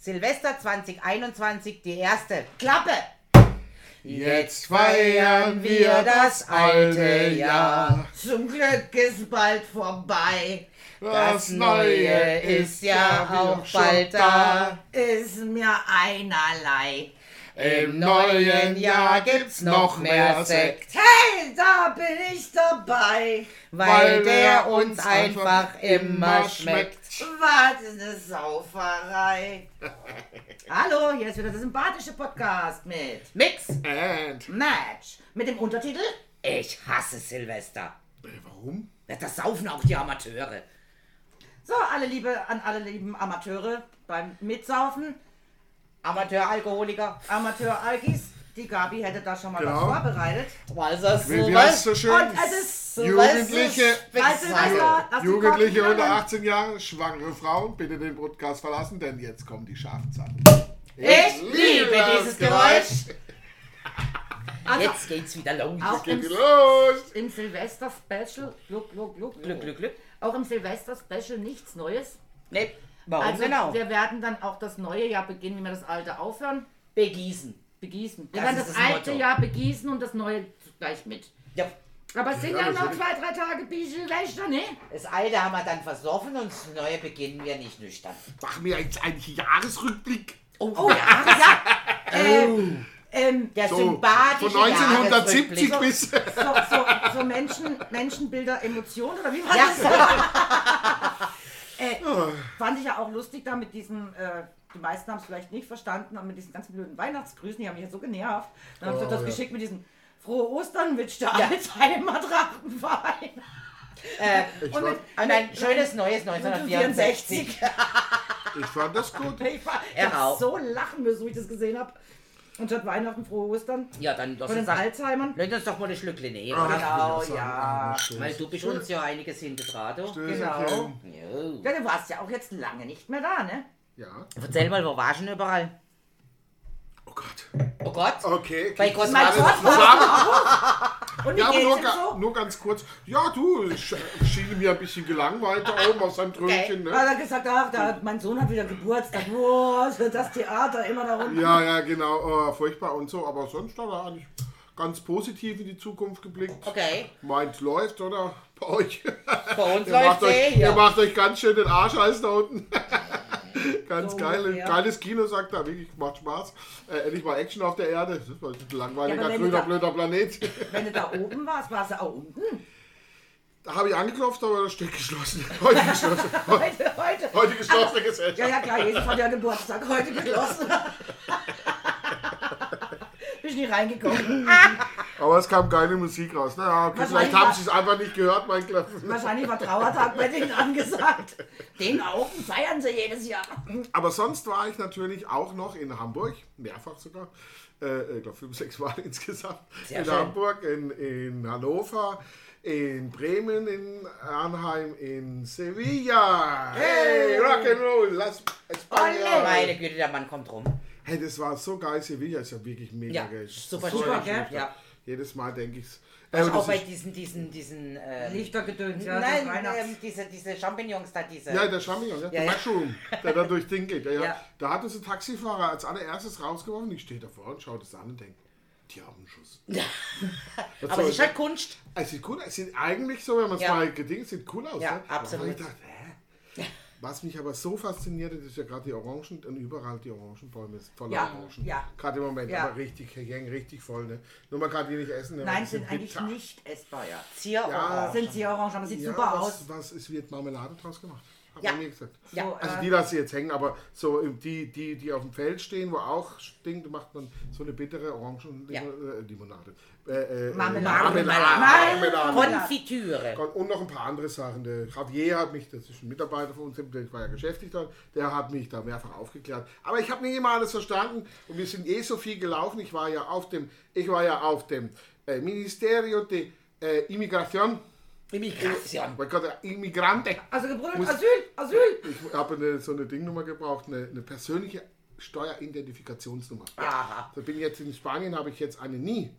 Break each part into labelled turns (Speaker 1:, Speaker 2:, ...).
Speaker 1: Silvester 2021 die erste Klappe.
Speaker 2: Jetzt feiern wir das alte Jahr.
Speaker 1: Zum Glück ist bald vorbei.
Speaker 2: Das Neue ist ja auch bald da.
Speaker 1: Ist mir einerlei.
Speaker 2: Im neuen Jahr gibt's noch mehr Sekt,
Speaker 1: Hey, da bin ich dabei.
Speaker 2: weil der uns einfach immer schmeckt.
Speaker 1: Was eine Sauferei. Hallo, hier ist wieder der sympathische Podcast mit Mix
Speaker 2: And. Äh,
Speaker 1: Match mit dem Untertitel Ich hasse Silvester.
Speaker 2: Warum?
Speaker 1: Ja, Das saufen auch die Amateure. So, alle Liebe an alle lieben Amateure beim Mitsaufen. Amateuralkoholiker, Amateuralkis. Die Gabi hätte da schon mal
Speaker 2: Genau.
Speaker 1: was vorbereitet.
Speaker 3: Weil das
Speaker 2: Wie, wie heißt so schön?
Speaker 1: Und es ist
Speaker 2: Jugendliche,
Speaker 1: Weißt du, was
Speaker 3: Also,
Speaker 1: da- lass die
Speaker 2: Jugendliche
Speaker 1: Korken
Speaker 2: unter
Speaker 1: knallen.
Speaker 2: 18 Jahren, schwangere Frauen, bitte den Podcast verlassen, denn jetzt kommen die Schafzangen.
Speaker 1: Ich liebe
Speaker 2: das
Speaker 1: dieses Geräusch. Also,
Speaker 3: Jetzt geht's wieder los.
Speaker 1: auch
Speaker 2: Geht
Speaker 1: im,
Speaker 2: los!
Speaker 1: im Silvester-Special, gluck, gluck, gluck,
Speaker 3: Glück, Glück, Glück.
Speaker 1: Auch im Silvester-Special nichts Neues.
Speaker 3: Nee, warum
Speaker 1: Also
Speaker 3: genau?
Speaker 1: wir werden dann auch das neue Jahr beginnen, wie wir das alte aufhören.
Speaker 3: Begießen.
Speaker 1: Begießen. Wir
Speaker 3: Das
Speaker 1: werden
Speaker 3: ist
Speaker 1: das,
Speaker 3: das
Speaker 1: alte
Speaker 3: Motto.
Speaker 1: Jahr begießen und das neue gleich mit.
Speaker 3: Ja,
Speaker 1: Aber es sind
Speaker 2: Ja,
Speaker 1: ja,
Speaker 2: das
Speaker 1: noch
Speaker 2: wird-
Speaker 1: zwei, drei Tage Bichelwächter, ne?
Speaker 3: das alte haben wir dann versoffen und das neue beginnen wir nicht nüchtern.
Speaker 2: Machen wir jetzt einen Jahresrückblick.
Speaker 1: Oh ja, ja. Äh, ähm,
Speaker 3: Der
Speaker 2: So,
Speaker 3: sympathische
Speaker 2: von 1970
Speaker 3: Jahresrückblick.
Speaker 2: bis.
Speaker 1: so, so, so Menschen, Menschenbilder, Emotionen oder wie war das?
Speaker 3: Ja,
Speaker 1: Äh, fand ich ja auch lustig da mit diesem, äh, die meisten haben es vielleicht nicht verstanden, aber mit diesen ganzen blöden Weihnachtsgrüßen, die haben mich ja so genervt. Dann haben sie
Speaker 2: Oh,
Speaker 1: das
Speaker 2: ja.
Speaker 1: geschickt mit diesem Frohe Ostern, Witsch der
Speaker 3: Ja.
Speaker 1: Alzheimer Drachenverein.
Speaker 3: äh,
Speaker 2: Ich
Speaker 1: Und
Speaker 2: fand,
Speaker 1: mit
Speaker 3: und ein schönes neues 1964.
Speaker 1: 64.
Speaker 2: ich fand das gut.
Speaker 3: Genau,
Speaker 1: Ich war
Speaker 3: Er
Speaker 1: ich hab
Speaker 3: auch.
Speaker 1: so lachen müssen, wo ich das gesehen habe. Und statt Weihnachten, frohe Ostern.
Speaker 3: Ja, dann lass
Speaker 1: Von den
Speaker 3: uns sagen,
Speaker 1: Alzheimern.
Speaker 3: Lönnt uns doch mal eine Schlückle nehmen.
Speaker 2: Ah,
Speaker 3: oder?
Speaker 1: Genau,
Speaker 2: ich will das sagen.
Speaker 1: ja.
Speaker 2: Ah, stimmt.
Speaker 3: Weil du bist uns ja einiges hingetragen.
Speaker 1: Genau.
Speaker 3: Jo.
Speaker 1: Ja, du warst ja auch jetzt lange nicht mehr da, ne?
Speaker 2: Ja.
Speaker 3: Erzähl mal, wo warst du denn überall?
Speaker 2: Oh Gott.
Speaker 3: Oh Gott.
Speaker 2: Okay.
Speaker 3: Bei
Speaker 2: klingt
Speaker 3: Gott,
Speaker 2: gerade
Speaker 3: mein
Speaker 1: Gott,
Speaker 2: so sagen.
Speaker 1: Und wie
Speaker 2: Ja, aber
Speaker 1: geht's
Speaker 2: nur,
Speaker 1: dir
Speaker 2: ga,
Speaker 1: so?
Speaker 2: nur ganz kurz. Ja, du, ich äh, schien mir ein bisschen gelangweilt da oben auf seinem Tröpfchen.
Speaker 1: Weil
Speaker 2: Ne?
Speaker 1: er gesagt hat, ach, Ah, da, mein Sohn hat wieder Geburtstag. Boah, das Theater immer da unten.
Speaker 2: Ja, ja, genau. Äh, furchtbar und so. Aber sonst hat er eigentlich ganz positiv in die Zukunft geblickt.
Speaker 3: Okay.
Speaker 2: Meins läuft, oder? Bei euch.
Speaker 3: Bei uns
Speaker 2: Ihr macht,
Speaker 3: läuft eh
Speaker 2: euch, ihr
Speaker 3: hier.
Speaker 2: macht euch ganz schön den Arsch heiß da unten. ganz
Speaker 1: So
Speaker 2: geil,
Speaker 1: ungefähr.
Speaker 2: geiles Kino, sagt er. Wirklich, macht Spaß. Äh, endlich mal Action auf der Erde. Das ist mal ein langweiliger,
Speaker 1: Ja, aber wenn
Speaker 2: grüner,
Speaker 1: du da-
Speaker 2: blöder Planet.
Speaker 1: Wenn du da oben warst, warst du auch unten.
Speaker 2: Da habe ich angeklopft, aber das steht geschlossen. Heute geschlossen.
Speaker 1: Heute, heute.
Speaker 2: Heute geschlossene Gesellschaft.
Speaker 1: Ja, ja, klar, Jesus hat ja Geburtstag heute geschlossen. Bist nicht reingekommen.
Speaker 2: Aber es kam geile Musik raus. Naja, okay,
Speaker 1: Wahrscheinlich
Speaker 2: vielleicht haben
Speaker 1: war-
Speaker 2: sie es einfach nicht gehört, mein Klaffen.
Speaker 1: Wahrscheinlich war Trauertag bei denen angesagt. Den auch feiern sie jedes Jahr.
Speaker 2: Aber sonst war ich natürlich auch noch in Hamburg, mehrfach sogar, äh, ich glaube fünf, sechs Mal insgesamt,
Speaker 3: Sehr
Speaker 2: in
Speaker 3: schön.
Speaker 2: Hamburg, in, in Hannover, in Bremen, in Arnheim, in Sevilla. Hey, Rock'n'Roll, lass España.
Speaker 3: Meine Güte, der Mann kommt rum.
Speaker 2: Hey, das war so geil, Sevilla ist ja wirklich mega
Speaker 3: Ja,
Speaker 2: geil.
Speaker 3: super,
Speaker 2: so
Speaker 1: super,
Speaker 2: eine
Speaker 1: gell?
Speaker 2: Stadt.
Speaker 3: Ja.
Speaker 2: Jedes Mal denke ich's. Äh,
Speaker 3: Also
Speaker 2: und
Speaker 3: auch
Speaker 2: das
Speaker 3: bei
Speaker 2: ist,
Speaker 3: diesen, diesen, diesen. ähm,
Speaker 1: Lichtergedöns, ja, das
Speaker 3: Nein,
Speaker 1: Weihnachts-
Speaker 3: ähm, diese, diese Champignons da, diese.
Speaker 2: ja, der Champignon, ja, der
Speaker 3: ja.
Speaker 2: Mushroom, der da durch den geht. Ja, ja.
Speaker 3: Ja.
Speaker 2: Da hat uns ein Taxifahrer als allererstes rausgeworfen. Ich stehe davor und schaue das an und denke, die haben einen Schuss. Was
Speaker 3: aber
Speaker 2: soll
Speaker 3: sie ist
Speaker 2: das?
Speaker 3: halt Kunst.
Speaker 2: Es sieht cool aus. Sieht eigentlich so, wenn man es
Speaker 3: Ja.
Speaker 2: mal gedingt, sieht cool aus.
Speaker 3: Ja,
Speaker 2: ne?
Speaker 3: absolut.
Speaker 2: Aber ich dachte, hä? Was mich aber so faszinierte, das ist ja gerade die Orangen und überall die Orangenbäume ist voller
Speaker 1: Ja,
Speaker 2: Orangen.
Speaker 1: ja.
Speaker 2: Gerade im Moment,
Speaker 1: Ja.
Speaker 2: aber richtig, die hängen richtig voll. Ne? Nur man kann die nicht essen. ne?
Speaker 1: Nein,
Speaker 2: Die
Speaker 1: sind eigentlich
Speaker 2: bitter. Ah,
Speaker 1: nicht essbar, ja.
Speaker 3: Zierorange.
Speaker 1: Sind sie orange, aber sieht
Speaker 2: Ja,
Speaker 1: super
Speaker 2: was,
Speaker 1: aus.
Speaker 2: was es wird Marmelade draus gemacht? Hat
Speaker 3: Ja.
Speaker 2: man mir gesagt.
Speaker 3: Ja.
Speaker 1: So,
Speaker 2: Also
Speaker 1: äh,
Speaker 2: die lasse ich jetzt hängen, aber so im- die, die, die auf dem Feld stehen, wo auch stinkt, macht man so eine bittere Orangenlimonade. Äh, äh,
Speaker 1: Marmelade.
Speaker 2: Marmelade.
Speaker 1: Marmelade.
Speaker 2: Ah, Marmelade.
Speaker 3: Konfitüre.
Speaker 2: Und noch ein paar andere Sachen. Der Javier hat mich, das ist ein Mitarbeiter von uns, der war ja geschäftig dort, der hat mich da mehrfach aufgeklärt. Aber ich habe nicht immer alles verstanden und wir sind eh so viel gelaufen. Ich war ja auf dem, ich war ja auf dem äh, Ministerio de äh, Immigration,
Speaker 3: Immigration.
Speaker 2: mein Gott, Immigrante.
Speaker 1: also gebrüllt, Asyl, Asyl.
Speaker 2: Ich habe eine, so eine Dingnummer gebraucht, eine, eine persönliche Steueridentifikationsnummer.
Speaker 3: Aha.
Speaker 2: Also bin jetzt in Spanien, habe ich jetzt eine nie.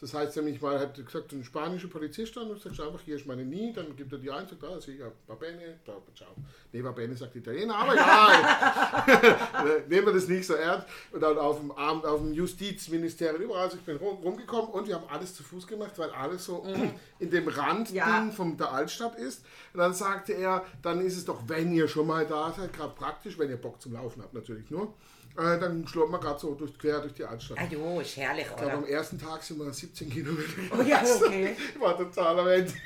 Speaker 2: Das heißt, er mich mal hat gesagt, ein spanischer Polizist dann und sagst einfach, hier ist meine Nie, dann gibt er die ein, sagt, ah, das ist ja, va bene, ciao, ciao. Nee, va bene sagt Italiener, aber egal. Nehmen wir das nicht so ernst. Und dann auf dem Abend, auf dem Justizministerium überall, also ich bin rum, rumgekommen und wir haben alles zu Fuß gemacht, weil alles so in dem Rand
Speaker 1: Ja.
Speaker 2: drin von der Altstadt ist. Und dann sagte er, dann ist es doch, wenn ihr schon mal da seid, gerade praktisch, wenn ihr Bock zum Laufen habt natürlich nur, äh, dann schlurrt man gerade so durch, quer durch die Altstadt.
Speaker 1: Ah, jo, ist herrlich,
Speaker 2: Ich glaube,
Speaker 1: oder?
Speaker 2: am ersten Tag sind wir 17 Kilometer.
Speaker 1: Oh ja, okay.
Speaker 2: Ich war total am Ende.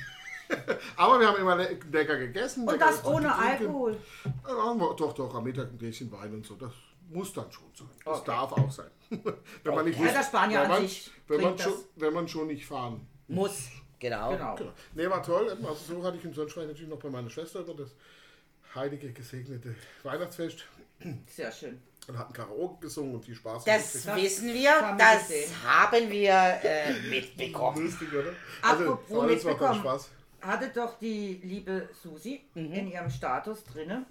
Speaker 2: Aber wir haben immer le- lecker gegessen.
Speaker 1: Und
Speaker 2: lecker
Speaker 1: das
Speaker 2: getrunken.
Speaker 1: ohne Alkohol.
Speaker 2: Ja, haben wir- doch, doch, am Mittag ein Gläschen Wein und so. Das muss dann schon sein. Das darf auch sein. wenn man nicht
Speaker 1: Ja, der Spanier
Speaker 2: wenn
Speaker 1: an
Speaker 2: man,
Speaker 1: sich
Speaker 2: wenn man,
Speaker 1: trinkt
Speaker 2: schon,
Speaker 1: das.
Speaker 2: wenn man schon nicht fahren.
Speaker 3: Muss. Genau.
Speaker 1: Genau.
Speaker 2: Genau. Nee, war toll. Also so hatte ich im Sonnenschein natürlich noch bei meiner Schwester über das heilige, gesegnete Weihnachtsfest
Speaker 1: Sehr schön.
Speaker 2: und hatten Karaoke gesungen und viel Spaß.
Speaker 3: Das
Speaker 1: Das
Speaker 3: wissen
Speaker 1: haben
Speaker 3: wir,
Speaker 1: wir
Speaker 3: das
Speaker 1: gesehen.
Speaker 3: haben wir äh, mitbekommen.
Speaker 2: lustig, oder?
Speaker 1: Apropos
Speaker 2: aber Also, das war voll
Speaker 1: mitbekommen.
Speaker 2: Spaß. Mhm.
Speaker 1: Hatte doch die liebe Susi in ihrem Status drinne.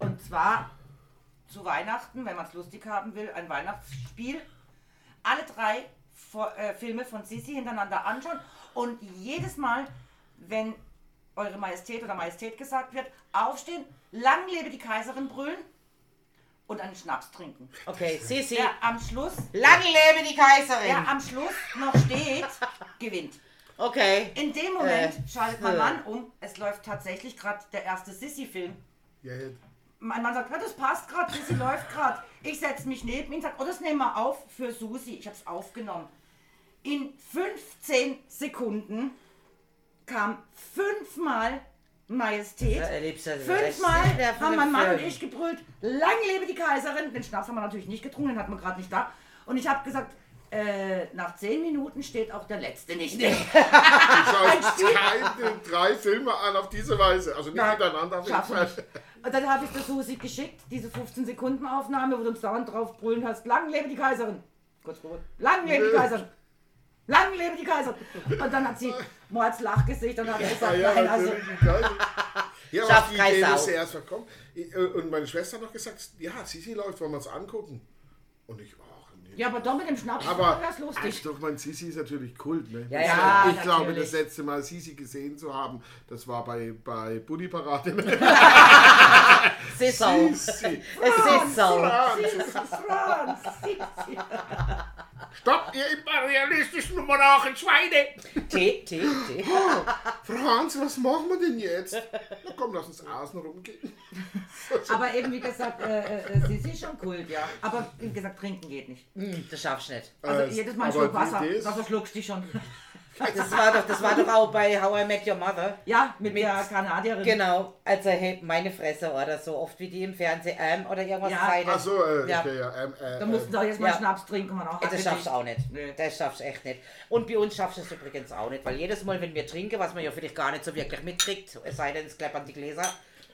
Speaker 1: Und zwar zu Weihnachten, wenn man es lustig haben will, ein Weihnachtsspiel. Alle drei Fo äh, Filme von Sisi hintereinander anschauen. Und jedes Mal, wenn Eure Majestät oder Majestät gesagt wird, aufstehen, lang lebe die Kaiserin brüllen und einen Schnaps trinken.
Speaker 3: Okay, Sisi,
Speaker 1: Wer am Schluss,
Speaker 3: lang lebe die Kaiserin.
Speaker 1: wer am Schluss noch steht, gewinnt.
Speaker 3: Okay.
Speaker 1: In dem Moment
Speaker 3: Äh,
Speaker 1: schaltet mein
Speaker 3: äh.
Speaker 1: Mann um. Es läuft tatsächlich gerade der erste Sissy-Film.
Speaker 2: Ja, ja.
Speaker 1: Mein Mann sagt, ja, das passt gerade, Sissy läuft gerade. Ich setze mich neben ihn, sage, oh, das nehmen wir auf für Susi. Ich habe es aufgenommen. In 15 Sekunden kam fünfmal Majestät.
Speaker 3: Ja, er liebst das
Speaker 1: Fünfmal
Speaker 3: Recht, ne?
Speaker 1: haben mein Mann
Speaker 3: Film.
Speaker 1: und ich gebrüllt, lang lebe die Kaiserin. Den Schnaps haben wir natürlich nicht getrunken, den hatten wir gerade nicht da. Und ich habe gesagt, äh, nach 10 Minuten steht auch der Letzte nicht.
Speaker 2: Du schaust keine drei Filme an auf diese Weise. Also nicht
Speaker 1: Nein,
Speaker 2: hintereinander auf jeden
Speaker 1: schaffst du
Speaker 2: Fall.
Speaker 1: nicht. Und dann habe ich das Susi geschickt, diese 15-Sekunden-Aufnahme, wo du uns dauernd drauf brüllen hast, lang lebe die Kaiserin. Kurz Probe. Lang lebe die
Speaker 2: Nö.
Speaker 1: Kaiserin. Lang lebe die Kaiserin. Und dann hat sie Mords Lachgesicht und hat
Speaker 2: Ah
Speaker 1: gesagt,
Speaker 2: ja,
Speaker 1: nein, also
Speaker 2: natürlich. klar. Ja, aber
Speaker 3: Schafft
Speaker 2: auf die
Speaker 3: keine
Speaker 2: Idee
Speaker 3: Sau.
Speaker 2: ist ja erst mal kommen. Ich, äh, Und meine Schwester hat noch gesagt, ja, Sisi läuft, wollen wir uns angucken. Und ich, ach nee.
Speaker 1: ja, aber doch mit dem Schnaps,
Speaker 2: Aber also,
Speaker 1: das ist lustig.
Speaker 2: doch, mein Sisi ist natürlich Kult. Ne?
Speaker 3: Ja,
Speaker 2: ich
Speaker 1: ja,
Speaker 2: ich glaube,
Speaker 1: natürlich.
Speaker 2: das letzte Mal Sisi gesehen zu haben, das war bei, bei Buddy Parade.
Speaker 1: Genau.
Speaker 3: Saison.
Speaker 2: Sisi.
Speaker 1: Oh,
Speaker 2: Ah,
Speaker 3: Es ist so.
Speaker 1: Franz, Sissi.
Speaker 2: Stoppt ihr imperialistischen Monarchen Schweine!
Speaker 3: Tee, Tee, Tee.
Speaker 2: Franz, was machen wir denn jetzt? Na komm, lass uns außen rumgehen.
Speaker 1: Aber eben, wie gesagt, äh, äh, äh, Sissi ist schon cool, ja. Aber wie gesagt, trinken geht nicht.
Speaker 3: Hm, Das schaffst du nicht.
Speaker 1: Also
Speaker 2: Äh,
Speaker 1: jedes Mal ein
Speaker 2: aber
Speaker 1: Schluck
Speaker 2: die
Speaker 1: Wasser.
Speaker 2: Idee ist-
Speaker 1: Wasser schluckst dich schon.
Speaker 3: Das war doch, das war doch auch bei How I Met Your Mother.
Speaker 1: Ja, mit, der Kanadierin.
Speaker 3: Genau, also hey, meine Fresse oder so oft wie die im Fernsehen ähm, oder irgendwas
Speaker 1: Ja.
Speaker 3: zeigen.
Speaker 2: Ach so, äh,
Speaker 3: Ja.
Speaker 2: okay, ja. Ähm, äh,
Speaker 1: Da
Speaker 2: äh,
Speaker 1: mussten sie auch jetzt mal
Speaker 3: Ja.
Speaker 1: Schnaps trinken. Man auch
Speaker 3: Ja, Das schaffst du auch nicht.
Speaker 1: Nee.
Speaker 3: Das schaffst du echt nicht. Und bei uns schaffst du es übrigens auch nicht, weil jedes Mal, wenn wir trinken, was man ja vielleicht gar nicht so wirklich mitkriegt, es sei denn, es klappern die Gläser,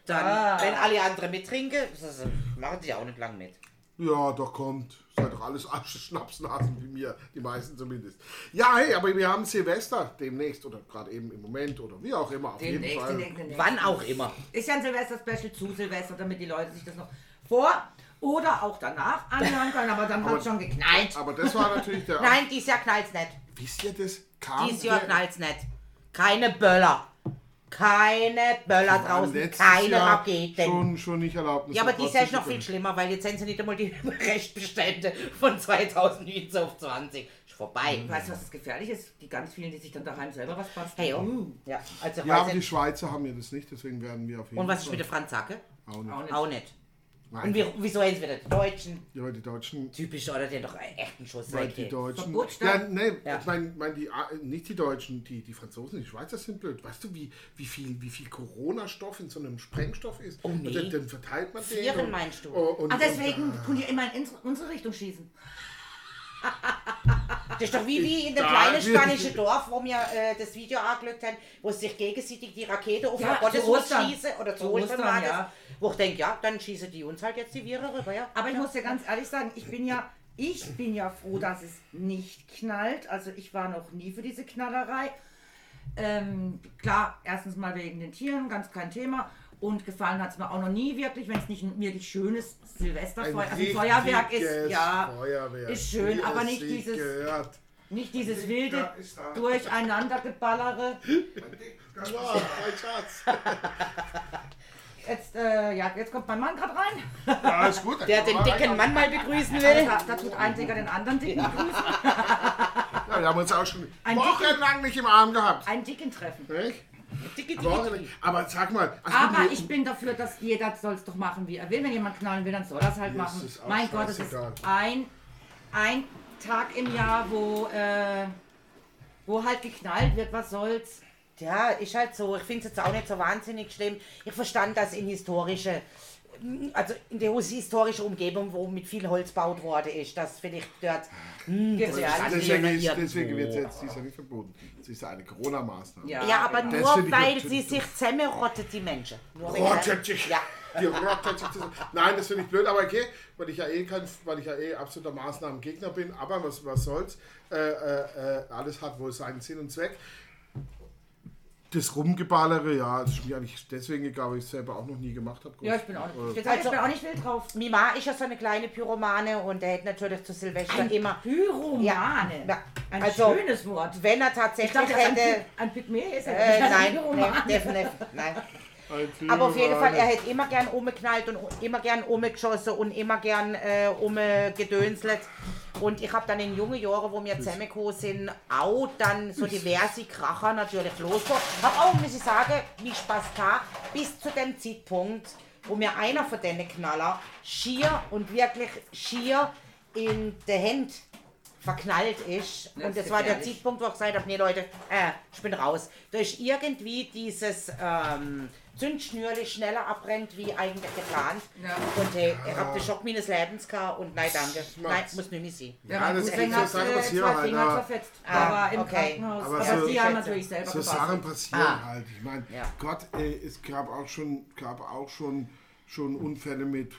Speaker 3: dann,
Speaker 1: Ah.
Speaker 3: wenn alle anderen mittrinken, das ist- machen die auch nicht lang mit.
Speaker 2: äh, Ja, doch kommt. Seid doch alles Asche, Schnapsnasen wie mir, die meisten zumindest. Ja, hey, aber wir haben Silvester demnächst oder gerade eben im Moment oder wie auch immer. Auf jeden
Speaker 1: Demnächst,
Speaker 2: Fall.
Speaker 1: demnächst, demnächst.
Speaker 3: Wann auch immer.
Speaker 1: Ist ja ein Silvester-Special zu Silvester, damit die Leute sich das noch vor oder auch danach anhören können. Aber dann hat schon geknallt.
Speaker 2: Aber das war natürlich der.
Speaker 3: Nein, dies Jahr knallt's nicht.
Speaker 2: Wisst ihr das? Kam
Speaker 3: Dies Jahr
Speaker 2: der-
Speaker 3: knallt's nicht. Keine Böller. Keine Böller
Speaker 2: war
Speaker 3: draußen.
Speaker 2: letztes
Speaker 3: Keine
Speaker 2: Jahr
Speaker 3: Raketen.
Speaker 2: Schon, schon nicht erlaubt. Das
Speaker 3: Ja, aber
Speaker 2: war
Speaker 3: dies Jahr ist noch viel
Speaker 2: trotzdem
Speaker 3: schlimmer, weil jetzt sind sie nicht einmal die Restbestände von 2019 auf 20. Ist vorbei.
Speaker 2: Hm.
Speaker 1: Weißt du, was das gefährlich ist? Die ganz vielen, die sich dann daheim selber was basteln.
Speaker 3: Hey, oh.
Speaker 1: Uh,
Speaker 3: Ja, also
Speaker 2: Ja, aber
Speaker 3: weiß
Speaker 2: die
Speaker 3: nicht.
Speaker 2: Schweizer haben ja das nicht, deswegen werden wir auf jeden
Speaker 3: Und was ist
Speaker 2: Fall.
Speaker 3: mit der Franzacke?
Speaker 2: Auch nicht.
Speaker 1: Auch nicht.
Speaker 3: Auch nicht.
Speaker 2: Nein,
Speaker 3: Und wir, wieso haben sie wieder die Deutschen?
Speaker 2: ja, die Deutschen.
Speaker 3: Typisch, oder? Der doch einen echten Schuss
Speaker 2: Weil
Speaker 3: weg.
Speaker 2: die Deutschen. Ja,
Speaker 1: Geburtstag?
Speaker 2: nee,
Speaker 3: Ja.
Speaker 2: ich meine, mein, die, A- nicht die Deutschen, die, die Franzosen, die Schweizer sind blöd. Weißt du, wie, wie viel, wie viel Corona-Stoff in so einem Sprengstoff ist?
Speaker 3: Oh, nee.
Speaker 2: Und dann, dann verteilt man den.
Speaker 3: Viren
Speaker 2: und-
Speaker 3: meinst du?
Speaker 2: Oh, und,
Speaker 1: Ah, deswegen
Speaker 2: Und,
Speaker 1: tun die immer in unsere Richtung schießen.
Speaker 3: Das ist doch wie, wie in dem
Speaker 2: Da
Speaker 3: kleinen
Speaker 2: wird-
Speaker 3: spanischen Dorf, wo wir äh, das Video angelegt haben, wo sie sich gegenseitig die Rakete auf
Speaker 1: Ja,
Speaker 3: ja,
Speaker 1: zu
Speaker 3: Gotteshaus
Speaker 1: Ostern.
Speaker 3: schießen. Oder zu
Speaker 1: Zu
Speaker 3: Ostern
Speaker 1: Ostern,
Speaker 3: war das.
Speaker 1: ja.
Speaker 3: Wo ich denke, ja, dann schießen die uns halt jetzt die Viren rüber, ja.
Speaker 1: Aber ich muss dir ganz ehrlich sagen, ich bin ja, ich bin ja froh, dass es nicht knallt. Also ich war noch nie für diese Knallerei. Ähm, klar, erstens mal wegen den Tieren, ganz kein Thema. Und gefallen hat es mir auch noch nie wirklich, wenn es nicht ein wirklich schönes Silvesterfeuer,
Speaker 2: ein
Speaker 1: also ein Feuerwerk ist.
Speaker 2: richtiges
Speaker 1: Ja,
Speaker 2: Feuerwerk.
Speaker 1: ist schön,
Speaker 2: Wie
Speaker 1: aber
Speaker 2: es
Speaker 1: nicht
Speaker 2: sich
Speaker 1: dieses
Speaker 2: Gehört.
Speaker 1: Nicht dieses wilde
Speaker 4: Da ist da.
Speaker 1: Durcheinandergeballere.
Speaker 4: Das
Speaker 2: Wow, mein Schatz.
Speaker 1: Jetzt, äh, ja, jetzt kommt mein Mann gerade rein.
Speaker 2: Ja, ist gut.
Speaker 3: Der den dicken Mann mal begrüßen will.
Speaker 1: Also, Da, da tut ein Dicker den anderen dicken grüßen.
Speaker 2: Ja, wir haben uns auch schon
Speaker 1: Ein
Speaker 2: wochenlang nicht im Arm gehabt.
Speaker 1: Einen dicken treffen.
Speaker 2: Nicht?
Speaker 3: Dicke, dicke.
Speaker 2: Wochenlang. Aber sag mal. also
Speaker 3: Ah,
Speaker 1: Aber
Speaker 2: gut,
Speaker 1: ich bin dafür, dass jeder soll es doch machen, wie er will. Wenn jemand knallen will, dann soll er es halt
Speaker 2: Mir
Speaker 1: machen.
Speaker 2: ist es auch
Speaker 1: mein Gott, es ist
Speaker 2: scheißegal.
Speaker 1: ein, ein Tag im Jahr, wo, äh, wo halt geknallt wird, was soll's.
Speaker 3: Ja, ist halt so. Ich finde es jetzt auch nicht so wahnsinnig schlimm. Ich verstand das in historische, also in der historische Umgebung, wo mit viel Holz gebaut worden ist. Das finde ich dort. Hm, das ist
Speaker 1: Ja,
Speaker 3: alles
Speaker 2: Deswegen,
Speaker 3: wieder
Speaker 2: ist,
Speaker 3: irgendwo.
Speaker 2: deswegen wird jetzt dieser nicht verboten. Das ist eine Corona-Maßnahme.
Speaker 1: Ja.
Speaker 3: Ja, aber
Speaker 1: Das
Speaker 2: finde
Speaker 3: nur
Speaker 2: ich
Speaker 3: weil
Speaker 2: natürlich
Speaker 3: sie
Speaker 2: doof.
Speaker 3: sich zusammenrottet, die Menschen. Nur wegen
Speaker 2: Rottet sich.
Speaker 3: Ja.
Speaker 2: Die rottet sich zusammen. Nein, das finde ich blöd, aber okay, weil ich ja eh kein, weil ich ja eh absoluter Maßnahmengegner bin, aber was, was soll's. Äh, äh, äh, alles hat wohl seinen Sinn und Zweck. Das Rumgeballere, ja, das ist mir eigentlich deswegen egal, weil ich es selber auch noch nie gemacht habe.
Speaker 1: Ja, ich bin auch nicht, ich
Speaker 3: Also-
Speaker 1: bin auch nicht wild drauf.
Speaker 3: Mima ist ja so eine kleine Pyromane und der hätte natürlich zu Silvester immer.
Speaker 1: Pyromane.
Speaker 3: Ja.
Speaker 1: Ein
Speaker 3: Also-
Speaker 1: schönes Wort.
Speaker 3: Wenn er
Speaker 1: Ich
Speaker 3: tatsächlich
Speaker 1: dachte, ein,
Speaker 3: hätte.
Speaker 1: Py- ein Pygmäe ist er.
Speaker 3: Äh,
Speaker 1: Ich dachte,
Speaker 3: nein,
Speaker 1: Pyromane.
Speaker 3: nee, definitiv. Nein. Aber auf jeden Fall, er hätte immer gern umgeknallt und immer gern umgeschossen und immer gern äh, umgedönselt. Und ich habe dann in jungen Jahren, wo wir zusammengekommen sind, auch dann so diverse Kracher natürlich losgekommen. Habe auch, muss ich sagen, wie Spaß gehabt, bis zu dem Zeitpunkt, wo mir einer von denen Knaller schier und wirklich schier in der Hand verknallt ist.
Speaker 1: Das
Speaker 3: und
Speaker 1: ist
Speaker 3: das war der
Speaker 1: gefährlich.
Speaker 3: Zeitpunkt, wo ich gesagt habe, nee Leute, äh, ich bin raus. Da ist irgendwie dieses ähm, Zündschnürli schneller abbrennt, wie eigentlich geplant.
Speaker 1: Ja.
Speaker 3: Und hey, ich habe den Schock meines Lebens gehabt und nein, danke. Nein,
Speaker 2: Schmerz.
Speaker 3: muss nicht mehr sein.
Speaker 1: Ja,
Speaker 2: Ja,
Speaker 1: mein
Speaker 2: das
Speaker 1: Cousin
Speaker 2: sind so
Speaker 1: hat,
Speaker 2: Sachen
Speaker 1: äh,
Speaker 2: passieren
Speaker 1: zwei
Speaker 2: halt,
Speaker 1: Finger
Speaker 2: aber-
Speaker 1: zerfetzt.
Speaker 3: Ah,
Speaker 1: aber im
Speaker 3: okay.
Speaker 1: Krankenhaus.
Speaker 2: Aber
Speaker 1: Aber,
Speaker 2: so-
Speaker 1: die haben natürlich selber
Speaker 2: So
Speaker 1: gepasst.
Speaker 2: Sachen passieren
Speaker 3: Ah.
Speaker 2: halt. Ich meine,
Speaker 3: Ja.
Speaker 2: Gott, ey, es gab auch schon, gab auch schon, schon Unfälle mit,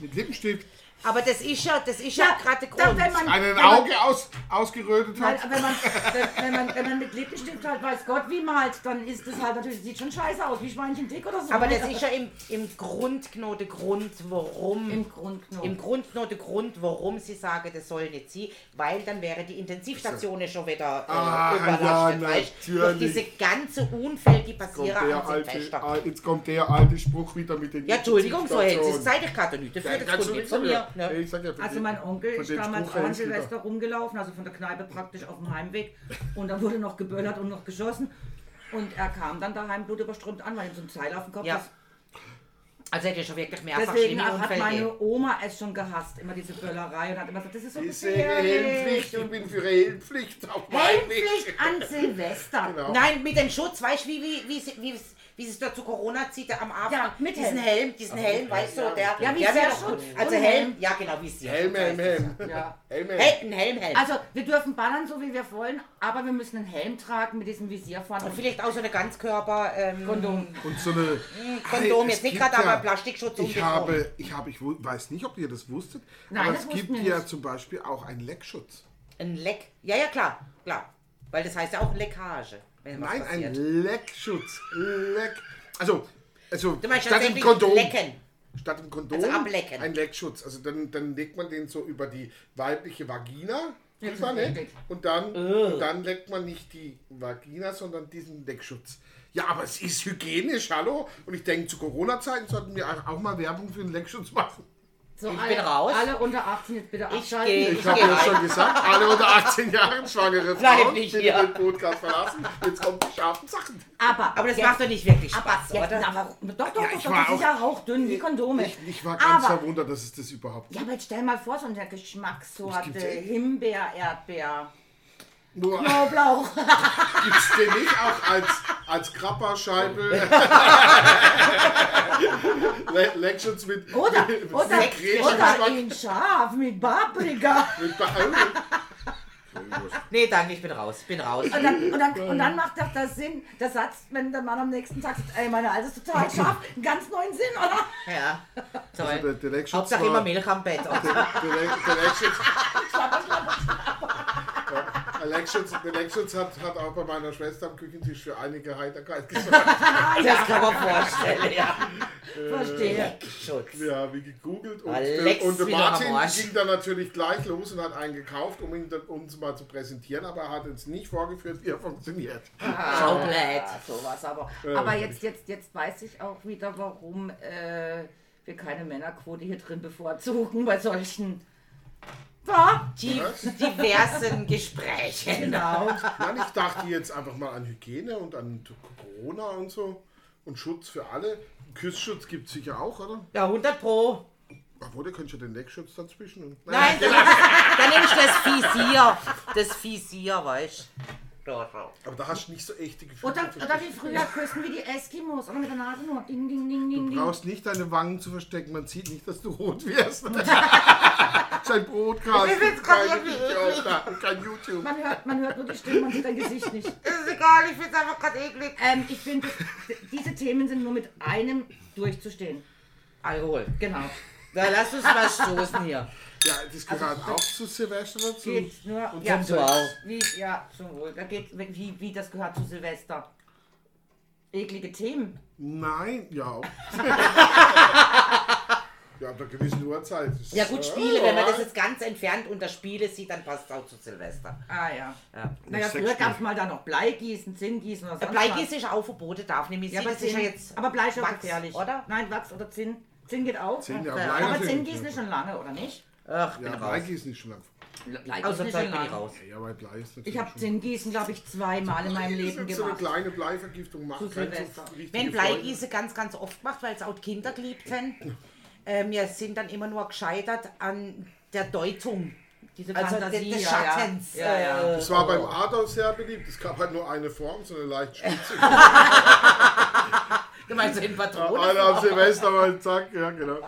Speaker 2: mit Lippenstift.
Speaker 3: Aber das ist ja, das ist ja,
Speaker 1: Ja,
Speaker 3: gerade der
Speaker 1: da,
Speaker 3: Grund.
Speaker 1: wenn man, wenn
Speaker 2: Einen
Speaker 1: man,
Speaker 2: Auge aus, ausgerötet
Speaker 1: nein,
Speaker 2: hat.
Speaker 1: wenn, man, wenn, wenn, man, wenn man mit Lippenstift halt weiß Gott wie malt, dann ist es halt natürlich, sieht schon scheiße aus, wie Schweinchen dick oder so.
Speaker 3: aber das ist ja im, im Grund genau der Grund, warum.
Speaker 1: im Grundknoten.
Speaker 3: Im Grund nur der Grund, warum sie sagen, das soll nicht sie, weil dann wäre die Intensivstation ja schon wieder äh,
Speaker 2: Ah,
Speaker 3: überlastet.
Speaker 2: ja,
Speaker 3: weißt du? Durch
Speaker 2: natürlich.
Speaker 3: diese ganze Unfälle, die
Speaker 2: Kommt
Speaker 3: passieren
Speaker 2: der
Speaker 3: an
Speaker 2: alte,
Speaker 3: Silvester.
Speaker 2: ah, jetzt kommt der alte Spruch wieder mit den
Speaker 3: Ja, Entschuldigung, so hält es
Speaker 2: Intensivstationen.
Speaker 3: Zeit, ich kann da nicht dafür,
Speaker 2: Ja,
Speaker 3: das
Speaker 2: kannst
Speaker 3: kommt
Speaker 2: du
Speaker 3: nicht
Speaker 2: nichts
Speaker 3: von mir.
Speaker 2: dafür.
Speaker 3: Ne?
Speaker 2: Ich sag ja, von
Speaker 1: Also
Speaker 2: dem-
Speaker 1: mein Onkel
Speaker 2: von
Speaker 1: ist
Speaker 2: dem
Speaker 1: damals
Speaker 2: Spruch hält
Speaker 1: an
Speaker 2: es wieder.
Speaker 1: Silvester rumgelaufen, also von der Kneipe praktisch auf dem Heimweg. Und da wurde noch geböllert und noch geschossen. Und er kam dann daheim blutüberströmt an, weil ihm so ein Seil auf dem Kopf
Speaker 3: Ja.
Speaker 1: ist.
Speaker 3: Also hätte ich schon wirklich mehrfach
Speaker 1: Deswegen
Speaker 3: schlimme
Speaker 1: hat
Speaker 3: Unfälle gegeben.
Speaker 1: meine Oma es schon gehasst, immer diese Böllerei. Und hat immer gesagt, das ist so
Speaker 2: Ich sehe eine
Speaker 1: gefährlich.
Speaker 2: Helmpflicht, ich bin für eine Helmpflicht auf meinem Weg.
Speaker 1: Helmpflicht an Silvester.
Speaker 2: Genau.
Speaker 3: Nein, mit dem Schutz, weißt du, wie, wie, wie, sie- wie, wie sie es da zu Corona zieht, am Abend.
Speaker 1: Ja, mit
Speaker 3: diesen
Speaker 1: Helm.
Speaker 3: Helm, diesen Helm, weißt du, der,
Speaker 1: Ja, wie
Speaker 3: der wäre
Speaker 1: Sierschutz.
Speaker 3: doch gut. Also
Speaker 1: Ohne
Speaker 3: Helm,
Speaker 1: Helm.
Speaker 3: ja genau, wie es hier.
Speaker 2: Helm, Helm, Helm.
Speaker 1: Ja.
Speaker 2: Helm, Helm.
Speaker 3: Helm, ein Helm, Helm.
Speaker 1: Also, wir dürfen ballern, so wie wir wollen, aber wir müssen einen Helm tragen mit diesem Visier vorne.
Speaker 3: Und vielleicht auch so eine Ganzkörper... Ähm,
Speaker 1: Kondom.
Speaker 2: Und so eine.
Speaker 3: Hm, Kondom,
Speaker 2: Ey,
Speaker 3: jetzt
Speaker 2: es
Speaker 3: nicht
Speaker 2: gibt
Speaker 3: gerade, aber Plastikschutz
Speaker 2: Ich
Speaker 3: unbedingt.
Speaker 2: habe, ich habe, ich wu- weiß nicht, ob ihr das wusstet,
Speaker 1: Nein,
Speaker 2: aber
Speaker 1: das
Speaker 2: es
Speaker 1: wussten
Speaker 2: gibt
Speaker 1: wir
Speaker 2: ja
Speaker 1: nicht.
Speaker 2: zum Beispiel auch einen Leckschutz.
Speaker 3: Ein Leck. Ja, ja, klar, klar. Weil das heißt ja auch Leckage, wenn was
Speaker 2: Nein, ein
Speaker 3: passiert.
Speaker 2: Leckschutz. Leck. Also, also
Speaker 3: Du meinst
Speaker 2: statt dem
Speaker 3: tatsächlich
Speaker 2: Kondom.
Speaker 3: lecken.
Speaker 2: Statt dem Kondom
Speaker 3: Also ablecken.
Speaker 2: ein Leckschutz. Also dann, dann legt man den so über die weibliche Vagina.
Speaker 1: Jetzt
Speaker 2: drüber,
Speaker 1: ist
Speaker 2: ne?
Speaker 1: eklig.
Speaker 2: Und dann, und dann leckt man nicht die Vagina, sondern diesen Leckschutz. Ja, aber es ist hygienisch, hallo? Und ich denke, zu Corona-Zeiten sollten wir auch mal Werbung für den Leckschutz machen.
Speaker 1: so,
Speaker 3: ich
Speaker 1: alle,
Speaker 3: bin raus.
Speaker 1: Alle unter 18 jetzt bitte abschalten.
Speaker 3: gehe.
Speaker 2: Ich habe
Speaker 3: geh
Speaker 2: ja
Speaker 3: rein.
Speaker 2: schon gesagt, alle unter 18 Jahren schwangere
Speaker 3: Bleib
Speaker 2: Frauen,
Speaker 3: nicht
Speaker 2: bitte
Speaker 3: hier.
Speaker 2: den Podcast verlassen. Jetzt kommen die scharfen Sachen.
Speaker 1: Aber,
Speaker 3: Aber das
Speaker 1: jetzt,
Speaker 3: macht doch nicht wirklich
Speaker 1: aber
Speaker 3: Spaß,
Speaker 1: jetzt,
Speaker 3: oder?
Speaker 1: na, warum- doch, doch,
Speaker 2: Ja,
Speaker 1: doch,
Speaker 2: ich
Speaker 1: doch,
Speaker 2: war
Speaker 1: das ist
Speaker 2: auch-
Speaker 1: ja rauchdünn wie Kondome.
Speaker 2: Ich, ich war ganz
Speaker 1: aber,
Speaker 2: verwundert, dass es das überhaupt
Speaker 1: Ja, aber jetzt stell mal vor, so eine
Speaker 2: Das
Speaker 1: Geschmackssorte,
Speaker 2: gibt's echt.
Speaker 1: Himbeer, Erdbeer,
Speaker 2: Nur
Speaker 1: Knoblauch.
Speaker 2: gibt's den nicht auch als, als Krapperscheibe. Le Lections mit.
Speaker 1: Oder,
Speaker 2: mit,
Speaker 1: oder,
Speaker 2: mit Gretchen
Speaker 1: oder
Speaker 2: Geschmack.
Speaker 1: in Schaf mit Paprika.
Speaker 2: Mit Ba-
Speaker 3: Nee, danke, ich bin raus, bin raus.
Speaker 1: Und dann, und, dann, und dann macht doch das Sinn, der Satz, wenn der Mann am nächsten Tag sagt, ey, meine Alte ist total scharf, einen ganz neuen Sinn, oder?
Speaker 3: Ja, toll.
Speaker 2: Also der- der Leckschutz
Speaker 3: Hauptsache
Speaker 2: war-
Speaker 3: immer Milch am Bett. Und
Speaker 2: Der- der Le- der Leckschutz- Der Leckschutz- Der Leckschutz hat, hat auch bei meiner Schwester am Küchentisch für einige Heiterkeit gesorgt.
Speaker 1: Ah,
Speaker 2: Äh.
Speaker 3: das kann man vorstellen, ja.
Speaker 1: verstehe.
Speaker 3: Brandschutz.
Speaker 2: Wir haben gegoogelt und,
Speaker 3: Alex
Speaker 2: äh, und der
Speaker 3: wieder am Arsch.
Speaker 2: Martin ging dann natürlich gleich los und hat einen gekauft, um ihn dann, uns mal zu präsentieren, aber er hat uns nicht vorgeführt, wie er funktioniert.
Speaker 3: Schaublät.
Speaker 1: Ja, sowas aber.
Speaker 2: Äh.
Speaker 1: Aber jetzt, jetzt, jetzt weiß ich auch wieder, warum äh, wir keine Männerquote hier drin bevorzugen bei solchen. Ja,
Speaker 3: Die diversen Gesprächen.
Speaker 1: genau.
Speaker 2: Nein, ich dachte jetzt einfach mal an Hygiene und an Corona und so und Schutz für alle. Küssschutz gibt es sicher auch, oder?
Speaker 3: Ja, 100 pro.
Speaker 2: Obwohl, da könntest du den Leckschutz dazwischen. Und
Speaker 3: Nein, dann nehme ich, dann nehm ich das Visier. Das Visier, weißt du.
Speaker 2: Aber da hast du nicht so echte Gefühle.
Speaker 1: Oder, oder wie früher küssen wie die Eskimos. Oder mit der Nase nur. Ding, ding, ding, ding,
Speaker 2: Du
Speaker 1: ding.
Speaker 2: brauchst nicht deine Wangen zu verstecken, man sieht nicht, dass du rot wirst. Sein Brotkast.
Speaker 3: Ich find's grad
Speaker 2: Kein,
Speaker 3: irgendwie
Speaker 2: Videoaufnahme, kein YouTube.
Speaker 1: Man hört, man hört nur die Stimme, man sieht dein Gesicht nicht.
Speaker 3: Ist egal, ich find's einfach gerade eklig.
Speaker 1: Ähm, ich finde, diese Themen sind nur mit einem durchzustehen.
Speaker 3: Alkohol.
Speaker 1: Genau.
Speaker 3: Da lass uns mal stoßen hier.
Speaker 2: Ja, das gehört auch zu Silvester dazu.
Speaker 1: Also, Geht nur.
Speaker 2: Hm. Und
Speaker 1: ja,
Speaker 2: zum
Speaker 1: so-
Speaker 3: Wow.
Speaker 1: wie, ja, zum Wohl. Da geht, wie, wie das gehört zu Silvester. Eklige Themen.
Speaker 2: Nein, ja. auch. ja, ab einer gewissen Uhrzeit. Das ist-
Speaker 3: Ja gut, Spiele, wenn man das jetzt ganz entfernt unter Spiele sieht, dann passt es auch zu Silvester.
Speaker 1: Ah ja.
Speaker 3: Ja.
Speaker 1: Naja,
Speaker 2: Nicht
Speaker 1: früher
Speaker 2: sexy.
Speaker 1: gab es mal da noch Bleigießen, Zinngießen oder sonst
Speaker 3: Bleigießen ist auch verboten, darf nämlich
Speaker 1: Ja, aber,
Speaker 3: das ist ja
Speaker 1: Zinn,
Speaker 3: jetzt.
Speaker 1: aber Blei ist ja
Speaker 3: Wachs,
Speaker 1: gefährlich.
Speaker 3: oder?
Speaker 1: Nein, Wachs oder Zinn. Zinn geht auch.
Speaker 2: Zinn, ja,
Speaker 1: aber
Speaker 2: Blei
Speaker 1: aber
Speaker 2: natürlich.
Speaker 1: Zinngießen ist schon lange, oder nicht?
Speaker 3: Ach, ich
Speaker 2: Ja,
Speaker 3: bin
Speaker 2: Blei
Speaker 3: raus.
Speaker 2: ist nicht schon lang.
Speaker 1: Bleigießen
Speaker 3: Aus der Zeit bin ich raus.
Speaker 2: Ja, weil Blei ist natürlich
Speaker 1: Ich habe
Speaker 2: schon-
Speaker 1: Zinngießen, glaube ich, zweimal in meinem Leben
Speaker 2: So eine
Speaker 1: gemacht.
Speaker 2: kleine Bleivergiftung macht
Speaker 1: Zu
Speaker 2: keinen
Speaker 1: Silvester.
Speaker 2: so richtigen
Speaker 3: Wenn
Speaker 2: Freude.
Speaker 3: Bleigieße ganz, ganz oft macht, weil es auch die Kinder geliebt haben. Äh, wir sind dann immer nur gescheitert an der Deutung.
Speaker 1: Diese
Speaker 3: Also
Speaker 1: Fantasie,
Speaker 3: des
Speaker 1: ja, ja.
Speaker 3: Schattens.
Speaker 1: Ja, ja.
Speaker 3: äh,
Speaker 2: Das war beim Adolf sehr beliebt. Es gab halt nur eine Form, so eine leicht spitze.
Speaker 3: Du meinst in
Speaker 1: Oh,
Speaker 3: Patronen?
Speaker 2: Einer am Silvester mal zack, ja genau.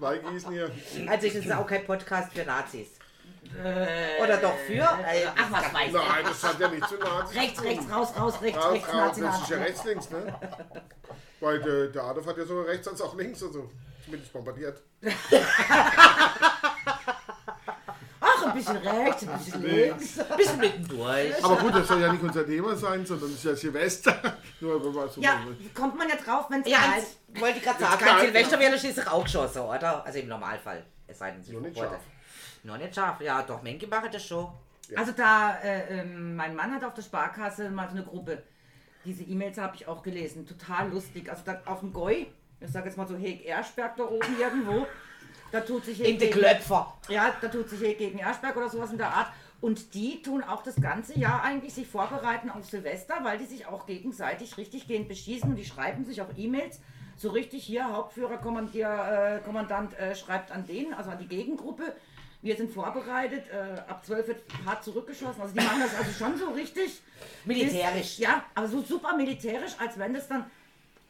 Speaker 2: Bleigießen hier.
Speaker 3: Also das ist auch kein Podcast für Nazis. Oder doch für? Äh,
Speaker 1: Ach, was weiß ich.
Speaker 2: Nein, das hat ja nicht zu Nazis.
Speaker 1: Rechts, rechts, raus, raus, rechts,
Speaker 2: Raus,
Speaker 1: rechts,
Speaker 2: raus,
Speaker 1: Nazi,
Speaker 2: das ist ja
Speaker 1: Nazi.
Speaker 2: rechts, links, ne? Weil der, der Adolf hat ja sogar rechts als auch links und so. Zumindest bombardiert.
Speaker 1: Ach, ein bisschen rechts, ein bisschen links.
Speaker 3: ein bisschen mittendurch.
Speaker 2: Aber gut, das soll ja nicht unser Thema sein, sondern es ist ja Silvester. Nur über was
Speaker 1: Ja, kommt man ja drauf, wenn es
Speaker 3: Ja,
Speaker 1: kalt
Speaker 3: eins wollte ich gerade sagen.
Speaker 2: Jetzt kalt,
Speaker 3: Silvester
Speaker 2: ja.
Speaker 3: wäre schließlich auch geschossen, oder? Also im Normalfall. Es sei denn, sie
Speaker 2: Noch nicht
Speaker 3: verboten.
Speaker 2: scharf.
Speaker 3: Noch nicht scharf, ja, doch, Menke machen das schon.
Speaker 1: Also da, äh, ähm, mein Mann hat auf der Sparkasse mal so eine Gruppe. Diese E-Mails habe ich auch gelesen. Total lustig. Also da auf dem Goi, ich sage jetzt mal so Heg Erschberg da oben irgendwo. Da tut sich Heg
Speaker 3: In den
Speaker 1: gegen-
Speaker 3: Klöpfer.
Speaker 1: Ja, da tut sich Heg gegen Erschberg oder sowas in der Art. Und die tun auch das ganze Jahr eigentlich sich vorbereiten auf Silvester, weil die sich auch gegenseitig richtig gehend beschießen und die schreiben sich auch E-Mails. So richtig hier, Hauptführer, Kommandier, äh, Kommandant äh, schreibt an den, also an die Gegengruppe. Wir sind vorbereitet, äh, ab 12 wird hart zurückgeschossen. Also die machen das also schon so richtig.
Speaker 3: Militärisch.
Speaker 1: ja, aber so super militärisch, als wenn das dann.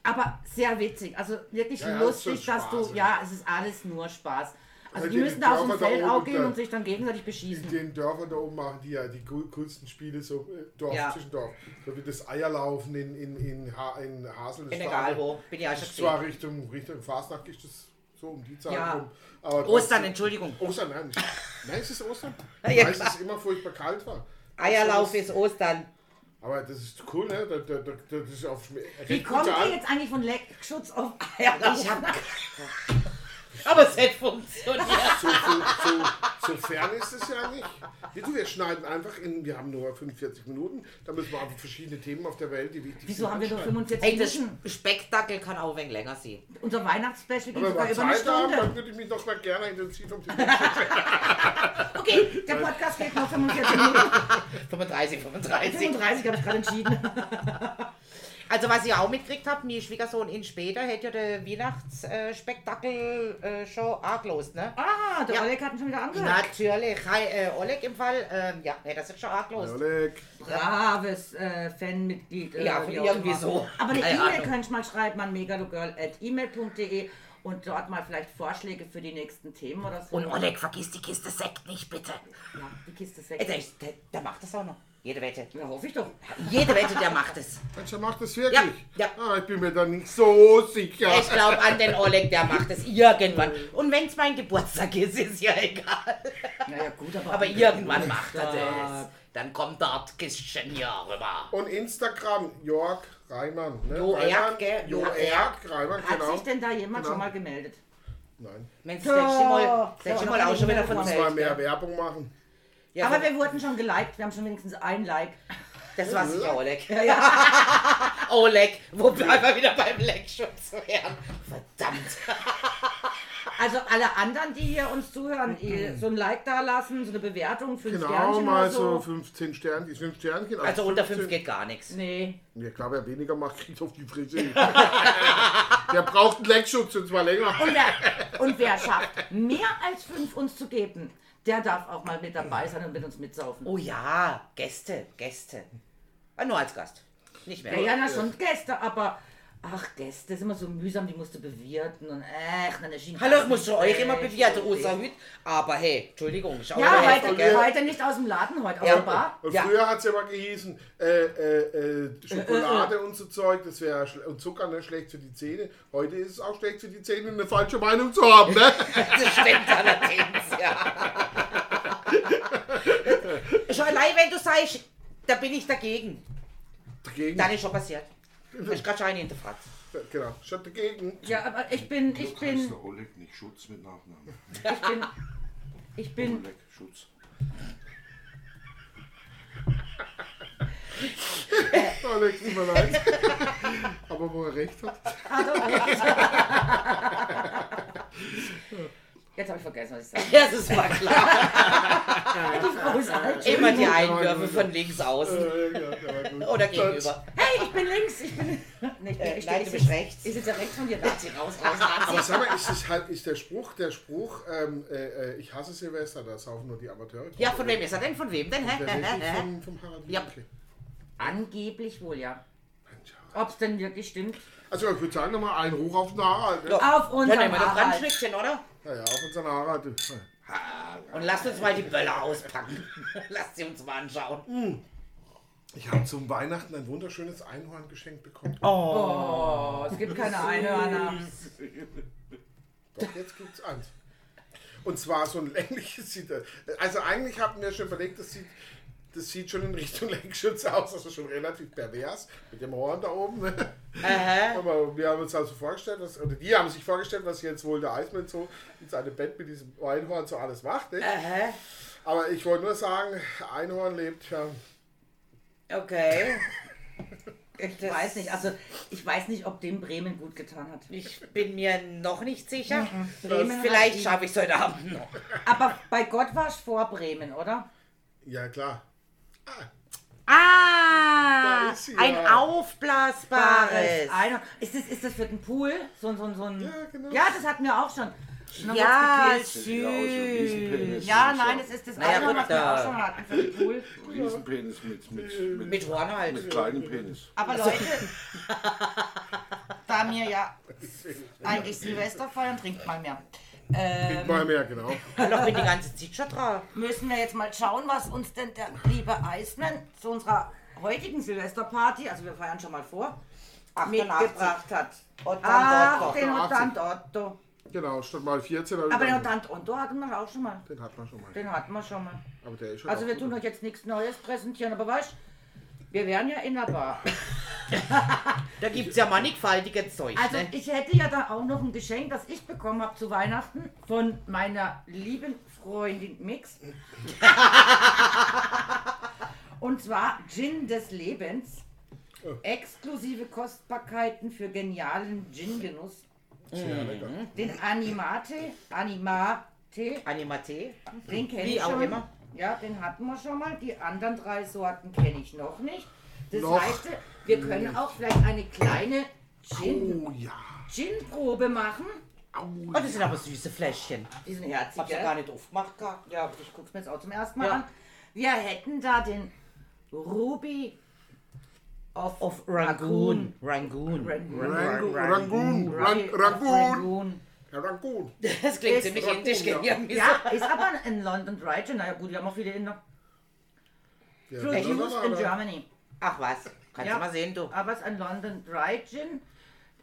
Speaker 1: Aber sehr witzig. Also wirklich
Speaker 2: Ja, ja,
Speaker 1: lustig,
Speaker 2: ist schon
Speaker 1: dass du.
Speaker 2: Spaß,
Speaker 1: Ja, es ist alles nur Spaß. Also
Speaker 2: Also
Speaker 1: die
Speaker 2: die-
Speaker 1: müssen
Speaker 2: die
Speaker 1: da aus dem
Speaker 2: Dörfer da
Speaker 1: Feld
Speaker 2: oben
Speaker 1: auch gehen
Speaker 2: da-
Speaker 1: und sich dann gegenseitig beschießen.
Speaker 2: In den Dörfern da oben machen die ja die cool- coolsten Spiele, so äh, Dorf
Speaker 3: Ja.
Speaker 2: zwischen Dorf. So wie das Eierlaufen in, in, in, ha in Hasel. Das
Speaker 3: Bin
Speaker 2: war-
Speaker 3: egal wo, bin ja
Speaker 2: Das
Speaker 3: schon
Speaker 2: ist zwar
Speaker 3: gesehen.
Speaker 2: Richtung, Richtung Fastnacht ist das so um die Zeit
Speaker 1: Ja.
Speaker 2: rum. Aber
Speaker 3: Ostern,
Speaker 2: trotzdem-
Speaker 3: Entschuldigung.
Speaker 2: Ostern, nein. nicht. Nein, es ist Ostern.
Speaker 3: ja,
Speaker 2: weil es
Speaker 3: klar.
Speaker 2: ist immer furchtbar kalt war.
Speaker 3: Eierlauf
Speaker 2: Also das-
Speaker 3: ist Ostern.
Speaker 2: Aber das ist cool, ne? Da, da, da, das ist auf
Speaker 1: Wie kommt ihr jetzt eigentlich von Leckschutz auf Eier?
Speaker 3: Ich hab. Aber es hätte funktioniert.
Speaker 2: So, so, so, so fern ist es ja nicht. Wie du, wir schneiden einfach in, wir haben nur 45 Minuten, da müssen wir einfach verschiedene Themen auf der Welt, die wichtig
Speaker 1: Wieso
Speaker 2: sind.
Speaker 1: haben wir nur
Speaker 2: anschneiden.
Speaker 1: 45
Speaker 3: Hey, das
Speaker 1: Minuten?
Speaker 3: Spektakel kann auch ein wenig länger sein.
Speaker 1: Unser Weihnachtsspecial
Speaker 2: Wenn
Speaker 1: ging
Speaker 2: wir
Speaker 1: sogar
Speaker 2: mal
Speaker 1: über eine
Speaker 2: Zeit haben,
Speaker 1: Stunde.
Speaker 2: dann würde ich mich noch mal gerne intensiv um die Welt
Speaker 1: Okay, der Podcast geht noch 45 Minuten.
Speaker 3: 35, 35.
Speaker 1: 35 habe ich gerade entschieden.
Speaker 3: Also was ich auch mitgekriegt habe, mein Schwiegersohn in Später hätte ja der Weihnachtsspektakel äh, schon angelost, ne?
Speaker 1: Ah, der
Speaker 3: Ja.
Speaker 1: Oleg hat ihn schon wieder angehört.
Speaker 3: Natürlich. Hi, äh, Oleg im Fall. Ähm, ja, nee, das ist schon arglos.
Speaker 2: Oleg,
Speaker 1: Braves äh, Fanmitglied. Äh,
Speaker 3: Ja,
Speaker 1: wie auch
Speaker 3: irgendwie
Speaker 1: immer.
Speaker 3: so.
Speaker 1: Aber eine
Speaker 3: Keine
Speaker 1: E-Mail
Speaker 3: Ahnung.
Speaker 1: könnt ihr mal schreiben an megalogirl.email.de und dort mal vielleicht Vorschläge für die nächsten Themen oder so.
Speaker 3: Und Oleg, vergiss die Kiste Sekt nicht, bitte.
Speaker 1: ja, die Kiste ist
Speaker 3: Äh, Der,
Speaker 1: weg.
Speaker 3: der, der macht das auch noch. Jede Wette.
Speaker 1: Ja, hoffe ich doch.
Speaker 3: Jede Wette, der macht es.
Speaker 2: Mensch, er macht das wirklich.
Speaker 3: Ja, ja.
Speaker 2: Ah, ich bin mir da nicht so sicher.
Speaker 3: Ich glaube an den Oleg, der macht es irgendwann. Und wenn es mein Geburtstag ist, ist ja egal.
Speaker 1: Naja, gut, aber.
Speaker 3: Aber irgendwann macht er das. Dann kommt der Artkistchen hier rüber.
Speaker 2: Und Instagram, Jörg Reimann. Ne?
Speaker 3: Jo Erk,
Speaker 2: Reimann,
Speaker 3: gell?
Speaker 2: Jo
Speaker 3: Jo
Speaker 2: Erk, Reimann,
Speaker 1: Hat
Speaker 2: genau.
Speaker 1: sich denn da jemand
Speaker 2: Genau.
Speaker 1: schon mal gemeldet?
Speaker 2: Nein.
Speaker 3: Mensch, das letzte Mal, das letzte
Speaker 1: Ja,
Speaker 3: Mal auch schon wieder
Speaker 1: noch
Speaker 2: Muss
Speaker 1: Zelt,
Speaker 2: mal
Speaker 3: verzählt.
Speaker 2: mehr
Speaker 3: gell?
Speaker 2: Werbung machen.
Speaker 3: Ja,
Speaker 1: Aber
Speaker 3: aber
Speaker 1: wir wurden schon geliked, wir haben schon wenigstens ein Like.
Speaker 3: das war sicher Oleg. Oleg, wo bleiben wir wieder beim Leck schon zu hören? Verdammt.
Speaker 1: Also alle anderen, die hier uns zuhören, ihr so ein Like da lassen, so eine Bewertung, fünf
Speaker 2: Mhm. Genau,
Speaker 1: Sternchen
Speaker 2: mal
Speaker 1: oder
Speaker 2: so
Speaker 1: so.
Speaker 2: 15 Sternchen. 5 Sternchen
Speaker 3: Also unter
Speaker 2: 15.
Speaker 3: 5 geht gar nichts.
Speaker 1: Nee.
Speaker 2: Ja klar, wer weniger macht, kriegt auf die Fresse. Der braucht einen Leckschutz und zwar länger.
Speaker 1: Und wer, und wer schafft, mehr als fünf uns zu geben, der darf auch mal mit dabei sein und mit uns mitsaufen.
Speaker 3: Oh ja, Gäste, Gäste. Aber nur als Gast. Nicht mehr.
Speaker 1: Ja, ja, na schon Gäste, aber ach, Gäste ist immer so mühsam, die musst du bewirten und ach, na, schien
Speaker 3: Hallo, ich muss schon euch immer bewerten, außer heute. Aber hey, Entschuldigung, ich auch
Speaker 1: Ja,
Speaker 3: Hälfte,
Speaker 1: heute,
Speaker 3: gell?
Speaker 1: heute nicht aus dem Laden, heute aus
Speaker 3: Ja.
Speaker 1: der Bar.
Speaker 2: Und
Speaker 3: Ja.
Speaker 2: früher hat es ja mal gehießen, äh, äh, äh, Schokolade und so Zeug, das wäre schl- und Zucker ne, schlecht für die Zähne. Heute ist es auch schlecht für die Zähne, eine falsche Meinung zu haben. Ne?
Speaker 3: Das stimmt allerdings, ja. schon allein, wenn du sagst, da bin ich dagegen.
Speaker 2: Dagegen.
Speaker 3: Dann ist schon passiert. Hab Ich gerade schon einen hinterfragt.
Speaker 2: Genau, schon dagegen.
Speaker 1: Ja, aber ich bin,
Speaker 4: Du
Speaker 1: ich
Speaker 4: kannst
Speaker 1: bin,
Speaker 4: der Oleg nicht Schutz mit Nachnamen.
Speaker 1: ich bin, ich bin,
Speaker 4: Oleg Schutz.
Speaker 2: Alex, Oh, tut mir leid. Aber wo er recht hat.
Speaker 1: jetzt habe ich vergessen, was ich sage.
Speaker 3: Ja, das war klar.
Speaker 1: Die Frau ist alt.
Speaker 3: Immer die Einwürfe von links außen.
Speaker 2: Äh, ja, der war gut.
Speaker 3: Oder gegenüber.
Speaker 1: Hey, ich bin links, ich bin, nee, ich, bin,
Speaker 3: Äh,
Speaker 1: ich,
Speaker 3: nein,
Speaker 1: steh-
Speaker 3: du
Speaker 1: ich
Speaker 3: bist rechts.
Speaker 1: Ich sitze rechts von dir, Nazi, raus, raus, Nazi.
Speaker 2: Aber sag mal, ist, das halt, ist der Spruch, der Spruch, ähm, äh, äh, ich hasse Silvester, da saufen nur die Amateure.
Speaker 3: Ja, von wem ist er denn? Von wem denn? Hä, hä, hä,
Speaker 2: Tatsächlich
Speaker 3: hä?
Speaker 2: vom, vom Harald
Speaker 3: Ja.
Speaker 2: Winke.
Speaker 1: Angeblich wohl, ja. Ob es denn wirklich stimmt?
Speaker 2: Also ich würde sagen, nochmal einen hoch auf den Harald. Ne?
Speaker 3: Ja.
Speaker 1: Auf
Speaker 3: Ja,
Speaker 1: unseren
Speaker 3: nehmen wir doch ein
Speaker 1: Harald.
Speaker 3: Stückchen, oder?
Speaker 2: Naja, auf unseren Harald. du.
Speaker 3: Und lasst uns mal die Böller auspacken. Lasst sie uns mal anschauen.
Speaker 2: Ich habe zum Weihnachten ein wunderschönes Einhorn geschenkt bekommen.
Speaker 1: Oh, es gibt keine Einhörner.
Speaker 2: Doch, jetzt gibt's eins. Und zwar so ein längliches sieht das- Also eigentlich hatten wir schon überlegt, das sieht, das sieht schon in Richtung Lenkschutz aus, also schon relativ pervers mit dem Horn da oben. Ne? Aber wir haben uns also vorgestellt, was, oder die haben sich vorgestellt, was jetzt wohl der Eismann so in seinem Bett mit diesem Einhorn so alles macht. Ne?
Speaker 3: Aha.
Speaker 2: Aber ich wollte nur sagen, Einhorn lebt ja.
Speaker 3: Okay.
Speaker 1: Ich weiß nicht, also ich weiß nicht, ob dem Bremen gut getan hat.
Speaker 3: Ich bin mir noch nicht sicher.
Speaker 1: Mhm. Bremen
Speaker 3: Vielleicht
Speaker 1: hat
Speaker 3: schaffe ich es heute Abend noch.
Speaker 1: ihn- Aber bei Gott war es vor Bremen, oder?
Speaker 2: Ja klar. Da
Speaker 3: Ah,
Speaker 2: ist sie,
Speaker 3: ein
Speaker 2: ja.
Speaker 3: aufblasbares.
Speaker 1: Einhorn. Ist das, ist das für den Pool? So, ein- so, ein- so ein.
Speaker 2: Ja, genau.
Speaker 1: ja, das hatten wir auch schon. Schon haben
Speaker 3: Ja,
Speaker 1: wir uns gekillt.
Speaker 4: Sieht ja aus wie ein Riesenpenis.
Speaker 1: ja, nein, das ist das
Speaker 3: Naja,
Speaker 1: Einhorn,
Speaker 3: gut,
Speaker 1: was wir
Speaker 3: da-
Speaker 1: auch schon hatten für den Pool.
Speaker 4: Ein Riesenpenis mit, mit, mit,
Speaker 3: Mit Horn
Speaker 4: mit
Speaker 3: halt.
Speaker 4: kleinem Penis.
Speaker 1: Aber Leute, da mir ja eigentlich Silvester feiern, trinkt mal mehr. Äh, Ähm.
Speaker 2: Kriegt mal mehr, genau.
Speaker 3: Noch bin die ganze Zeit schon dran.
Speaker 1: müssen wir jetzt mal schauen, was uns denn der liebe Eismann zu unserer heutigen Silvesterparty, also wir feiern schon mal vor, mitgebracht hat. Ach, den Hotant Otto.
Speaker 2: Genau, statt mal 14. hab ich
Speaker 1: Aber den
Speaker 2: dann-
Speaker 1: Hotant Otto hatten wir auch schon mal.
Speaker 2: den hat man schon mal.
Speaker 1: Den hatten wir schon mal.
Speaker 2: Aber der ist schon
Speaker 1: Also
Speaker 2: auch
Speaker 1: wir
Speaker 2: gut.
Speaker 1: tun euch jetzt nichts Neues präsentieren, aber weißt wir wären ja in der Bar.
Speaker 3: Da gibt es ja mannigfaltiges Zeug.
Speaker 1: Also
Speaker 3: ne?
Speaker 1: ich hätte ja da auch noch ein Geschenk, das ich bekommen habe zu Weihnachten von meiner lieben Freundin Mix. Und zwar Gin des Lebens.
Speaker 2: Oh.
Speaker 1: Exklusive Kostbarkeiten für genialen Gin-Genuss.
Speaker 2: Sehr lecker.
Speaker 1: Den Animate, Animate,
Speaker 3: Animate.
Speaker 1: den kenne
Speaker 3: Wie
Speaker 1: ich
Speaker 3: auch
Speaker 1: schon.
Speaker 3: immer.
Speaker 1: Ja, den hatten wir schon mal. Die anderen drei Sorten kenne ich noch nicht. Das
Speaker 2: Noch
Speaker 1: heißt, wir können auch vielleicht eine kleine Gin
Speaker 2: Oh ja.
Speaker 1: Gin-Probe machen.
Speaker 3: Oh, das sind aber süße Fläschchen.
Speaker 1: Die sind herzig,
Speaker 3: Hab's ja
Speaker 1: gell?
Speaker 3: gar nicht aufgemacht gehabt.
Speaker 1: Ja, ich guck's mir jetzt auch zum ersten Mal
Speaker 3: Ja.
Speaker 1: an. Wir hätten da den Ruby of,
Speaker 3: Auf Rangoon. Rangoon.
Speaker 2: Rangoon. Rangoon. Ran- Rangoon. Ja, Rangoon.
Speaker 3: Das klingt ziemlich
Speaker 2: Rangoon,
Speaker 3: indisch,
Speaker 2: ja.
Speaker 3: gell? irgendwie so.
Speaker 1: Ja, ist aber ein- ein London Dry Gin. Naja gut, wir haben auch viele Inder.
Speaker 2: Ja,
Speaker 1: Für
Speaker 2: da, da,
Speaker 1: Use
Speaker 2: da,
Speaker 1: in
Speaker 2: da.
Speaker 1: Germany.
Speaker 3: Ach was, kannst
Speaker 1: Ja.
Speaker 3: du Also mal sehen, du.
Speaker 1: Aber es ist ein London Dry Gin.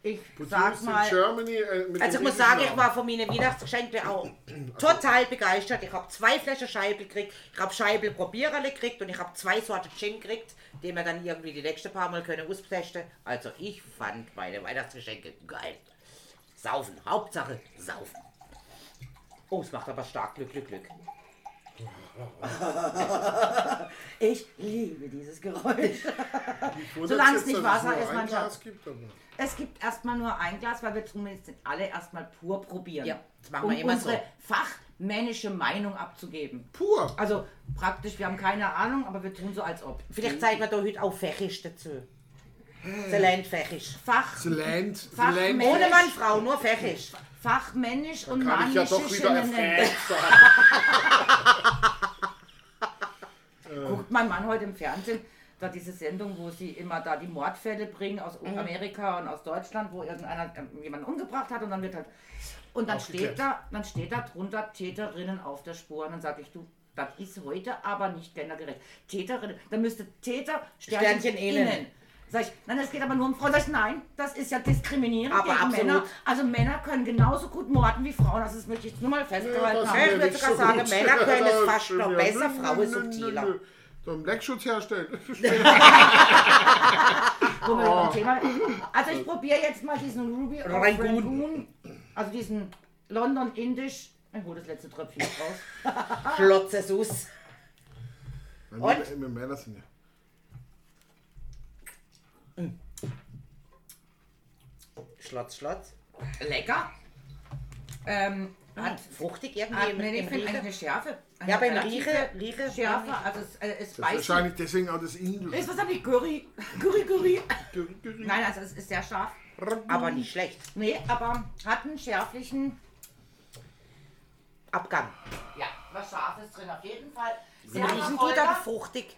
Speaker 1: Ich sag
Speaker 2: Used in
Speaker 1: mal,
Speaker 2: Germany, äh, mit
Speaker 3: Also
Speaker 2: dem
Speaker 3: ich muss sagen, ich
Speaker 2: Namen.
Speaker 3: war von meinen Weihnachtsgeschenken auch total begeistert. Ich habe zwei Flaschen Scheibe gekriegt, ich habe Scheibe Probiererle gekriegt und ich habe zwei Sorten Gin gekriegt, die wir dann irgendwie die nächsten paar Mal können austesten. Also ich fand meine Weihnachtsgeschenke geil. Saufen, Hauptsache saufen. Oh, es macht aber stark Glück, Glück, Glück.
Speaker 1: Ich liebe dieses Geräusch.
Speaker 2: Ich wundere
Speaker 1: Solange
Speaker 2: jetzt,
Speaker 1: es nicht
Speaker 2: dass
Speaker 1: Wasser
Speaker 2: nur
Speaker 1: ist,
Speaker 2: ein
Speaker 1: man
Speaker 2: Glas gibt, aber
Speaker 1: Es gibt erstmal nur ein Glas, weil wir zumindest alle erstmal pur probieren.
Speaker 3: Ja, das machen wir
Speaker 1: um
Speaker 3: immer
Speaker 1: unsere
Speaker 3: so.
Speaker 1: fachmännische Meinung abzugeben.
Speaker 2: Pur.
Speaker 1: Also praktisch, wir haben keine Ahnung, aber wir tun so, als ob.
Speaker 3: Vielleicht zeigen wir da heute auch Fächisch dazu. Selend Fächisch.
Speaker 1: Fach,
Speaker 2: Land,
Speaker 1: Fach-
Speaker 2: Land.
Speaker 1: Ohne
Speaker 3: Ohne Mann, Frau, nur Fächisch.
Speaker 1: fachmännisch und
Speaker 2: Kann ich ja
Speaker 1: mannische
Speaker 2: doch wieder
Speaker 1: Schinnen.
Speaker 2: erfrecht sagen.
Speaker 1: Guckt mein Mann heute im Fernsehen da diese Sendung, wo sie immer da die Mordfälle bringen aus Amerika und aus Deutschland, wo irgendeiner äh, jemanden umgebracht hat und dann wird halt und dann
Speaker 2: Aufgeklärt.
Speaker 1: steht da, dann steht da drunter Täterinnen auf der Spur und dann sage ich du, das ist heute aber nicht gendergerecht. Täterinnen, dann müsste Täter Sternchen,
Speaker 3: Sternchen innen.
Speaker 1: innen. Sag ich, nein, das geht aber nur um Frauen. Sag ich, nein, das ist ja diskriminierend
Speaker 3: Aber
Speaker 1: gegen
Speaker 3: absolut.
Speaker 1: Männer. Also Männer können genauso gut morden wie Frauen. Also das möchte ich jetzt nur mal festgehalten
Speaker 2: Das
Speaker 1: haben.
Speaker 3: Ja, ich
Speaker 2: wäre
Speaker 3: würde
Speaker 2: nicht
Speaker 3: sogar
Speaker 2: so
Speaker 3: sagen,
Speaker 2: gut.
Speaker 3: Männer können es
Speaker 2: Ja,
Speaker 3: fast
Speaker 2: stimmt,
Speaker 3: noch
Speaker 2: ja.
Speaker 3: besser,
Speaker 2: Nö,
Speaker 3: Frau
Speaker 2: nö,
Speaker 3: ist
Speaker 2: nö, nö,
Speaker 3: subtiler.
Speaker 2: nö. So einen Leckschutz herstellen.
Speaker 1: Wo wir beim Thema. Also ich probiere jetzt mal diesen Ruby aus
Speaker 3: Rangoon.
Speaker 1: Rangoon. Also diesen London Indisch. Ich hole das letzte Tröpfchen raus.
Speaker 3: Klotz es aus.
Speaker 2: Weil Wir, wir Männer sind ja.
Speaker 3: Schlotz, Schlotz.
Speaker 1: Lecker. Ähm, hat,
Speaker 3: Fruchtig
Speaker 1: hat
Speaker 3: irgendwie im,
Speaker 1: nee,
Speaker 3: im
Speaker 1: Ah, ich finde eigentlich
Speaker 3: Riechen.
Speaker 1: eine Schärfe. Eine
Speaker 3: Ja, beim
Speaker 1: relative
Speaker 3: Riechen, Riechen
Speaker 1: Schärfe, also es, äh, es
Speaker 2: Das ist
Speaker 1: spicy.
Speaker 2: wahrscheinlich deswegen auch das Indische.
Speaker 1: Ist was an die Curry. Curry, Curry. Nein, also es ist sehr scharf.
Speaker 3: aber nicht schlecht.
Speaker 1: Nee, aber hat einen schärflichen.
Speaker 3: Abgang.
Speaker 1: Ja, was Scharfes drin auf jeden Fall. Sehr
Speaker 3: Riechen tut
Speaker 1: Wacholder.
Speaker 3: aber fruchtig.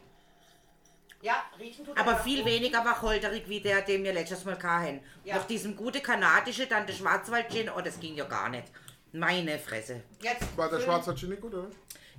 Speaker 1: Ja, riechen tut
Speaker 3: Aber
Speaker 1: er
Speaker 3: viel
Speaker 1: fruchtig.
Speaker 3: weniger wacholderig wie der, den wir letztes Mal kahen.
Speaker 1: Ja.
Speaker 3: Noch diesem gute kanadische, dann der Schwarzwald-Gin. Oh, das ging ja gar nicht. Meine Fresse.
Speaker 1: Jetzt
Speaker 2: War der
Speaker 1: füllen-
Speaker 2: schwarze Gin nicht gut, oder?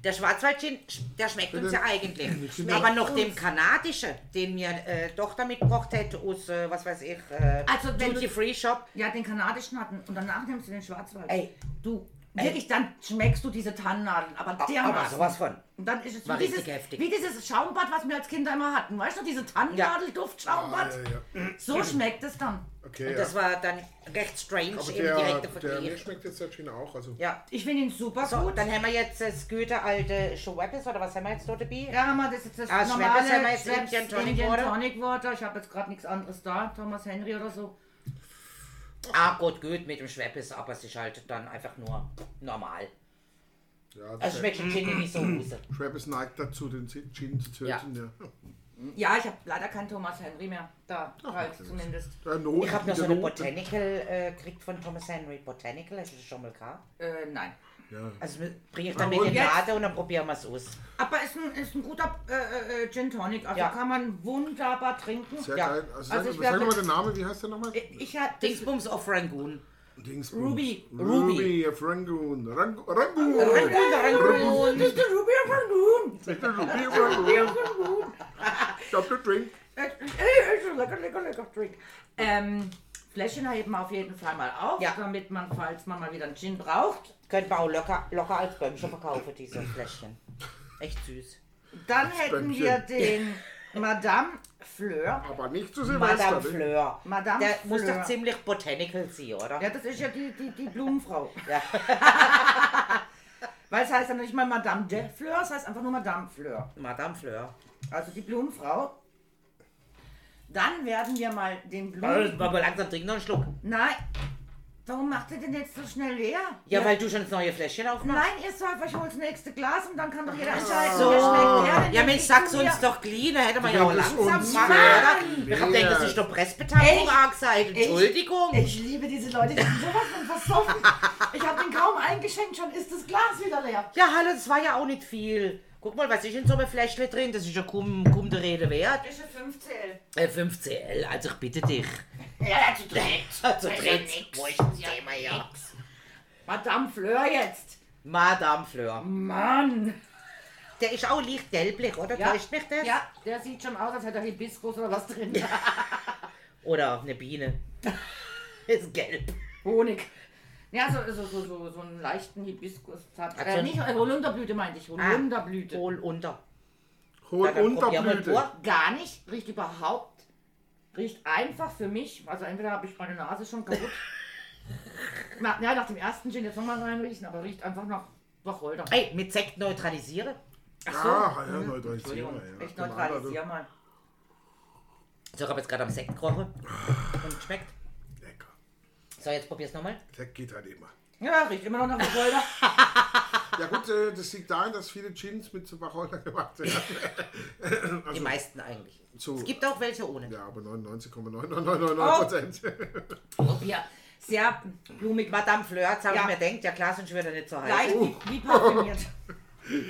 Speaker 3: Der Schwarzwaldgin, der schmeckt uns ja eigentlich.
Speaker 2: Schmeckt
Speaker 3: Aber noch
Speaker 1: uns.
Speaker 3: dem kanadischen, den mir äh, Tochter mitgebracht hat aus, äh, was weiß ich, äh,
Speaker 1: Also wenn
Speaker 3: Duty
Speaker 1: du-
Speaker 3: Free Shop.
Speaker 1: Ja, den kanadischen hatten und danach nimmst du den Schwarzwald.
Speaker 3: Ey. Ah,
Speaker 1: du. Wirklich, dann schmeckst du diese Tannennadeln, aber dermaßen.
Speaker 3: Aber sowas von.
Speaker 1: Und dann ist es
Speaker 3: War
Speaker 1: wie dieses,
Speaker 3: richtig heftig.
Speaker 1: wie dieses Schaumbad, was wir als Kinder immer hatten. Weißt du, diese Tannennadel-Duft-Schaumbad?
Speaker 2: Ah, Ja, ja.
Speaker 1: So schmeckt es dann.
Speaker 2: Okay.
Speaker 3: Und das
Speaker 2: ja.
Speaker 3: war dann recht strange
Speaker 2: Aber
Speaker 3: im
Speaker 2: der,
Speaker 3: direkten
Speaker 2: der mir
Speaker 3: Vergleich.
Speaker 2: schmeckt jetzt der Gin auch. Also.
Speaker 3: Ja.
Speaker 1: Ich finde ihn super
Speaker 3: So,
Speaker 1: gut.
Speaker 3: dann haben wir jetzt das gute alte Schweppes, oder was haben wir jetzt dort dabei?
Speaker 1: ja, haben wir das ist das
Speaker 3: Ah,
Speaker 1: normale
Speaker 3: Schweppes haben wir jetzt
Speaker 1: Schweppes
Speaker 3: Indian Tonic
Speaker 1: Indian
Speaker 3: Water.
Speaker 1: Tonic Water. Ich habe jetzt gerade nichts anderes da. Thomas Henry oder so.
Speaker 3: Ah, gut, gut mit dem Schweppes, aber es ist halt dann einfach nur normal.
Speaker 2: Ja,
Speaker 3: Also
Speaker 2: das
Speaker 3: schmeckt schon Gin nicht so raus.
Speaker 2: Travis neigt dazu, den Gin zu töten. Ja.
Speaker 1: Ja, ich habe leider keinen Thomas Henry mehr. Da halt
Speaker 2: okay.
Speaker 1: zumindest.
Speaker 2: Der Not,
Speaker 3: Ich habe noch so
Speaker 2: der
Speaker 3: eine
Speaker 2: Not-
Speaker 3: Botanical äh, gekriegt von Thomas Henry. Botanical, hast du das schon mal gehabt?
Speaker 1: Äh, nein.
Speaker 2: Ja.
Speaker 3: Also bringe ich dann mit
Speaker 1: Ah, Und
Speaker 3: in den
Speaker 1: jetzt?
Speaker 3: Laden und dann probieren wir es aus.
Speaker 1: Aber ist ein, ist ein guter äh, äh, Gin Tonic, also
Speaker 3: Ja.
Speaker 1: kann man wunderbar trinken.
Speaker 2: Sehr
Speaker 3: Ja.
Speaker 2: geil. Also,
Speaker 1: Also
Speaker 2: sag,
Speaker 1: ich
Speaker 2: sag
Speaker 1: werd
Speaker 2: nochmal
Speaker 1: mit-
Speaker 2: den Namen, wie heißt der nochmal?
Speaker 3: Äh,
Speaker 1: Ich hatte
Speaker 3: Dingsbums auf Rangoon.
Speaker 2: Dingsbums.
Speaker 1: Ruby.
Speaker 2: Ruby. Ruby of Rangoon. Rang Rangoon.
Speaker 3: Ah,
Speaker 1: Das ist der Ruby of Rangoon.
Speaker 2: Mit der Ruby of Rangoon. Dr. Drink.
Speaker 1: Äh, äh, ist ein Lecker, lecker, lecker Drink. Ähm, Fläschchen heben wir auf jeden Fall mal auf,
Speaker 3: Ja.
Speaker 1: damit man, falls man mal wieder einen Gin braucht,
Speaker 3: Könnte man auch locker, locker als Bömmchen verkaufen, diese Fläschchen. Echt süß.
Speaker 1: dann hätten
Speaker 2: Bändchen.
Speaker 1: wir den Madame Fleur.
Speaker 2: Aber nicht zu
Speaker 3: Madame
Speaker 2: Silvester. ne?
Speaker 3: Fleur.
Speaker 1: Madame
Speaker 3: Der
Speaker 1: Fleur.
Speaker 3: muss doch ziemlich Botanical sein, oder?
Speaker 1: Ja, das ist ja die, die, die Blumenfrau.
Speaker 3: Ja.
Speaker 1: Weil es heißt ja nicht mal Madame de Fleur, es heißt einfach nur Madame Fleur.
Speaker 3: Madame Fleur.
Speaker 1: Also die Blumenfrau. Dann werden wir mal den Blumen...
Speaker 3: Aber langsam trink noch einen Schluck.
Speaker 1: Nein. Warum macht ihr denn jetzt so schnell leer?
Speaker 3: Ja, weil du schon das neue Fläschchen aufmachst.
Speaker 1: Nein, ihr Säufer, ich hol das nächste Glas und dann kann doch jeder entscheiden,
Speaker 3: So.
Speaker 1: wer schmeckt wer. denn
Speaker 3: Ja,
Speaker 1: jetzt
Speaker 3: Mensch,
Speaker 1: nicht
Speaker 3: sag's
Speaker 1: zu mir.
Speaker 3: uns doch clean, da hätte man ja auch
Speaker 2: Will es
Speaker 3: langsam
Speaker 2: uns
Speaker 3: machen,
Speaker 2: werden.
Speaker 3: oder? Ich hab gedacht, das ist doch Pressbeteiligung
Speaker 1: Echt?
Speaker 3: angesagt. Entschuldigung.
Speaker 1: Ich liebe diese Leute, die sind sowas von versoffen. Ich habe den kaum eingeschenkt, schon ist das Glas wieder leer.
Speaker 3: Ja, hallo, das war ja auch nicht viel. Guck mal, was ist in so einem Fläschchen drin? Das ist ja kaum, kaum der Rede wert.
Speaker 1: Ist 15.
Speaker 3: Äh, 5CL, also ich bitte dich.
Speaker 1: Äh, Ja, zu dritt.
Speaker 3: Also
Speaker 1: Also
Speaker 3: dritt.
Speaker 1: nix.
Speaker 3: Wo ist das Thema, ja?
Speaker 1: Madame Fleur jetzt.
Speaker 3: Madame Fleur.
Speaker 1: Mhm. Mann.
Speaker 3: Der ist auch leicht gelblich, oder?
Speaker 1: Ja.
Speaker 3: Täuscht mich das?
Speaker 1: Ja, der sieht schon aus, als hätte er Hibiskus oder was drin.
Speaker 3: Oder eine Biene. ist gelb.
Speaker 1: Honig. Ja, so, so, so, so, so einen leichten Hibiskus. Hat,
Speaker 3: Hat
Speaker 1: äh,
Speaker 3: schon-
Speaker 1: nicht äh, Holunderblüte meinte ich. Holunderblüte.
Speaker 3: Hol unter.
Speaker 2: Hol
Speaker 3: Ja, dann probieren wir
Speaker 2: Unterblüte.
Speaker 3: durch.
Speaker 1: Gar nicht. Riecht überhaupt. Riecht einfach für mich. Also entweder habe ich meine Nase schon kaputt. Na, ja, nach dem ersten Gin jetzt nochmal reinriechen, aber riecht einfach nach Wacholder.
Speaker 3: Ey, mit Sekt neutralisiere.
Speaker 1: Ach so.
Speaker 2: Ah, ja,
Speaker 1: Entschuldigung,
Speaker 2: neutralisieren. Ja.
Speaker 1: ich neutralisiere mal.
Speaker 3: So, ich habe jetzt gerade am Sekt gerochen und schmeckt.
Speaker 2: Lecker.
Speaker 3: So, jetzt probier's nochmal.
Speaker 2: Sekt geht halt immer.
Speaker 1: Ja, riecht immer noch nach Wacholder.
Speaker 2: Ja gut, äh, das liegt daran, dass viele Gins mit so Wacholder gemacht werden.
Speaker 3: Die meisten eigentlich.
Speaker 2: So.
Speaker 3: Es gibt auch welche ohne.
Speaker 2: Ja, aber 99,9999 Prozent.
Speaker 1: ja, sehr blumig,
Speaker 3: Madame Fleur, jetzt habe
Speaker 1: Ja.
Speaker 3: ich mir denkt, ja klar, sind schon wieder nicht so heiß.
Speaker 1: leicht, wie, wie parfümiert.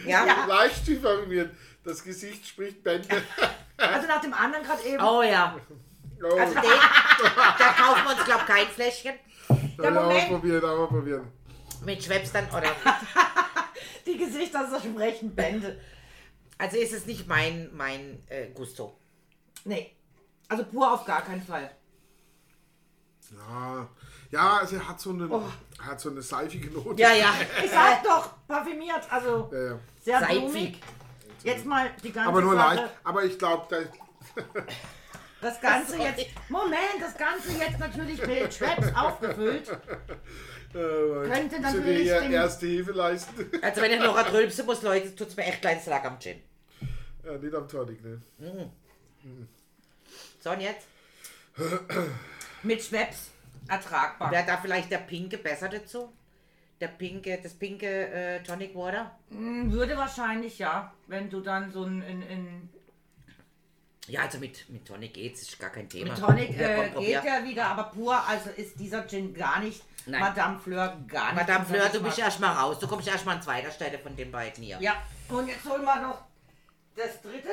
Speaker 3: Ja?
Speaker 2: Leicht diffamiert. Das Gesicht spricht Bände.
Speaker 1: Also nach dem anderen gerade eben.
Speaker 3: Oh ja.
Speaker 2: Oh,
Speaker 3: Also den, da kaufen wir uns, glaube kein Fläschchen.
Speaker 2: da haben wir
Speaker 1: Moment.
Speaker 2: probiert, haben wir probiert.
Speaker 3: Mit Schwepps dann, oder?
Speaker 1: Die Gesichter so sprechen Bände.
Speaker 3: Also ist es nicht mein, mein äh, Gusto.
Speaker 1: Nee. Also pur auf gar keinen Fall.
Speaker 2: Ja, ja also er hat so eine, hat so eine seifige Note.
Speaker 3: Ja, ja.
Speaker 1: Ich sag doch, parfümiert, also
Speaker 2: Ja, ja.
Speaker 1: sehr
Speaker 3: Seifig.
Speaker 1: blumig. Jetzt mal die ganze
Speaker 2: Aber nur
Speaker 1: Sache.
Speaker 2: leicht. Aber ich glaube, da,
Speaker 1: Das Ganze
Speaker 3: Sorry.
Speaker 1: jetzt. Moment, das Ganze jetzt natürlich mit Schwepps aufgefüllt.
Speaker 2: äh,
Speaker 1: Könnte
Speaker 2: sind wir
Speaker 1: natürlich
Speaker 2: hier
Speaker 1: den-
Speaker 2: erste Hilfe leisten.
Speaker 3: Also wenn ich noch rülpse muss, Leute, tut's mir echt kleines Lack am Gin.
Speaker 2: ja, nicht am Tonic, ne?
Speaker 3: So, und jetzt
Speaker 1: Mit Schwepps ertragbar.
Speaker 3: wäre da vielleicht der Pinke besser dazu? Der pinke, das pinke äh, Tonic Water?
Speaker 1: Würde wahrscheinlich ja, wenn du dann so ein in, in
Speaker 3: Ja, also mit, mit Tonic geht's, ist gar kein Thema.
Speaker 1: mit Tonic
Speaker 3: Ja, komm,
Speaker 1: äh,
Speaker 3: probier.
Speaker 1: geht ja wieder, aber pur, also ist dieser Gin gar nicht.
Speaker 3: Nein.
Speaker 1: Madame Fleur gar nicht.
Speaker 3: Madame
Speaker 1: unser
Speaker 3: Fleur, du
Speaker 1: Geschmack.
Speaker 3: bist erstmal raus. Du kommst erstmal an zweiter Stelle von den beiden hier.
Speaker 1: Ja, und jetzt holen wir noch das dritte.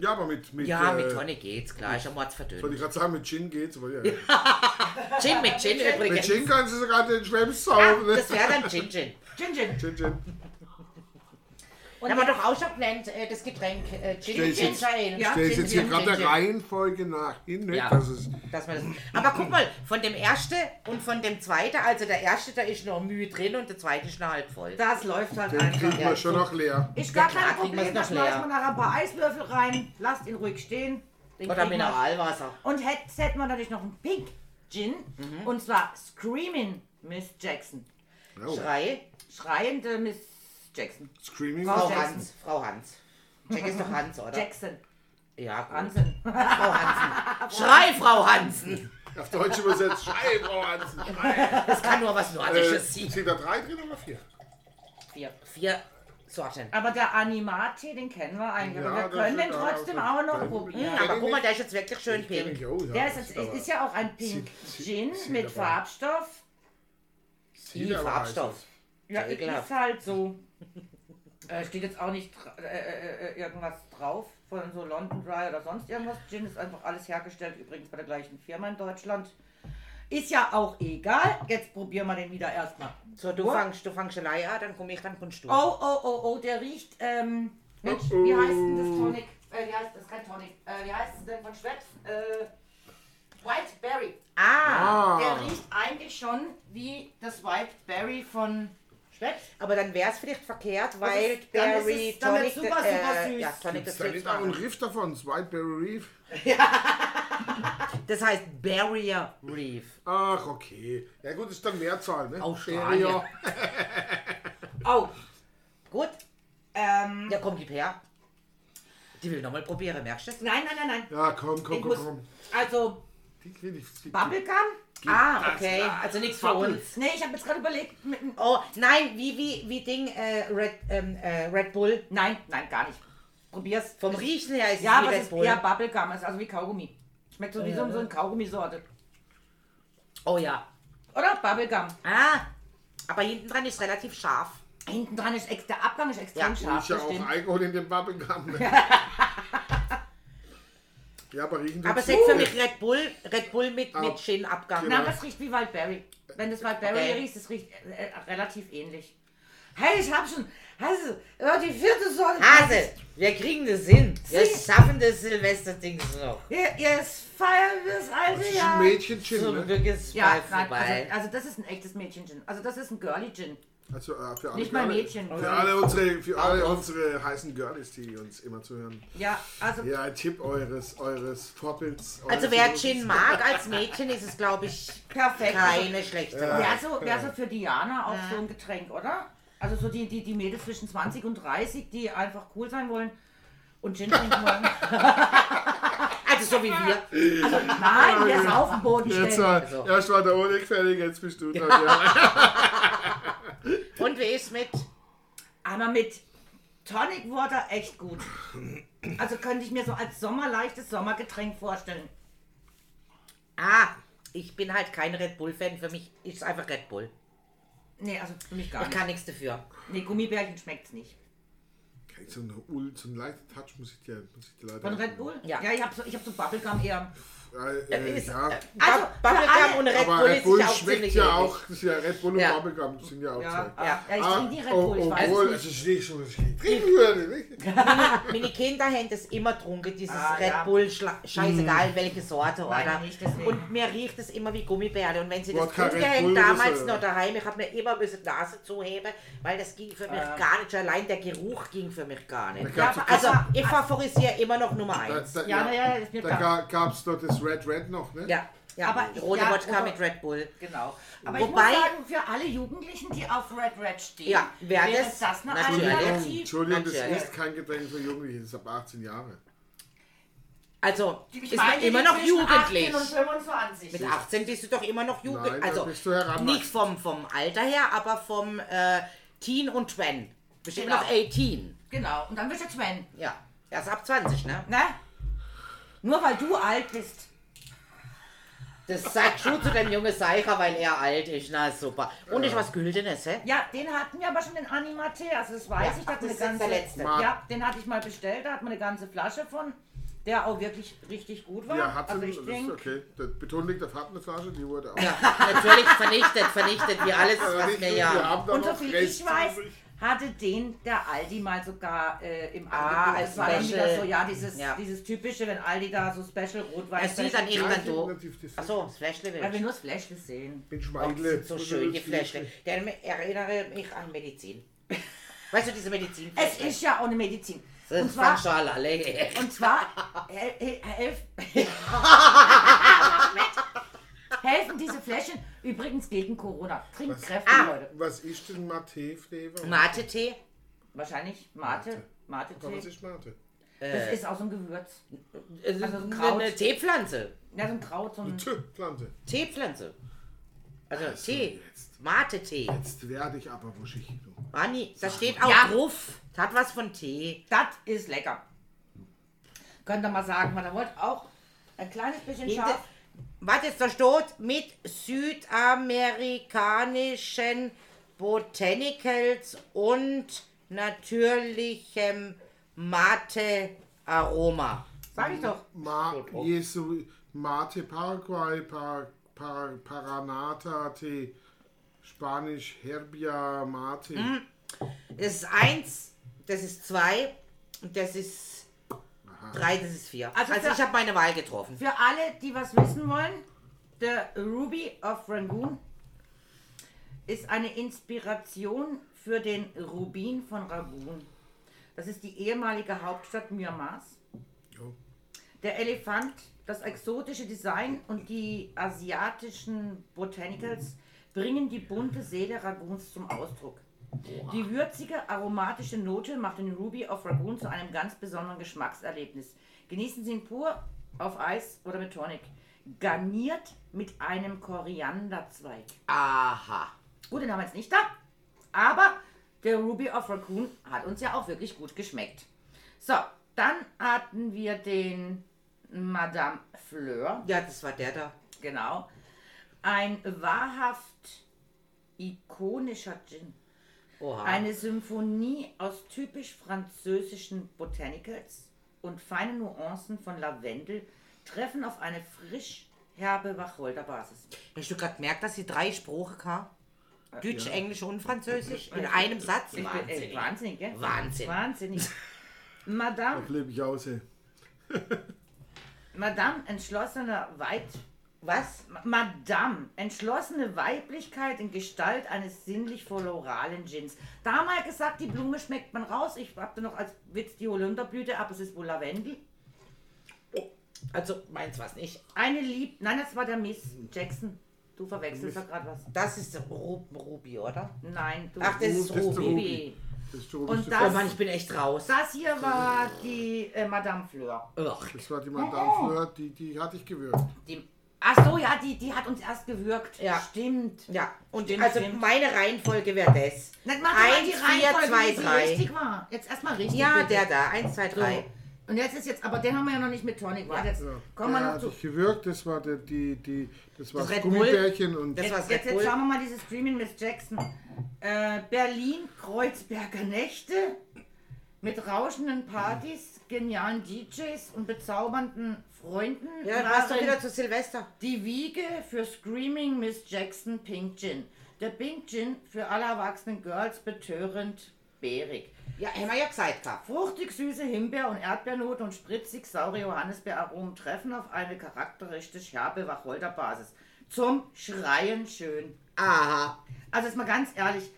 Speaker 2: Ja, aber mit. mit
Speaker 3: Ja,
Speaker 2: äh,
Speaker 3: mit Tonic geht's, klar. Ich habe Mords verdünnt.
Speaker 2: Wollte ich gerade sagen, mit Gin geht's, aber ja.
Speaker 3: Gin mit Gin
Speaker 2: Mit
Speaker 3: übrigens.
Speaker 2: Gin kannst du sogar den Schwemms
Speaker 3: Ah,
Speaker 2: saufen. Ne?
Speaker 3: das wäre dann Gin Gin.
Speaker 1: Gin Gin.
Speaker 2: Gin, Gin.
Speaker 3: Und haben wir doch auch schon genannt, äh, das Getränk äh, Gin
Speaker 2: Stell's jetzt-
Speaker 3: Ginger Ale.
Speaker 1: Ja,
Speaker 2: Der ist
Speaker 1: Gin,
Speaker 2: jetzt hier
Speaker 1: Gin,
Speaker 2: gerade
Speaker 1: Gin,
Speaker 2: der
Speaker 1: Gin.
Speaker 2: Reihenfolge nach hin. Ne?
Speaker 3: Ja.
Speaker 2: Das ist,
Speaker 3: Dass man das, aber guck mal, von dem ersten und von dem zweiten, also der erste, da ist noch Mühe drin und der zweite ist noch halb voll.
Speaker 1: Das läuft halt
Speaker 2: den
Speaker 1: einfach.
Speaker 2: kriegen wir schon noch leer.
Speaker 1: Ist gar
Speaker 3: Ja, klar,
Speaker 1: kein
Speaker 3: kriegen wir's
Speaker 1: Problem, da
Speaker 3: noch
Speaker 1: schmeißt
Speaker 3: leer.
Speaker 1: man nachher ein paar Eiswürfel rein, lasst ihn ruhig stehen. Den
Speaker 3: Oder
Speaker 1: kriegen wir.
Speaker 3: Mineralwasser.
Speaker 1: Und jetzt hätten wir natürlich noch einen Pink Gin. Und zwar Screaming Miss Jackson.
Speaker 2: Oh.
Speaker 3: Schrei.
Speaker 1: Schreiende Miss Jackson.
Speaker 2: Screaming.
Speaker 3: Frau
Speaker 1: Jackson.
Speaker 3: Hans. Frau Hans. Jack ist doch Hans, oder?
Speaker 1: Jackson.
Speaker 3: Ja, gut.
Speaker 1: Wahnsinn.
Speaker 3: Frau Hansen. Schrei, Frau Hansen.
Speaker 2: Auf Deutsch übersetzt. Schrei, Frau Hansen.
Speaker 3: Das kann nur was Nordisches
Speaker 2: Äh,
Speaker 3: sein.
Speaker 2: sind da drei drin oder vier?
Speaker 3: Vier. Vier Sorten.
Speaker 1: Aber der Animati, den kennen wir eigentlich.
Speaker 2: Ja, also
Speaker 1: aber wir
Speaker 2: das
Speaker 1: können den
Speaker 2: ist auch
Speaker 1: trotzdem
Speaker 2: so.
Speaker 1: auch noch
Speaker 2: Dann-
Speaker 1: probieren.
Speaker 2: Ja,
Speaker 3: Hm,
Speaker 2: kenn
Speaker 3: aber
Speaker 2: ich
Speaker 3: guck mal,
Speaker 2: nicht.
Speaker 3: der ist jetzt wirklich schön pink.
Speaker 2: Oh, ja,
Speaker 1: Der ist, jetzt, ist ja auch ein Pink
Speaker 2: Sieht- sieht-
Speaker 1: Gin
Speaker 2: sieht
Speaker 1: mit
Speaker 2: aber-
Speaker 1: Farbstoff.
Speaker 3: Die Farbstoff.
Speaker 1: Ja,
Speaker 3: Ekelhaft.
Speaker 1: ist halt so. Äh, steht jetzt auch nicht dra- äh, äh, äh, irgendwas drauf von so London Dry oder sonst irgendwas. Gin ist einfach alles hergestellt, übrigens bei der gleichen Firma in Deutschland. Ist ja auch egal. Jetzt probieren wir den wieder erstmal.
Speaker 3: So, du fangst, du fangst Schelei an, dann komme ich, dann kommst du.
Speaker 1: Oh, oh, oh, oh, der riecht. Ähm, Mensch, wie heißt denn das Tonic? Äh, wie heißt das? Kein Tonic. Äh, wie heißt es denn von Schweppes? Äh, White Berry.
Speaker 3: Ah.
Speaker 1: Der riecht eigentlich schon wie das White Berry von Schweppes.
Speaker 3: Aber dann wäre es vielleicht verkehrt, weil
Speaker 1: ist- dann ist es-
Speaker 3: Berry
Speaker 1: dann
Speaker 3: Tonic...
Speaker 1: wird's super,
Speaker 3: äh,
Speaker 1: super süß.
Speaker 3: Ja, Tonic
Speaker 2: Ist
Speaker 3: ist
Speaker 2: da nicht auch ein Riff davon? Das Whiteberry Reef?
Speaker 3: Das heißt Barrier Reef.
Speaker 2: Ach, okay. Ja gut, ist dann Mehrzahl, ne?
Speaker 3: Australien.
Speaker 2: Stereo.
Speaker 1: Oh,
Speaker 3: Gut,
Speaker 1: ähm.
Speaker 3: ja komm, gib her. Die will nochmal probieren, merkst du das?
Speaker 1: Nein, nein, nein, nein.
Speaker 2: Ja, komm, komm,
Speaker 1: Ich
Speaker 2: komm,
Speaker 1: muss-
Speaker 2: komm.
Speaker 1: Also,
Speaker 2: Die will ich. Die,
Speaker 1: Bubblegum?
Speaker 3: Ah, okay. Also nichts für
Speaker 2: Bubble.
Speaker 3: uns.
Speaker 1: Nee, ich habe jetzt gerade überlegt. Mit, dem-
Speaker 3: Oh, nein, wie, wie, wie Ding, äh, Red, ähm, äh, Red Bull.
Speaker 1: nein, nein, gar nicht. Probier's.
Speaker 3: Vom Riechen her ist es
Speaker 1: ja, aber
Speaker 3: wie
Speaker 1: es
Speaker 3: Red
Speaker 1: ist
Speaker 3: Bull.
Speaker 1: eher Bubblegum, es ist also wie Kaugummi. Schmeckt so wie so,
Speaker 3: Äh.
Speaker 1: so eine Kaugummisorte.
Speaker 3: Oh ja.
Speaker 1: Oder? Bubblegum.
Speaker 3: Ah, aber hinten dran ist relativ scharf.
Speaker 1: Hinten dran ist ex der Abgang ist extrem
Speaker 3: Ja,
Speaker 1: scharf.
Speaker 2: ist ja
Speaker 1: das
Speaker 2: auch
Speaker 1: stimmt.
Speaker 2: Alkohol in dem Bubblegum. Ne? ja, aber riechen
Speaker 3: Aber es
Speaker 2: tut's
Speaker 3: ist für
Speaker 2: gut.
Speaker 3: mich Red Bull, Red Bull mit,
Speaker 2: Ah.
Speaker 3: mit Gin-Abgang.
Speaker 1: Nein, das riecht wie Waldberry. Wenn das Waldberry
Speaker 3: Okay.
Speaker 1: riecht, das riecht äh, äh, relativ ähnlich. Hey, ich hab schon. Hase, äh, die vierte Sorte.
Speaker 3: Hase, wir kriegen das hin. Wir
Speaker 1: Sie-
Speaker 3: schaffen das Silvester-Ding noch.
Speaker 1: Ihr, ihr feiern wir das
Speaker 2: Das
Speaker 1: alte
Speaker 2: ist ein
Speaker 1: Jahr.
Speaker 2: Mädchen-Gin,
Speaker 3: So
Speaker 2: ne?
Speaker 3: wirklich ist
Speaker 1: Ja,
Speaker 3: bald
Speaker 1: nein,
Speaker 3: vorbei.
Speaker 1: also, also das ist ein echtes Mädchen-Gin. Also das ist ein Girly-Gin.
Speaker 2: Also äh, für alle,
Speaker 1: Nicht mal
Speaker 2: Girlie-
Speaker 1: Mädchen.
Speaker 2: Für alle, unsere, für alle unsere heißen Girlies, die uns immer zuhören.
Speaker 1: Ja, also
Speaker 2: Ja, ein Tipp eures, eures Vorbilds. Eures
Speaker 3: Also wer
Speaker 2: Idols.
Speaker 3: Gin mag als Mädchen, ist es glaube ich
Speaker 1: perfekt.
Speaker 3: keine schlechte Wahl.
Speaker 1: Wäre so, wär so für Diana auch so ein Getränk, oder? Also so die, die, die Mädels zwischen 20 und 30, die einfach cool sein wollen und Gin trinken wollen.
Speaker 3: Also so wie wir.
Speaker 1: Also Nein, wir ist auf den Boden
Speaker 2: Jetzt
Speaker 1: stellen.
Speaker 2: war,
Speaker 3: Also.
Speaker 2: erst war der Oleg fertig, jetzt bist du dran. Ja.
Speaker 3: Und wie ist mit?
Speaker 1: Aber mit Tonic Water echt gut. Also könnte ich mir so als sommerleichtes Sommergetränk vorstellen.
Speaker 3: Ah, ich bin halt kein Red Bull Fan. Für mich ist es einfach Red Bull.
Speaker 1: Nee, also für mich gar
Speaker 3: Ich
Speaker 1: nicht.
Speaker 3: kann nichts dafür.
Speaker 1: Nee, Gummibärchen schmeckt's nicht.
Speaker 2: Okay, so, eine, Ul- so einen leichten Touch muss ich dir, muss ich dir leider.
Speaker 1: Von Red Bull?
Speaker 3: Ja.
Speaker 1: ja ich habe so, ich hab so Bubblegum eher.
Speaker 2: Äh, äh,
Speaker 3: Ist,
Speaker 2: ja.
Speaker 3: äh,
Speaker 1: Also,
Speaker 3: Bub- Bubblegum
Speaker 1: für
Speaker 3: und Red
Speaker 2: Aber
Speaker 3: Bull
Speaker 2: Red
Speaker 3: ist Bull
Speaker 2: Bull
Speaker 3: ja auch
Speaker 2: schmeckt
Speaker 3: ziemlich
Speaker 2: ja
Speaker 3: ähnlich.
Speaker 2: auch, das ist ja Red Bull und
Speaker 3: Ja. oh,
Speaker 2: Bubblegum sind ja auch
Speaker 1: Ja,
Speaker 2: zwei.
Speaker 1: ja. ich
Speaker 2: Ah,
Speaker 1: trinke die Red Bull, ich weiß
Speaker 2: obwohl,
Speaker 1: es nicht.
Speaker 2: also es ist nicht so, dass ich trinken würde. Nicht?
Speaker 3: Meine Kinder haben das immer getrunken, dieses
Speaker 1: Ah,
Speaker 3: Red
Speaker 1: ja.
Speaker 3: Bull, schla- scheißegal welche Sorte,
Speaker 1: Nein,
Speaker 3: oder?
Speaker 1: nicht deswegen.
Speaker 3: und mir riecht es immer wie Gummibärle. Und wenn sie das
Speaker 2: Wodka Red
Speaker 3: getrunken haben,
Speaker 2: Bull, das
Speaker 3: damals
Speaker 2: ist, äh,
Speaker 3: noch daheim, ich habe mir immer müssen die Nase zuheben, weil das ging für mich
Speaker 1: Ah.
Speaker 3: gar nicht. Schon allein der Geruch ging für mich gar nicht.
Speaker 2: gab's
Speaker 1: Ja, aber-
Speaker 3: Also ich favorisiere immer noch Nummer
Speaker 2: Da,
Speaker 3: 1.
Speaker 2: da,
Speaker 1: Ja, na ja, ist mir
Speaker 2: da
Speaker 1: klar.
Speaker 2: ga, gab's doch das Red Red noch, ne?
Speaker 3: Ja, ja.
Speaker 1: Aber ich-
Speaker 3: rote
Speaker 1: ja,
Speaker 3: Wodka
Speaker 1: oder-
Speaker 3: mit Red Bull.
Speaker 1: Genau.
Speaker 3: Wobei-
Speaker 1: Aber ich muss sagen, für alle Jugendlichen, die auf Red Red stehen,
Speaker 3: Ja, wär
Speaker 1: wäre
Speaker 3: das
Speaker 1: das, eine
Speaker 3: natürlich-
Speaker 2: Entschuldigung,
Speaker 1: Alternative.
Speaker 2: Entschuldigung, das
Speaker 3: Natürlich.
Speaker 2: ist kein Getränk für Jugendliche, das ist ab 18 Jahre.
Speaker 3: Also
Speaker 1: Ich
Speaker 3: ist
Speaker 1: meine,
Speaker 3: man
Speaker 1: die
Speaker 3: immer noch
Speaker 1: zwischen
Speaker 3: jugendlich.
Speaker 1: 18 und 25.
Speaker 3: Mit 18 bist du doch immer noch
Speaker 2: Nein,
Speaker 3: jugendlich.
Speaker 2: da
Speaker 3: Also
Speaker 2: bist du heranwachsend.
Speaker 3: nicht vom, vom Alter her, aber vom äh, Teen und Twen. Bestimmt
Speaker 1: Genau.
Speaker 3: noch 18.
Speaker 1: Genau. Und dann bist du Sven.
Speaker 3: Ja. Erst ab 20, ne?
Speaker 1: Ne? Nur weil du alt bist.
Speaker 3: Das sagt schon zu dem jungen Seicher, weil er alt ist. Na super. Und ich was Güldenes, hä?
Speaker 1: Ja, den hatten wir aber schon in Animate. Also das weiß
Speaker 3: Ja,
Speaker 1: ich,
Speaker 3: ach,
Speaker 1: dass
Speaker 3: das
Speaker 1: eine
Speaker 3: ist der
Speaker 1: ganze
Speaker 3: letzte.
Speaker 1: Ja, den hatte ich mal bestellt. Da hat man eine ganze Flasche von, der auch wirklich richtig gut war.
Speaker 2: Ja, hat sie,
Speaker 1: also
Speaker 2: das
Speaker 1: ich
Speaker 2: ist
Speaker 1: denke,
Speaker 2: okay. Das Beton liegt auf hat eine Flasche, die wurde auch.
Speaker 3: Ja, natürlich vernichtet, vernichtet, wie alles, was wir
Speaker 2: Wir
Speaker 3: ja.
Speaker 2: haben da
Speaker 1: und so
Speaker 2: noch
Speaker 1: viel
Speaker 2: Rest
Speaker 1: ich weiß,
Speaker 2: übrig.
Speaker 1: hatte den der Aldi mal sogar äh, im
Speaker 3: Ah,
Speaker 1: Angebot.
Speaker 3: als
Speaker 1: Das war dann
Speaker 3: Special.
Speaker 1: wieder so, ja dieses,
Speaker 3: Ja.
Speaker 1: dieses typische, wenn Aldi da so Special
Speaker 3: Er
Speaker 1: rot-weiß.
Speaker 3: sieht dann eh
Speaker 2: Ja,
Speaker 3: irgendwann
Speaker 2: ich hab
Speaker 3: so.
Speaker 2: relativ das-
Speaker 3: Achso, das Fläschle
Speaker 1: Weil wir
Speaker 3: will
Speaker 1: nur das Flash gesehen.
Speaker 2: bin
Speaker 3: ich.
Speaker 2: Schmeidle.
Speaker 3: So schön, die Fläschle. Der me- erinnere mich an Medizin. Weißt du, diese Medizin?
Speaker 1: Es ist ja auch eine Medizin.
Speaker 3: Das
Speaker 1: und
Speaker 3: ist von
Speaker 1: zwar,
Speaker 3: Schal alle.
Speaker 1: und zwar hel hel helf helfen diese Fläschchen übrigens gegen Corona. Trinkkräfte,
Speaker 3: Ah.
Speaker 1: Leute.
Speaker 2: Was ist denn Mate Flavor?
Speaker 3: Mate-Tee?
Speaker 1: Wahrscheinlich Mate,
Speaker 2: Aber was
Speaker 1: Mate-Tee.
Speaker 2: ist Mate?
Speaker 3: Äh.
Speaker 1: Das ist aus dem Gewürz.
Speaker 3: Also
Speaker 1: Also ein Kraut.
Speaker 3: eine Teepflanze.
Speaker 1: Ja, so ein Kraut, so ein...
Speaker 2: Tö, Pflanze.
Speaker 3: Teepflanze. Also Tee.
Speaker 2: jetzt.
Speaker 3: Mate-Tee.
Speaker 2: Jetzt werde ich aber wuschig. du.
Speaker 3: Anni, da steht auch
Speaker 1: Ja.
Speaker 3: drauf. Das hat was von Tee.
Speaker 1: Das ist lecker. Könnt ihr mal sagen, man wollte auch ein kleines bisschen scharf.
Speaker 3: Was jetzt da steht, mit südamerikanischen Botanicals und natürlichem Mate-Aroma.
Speaker 1: Sag ich doch.
Speaker 2: Ma Jesu, Mate Paraguay, pa pa Paranata Tee, Spanisch Herbia Mate.
Speaker 3: Mhm. Das ist eins, das ist zwei und das ist drei, das ist vier. Also,
Speaker 1: Also für-
Speaker 3: ich habe meine Wahl getroffen.
Speaker 1: Für alle, die was wissen wollen, der Ruby of Rangoon ist eine Inspiration für den Rubin von Rangoon. Das ist die ehemalige Hauptstadt Myanmars.
Speaker 2: Jo.
Speaker 1: Der Elefant, das exotische Design und die asiatischen Botanicals bringen die bunte Seele Raguns zum Ausdruck. Die würzige, aromatische Note macht den Ruby of Ragun zu einem ganz besonderen Geschmackserlebnis. Genießen Sie ihn pur, auf Eis oder mit Tonic. Garniert mit einem Korianderzweig.
Speaker 3: Aha.
Speaker 1: Gut, den haben wir jetzt nicht da. Aber der Ruby of Raccoon hat uns ja auch wirklich gut geschmeckt. So, dann hatten wir den Madame Fleur.
Speaker 3: Ja, das war der da.
Speaker 1: Genau. Ein wahrhaft ikonischer Gin.
Speaker 3: Oha.
Speaker 1: Eine Symphonie aus typisch französischen Botanicals und feinen Nuancen von Lavendel treffen auf eine frisch herbe Wacholderbasis.
Speaker 3: Hast du gerade gemerkt, dass sie drei Sprachen kann? Deutsch, Englisch und Französisch in einem Satz?
Speaker 1: Ich bin,
Speaker 3: Wahnsinn.
Speaker 1: äh, wahnsinnig, gell?
Speaker 3: Wahnsinn.
Speaker 1: Wahnsinnig. Madame
Speaker 2: Lebe ich aus. ey.
Speaker 1: Madame entschlossener, weit
Speaker 3: Was?
Speaker 1: Madame, entschlossene Weiblichkeit in Gestalt eines sinnlich floralen Gins. Da mal gesagt, die Blume schmeckt man raus. Ich habe noch als Witz die Holunderblüte, aber es ist wohl Lavendel.
Speaker 3: Also meins was nicht.
Speaker 1: Eine lieb... Nein, das war der Miss Jackson. Du verwechselst da gerade was.
Speaker 3: Das ist Ru- Ruby, oder?
Speaker 1: Nein, du...
Speaker 3: Ach, das ist
Speaker 2: Das ist
Speaker 3: Ruby.
Speaker 1: Ruby.
Speaker 2: Das ist Ruby.
Speaker 1: Und
Speaker 2: Und
Speaker 1: das-
Speaker 2: das,
Speaker 3: Oh Mann, ich bin echt raus.
Speaker 1: Das hier war die äh, Madame Fleur.
Speaker 3: Ugh.
Speaker 2: das war die Madame früher, die, die hatte ich gewürgt.
Speaker 1: Die, ach so, ja, die, die hat uns erst gewürgt.
Speaker 3: Ja.
Speaker 1: Stimmt.
Speaker 3: Ja, und
Speaker 1: Stimmt,
Speaker 3: also
Speaker 1: stimmt.
Speaker 3: meine Reihenfolge wäre das.
Speaker 1: Dann mach doch mal die
Speaker 3: Eins,
Speaker 1: Reihenfolge,
Speaker 3: vier, zwei,
Speaker 1: wie sie
Speaker 3: drei.
Speaker 1: richtig war. Jetzt erstmal richtig.
Speaker 3: Ja,
Speaker 1: bitte.
Speaker 3: Ah, der da. Eins, zwei, drei.
Speaker 1: So. Und jetzt ist jetzt, aber den haben wir ja noch nicht mit Tonic. Ja. Jetzt kommen wir
Speaker 2: Ja, also
Speaker 1: noch
Speaker 2: hatte
Speaker 1: zu.
Speaker 2: ich gewürgt, das war die, die, die das war
Speaker 3: Das
Speaker 2: das,
Speaker 3: Red
Speaker 2: Gummibärchen und
Speaker 3: Das-
Speaker 1: Jetzt,
Speaker 3: war's,
Speaker 1: jetzt, jetzt,
Speaker 3: Red Bull.
Speaker 1: schauen wir mal dieses Streaming Miss Jackson. Äh, Berlin, Kreuzberger Nächte mit rauschenden Partys, genialen DJs und bezaubernden Freunden.
Speaker 3: Ja, du warst doch
Speaker 1: Darin
Speaker 3: wieder zu Silvester.
Speaker 1: Die Wiege für Screaming Miss Jackson Pink Gin. Der Pink Gin für alle erwachsenen Girls betörend beerig.
Speaker 3: Ja, haben wir ja gesagt gehabt.
Speaker 1: Fruchtig süße Himbeer- und Erdbeernote und spritzig saure Johannisbeeraromen treffen auf eine charakteristisch herbe Wacholderbasis. Zum Schreien schön.
Speaker 3: Aha.
Speaker 1: Also jetzt mal ganz ehrlich,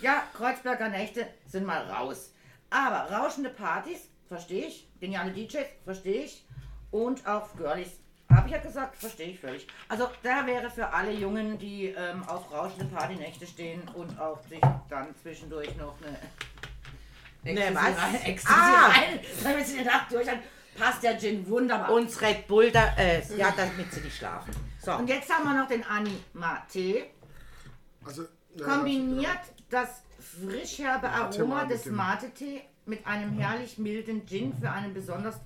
Speaker 1: ja, Kreuzberger Nächte sind mal raus. Aber rauschende Partys, verstehe ich. Geniale DJs, verstehe ich. Und auch Girlies, habe ich ja gesagt, verstehe ich völlig. Also da wäre für alle Jungen, die ähm, auf rauschende Partynächte stehen und auch sich dann zwischendurch noch eine
Speaker 3: Ne,
Speaker 1: Ecstasy
Speaker 3: was?
Speaker 1: rein- Ecstasy
Speaker 3: Ah!
Speaker 1: rein, damit sie den Tag durch hat, passt der Gin wunderbar.
Speaker 3: Uns Ah. Red Bull da, äh, ja, damit sie nicht schlafen. So.
Speaker 1: und jetzt haben wir noch den Anima-Tee.
Speaker 2: also, ja,
Speaker 1: Kombiniert das frischherbe Aroma
Speaker 2: Mate mit
Speaker 1: des
Speaker 2: dem- Mhm.
Speaker 1: Mate-Tee mit einem herrlich milden Gin für ein besonders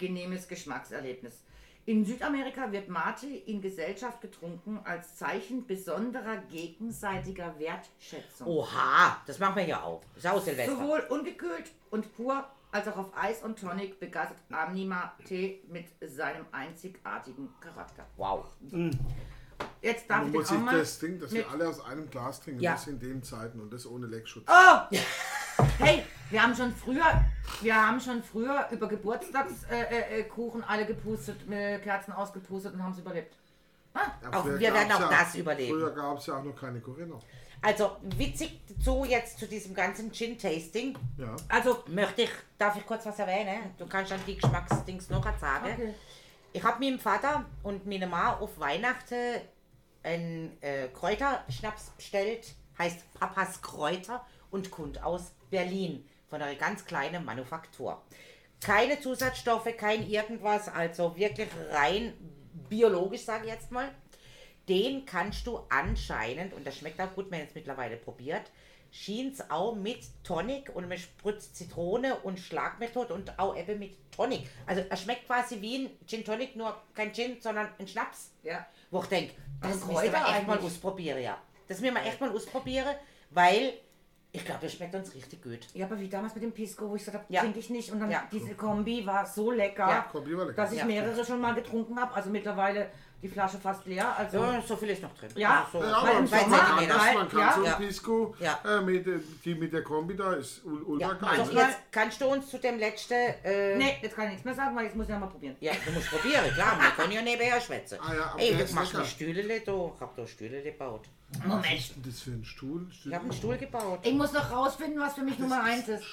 Speaker 1: angenehmes Geschmackserlebnis. In Südamerika wird Mate in Gesellschaft getrunken als Zeichen besonderer gegenseitiger Wertschätzung.
Speaker 3: Oh, Oha, das machen wir ja auch. Sau Silvester.
Speaker 1: Sowohl ungekühlt und pur als auch auf Eis und Tonic begeistert Amnima Tee mit seinem einzigartigen Charakter.
Speaker 3: Wow.
Speaker 1: Jetzt darf
Speaker 2: Man
Speaker 1: ich den
Speaker 2: Mm. muss sich
Speaker 1: auch mal.
Speaker 2: das Ding, dass wir alle aus einem Glas trinken,
Speaker 3: Ja.
Speaker 2: das in den Zeiten und das ohne Leckschutz.
Speaker 1: Oh! Hey, wir haben schon früher, wir haben schon früher über Geburtstagskuchen äh, äh, Kuchen alle gepustet, äh, Kerzen ausgepustet und haben es überlebt.
Speaker 2: Ja,
Speaker 3: Auch
Speaker 2: früher
Speaker 3: wir werden
Speaker 2: gab's
Speaker 3: auch
Speaker 2: ja,
Speaker 3: das überleben.
Speaker 2: Früher gab es ja auch noch keine Corinna.
Speaker 3: Also witzig so jetzt zu diesem ganzen Gin-Tasting.
Speaker 2: Ja.
Speaker 3: Also möchte ich, darf ich kurz was erwähnen? Du kannst dann die Geschmacksdings noch was sagen.
Speaker 1: Okay.
Speaker 3: Ich habe meinem Vater und meiner Ma auf Weihnachten einen äh, Kräuterschnaps bestellt, heißt Papas Kräuter und Kund aus Berlin, von einer ganz kleinen Manufaktur. Keine Zusatzstoffe, kein irgendwas, also wirklich rein biologisch, sage ich jetzt mal. Den kannst du anscheinend, und das schmeckt auch gut, man jetzt mittlerweile probiert, schien's auch mit Tonic und man spritzt Zitrone und Schlagmethode und auch eben mit Tonic. Also er schmeckt quasi wie ein Gin Tonic, nur kein Gin, sondern ein Schnaps.
Speaker 1: Ja.
Speaker 3: Wo ich denke, das
Speaker 1: Ach,
Speaker 3: müssen wir
Speaker 1: Kräuter
Speaker 3: echt mal
Speaker 1: eigentlich.
Speaker 3: ausprobieren, ja. Das müssen wir echt mal ausprobieren, weil ich glaube, das schmeckt uns richtig gut.
Speaker 1: Ja, aber wie damals mit dem Pisco, wo ich gesagt habe,
Speaker 3: Ja.
Speaker 1: trinke ich nicht. Und dann
Speaker 3: Ja.
Speaker 1: diese Kombi war so lecker,
Speaker 3: Ja,
Speaker 2: Kombi war lecker.
Speaker 1: dass ich
Speaker 3: Ja.
Speaker 1: mehrere schon mal getrunken habe. Also mittlerweile die Flasche fast leer. Also
Speaker 3: So, so viel ist noch drin.
Speaker 1: Ja.
Speaker 3: Also so,
Speaker 2: Ja, aber
Speaker 1: Weil-
Speaker 2: im
Speaker 1: weil-
Speaker 2: Sommer kann
Speaker 1: weil-
Speaker 2: das, man kann
Speaker 1: ja.
Speaker 2: so
Speaker 3: Ja.
Speaker 2: ein Pisco,
Speaker 3: Ja.
Speaker 2: äh, mit, äh, die mit der Kombi da ist ul- ultra
Speaker 3: ja.
Speaker 2: geil.
Speaker 3: Also
Speaker 2: ne?
Speaker 3: jetzt kannst du uns zu dem letzten... Äh,
Speaker 1: nee, jetzt kann ich nichts mehr sagen, weil jetzt muss ich ja mal probieren.
Speaker 3: Ja, du musst probieren, klar, wir können ja nebenher schwätzen.
Speaker 2: Ah ja, aber
Speaker 3: Ey,
Speaker 2: der
Speaker 3: du
Speaker 2: ist
Speaker 3: machst mir
Speaker 2: lecker.
Speaker 3: Stühle, du. Ich hab da Stühle gebaut.
Speaker 2: Was ist denn das für ein Stuhl?
Speaker 3: Ich hab einen Stuhl gebaut.
Speaker 1: Ich muss noch rausfinden, was für mich Nummer eins ist.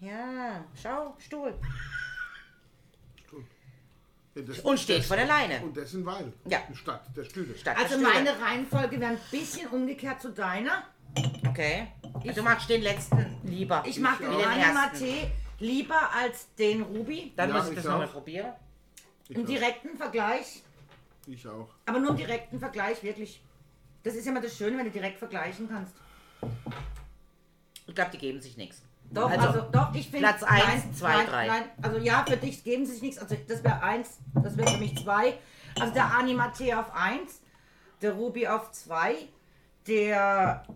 Speaker 3: Ja, schau, Stuhl.
Speaker 2: Ja, das-
Speaker 3: Und steht von alleine.
Speaker 2: Und das in Weil.
Speaker 3: Ja.
Speaker 2: Stadt der Stühle.
Speaker 3: Statt der
Speaker 1: Also
Speaker 3: Stühle.
Speaker 1: meine Reihenfolge wäre ein bisschen umgekehrt zu deiner.
Speaker 3: Okay. Du magst den letzten lieber.
Speaker 1: Ich mag den
Speaker 3: auch.
Speaker 1: Anima
Speaker 3: Den ersten.
Speaker 1: Tee lieber als den Ruby.
Speaker 3: Dann
Speaker 2: Ja,
Speaker 3: muss ich
Speaker 2: ich
Speaker 3: das
Speaker 2: auch.
Speaker 3: nochmal probieren.
Speaker 1: Im
Speaker 2: Ich auch.
Speaker 1: direkten Vergleich,
Speaker 2: Ich auch.
Speaker 1: aber nur im direkten Vergleich, wirklich. Das ist ja immer das Schöne, wenn du direkt vergleichen kannst.
Speaker 3: Ich glaube, die geben sich nichts.
Speaker 1: Doch, also,
Speaker 3: Also,
Speaker 1: doch, ich finde.
Speaker 3: Platz eins,
Speaker 1: nein,
Speaker 3: zwei,
Speaker 1: nein,
Speaker 3: drei.
Speaker 1: nein, also ja, für dich geben sich nichts. Also das wäre eins, das wäre für mich zwei. Also der Animatee auf eins, der Ruby auf zwei, der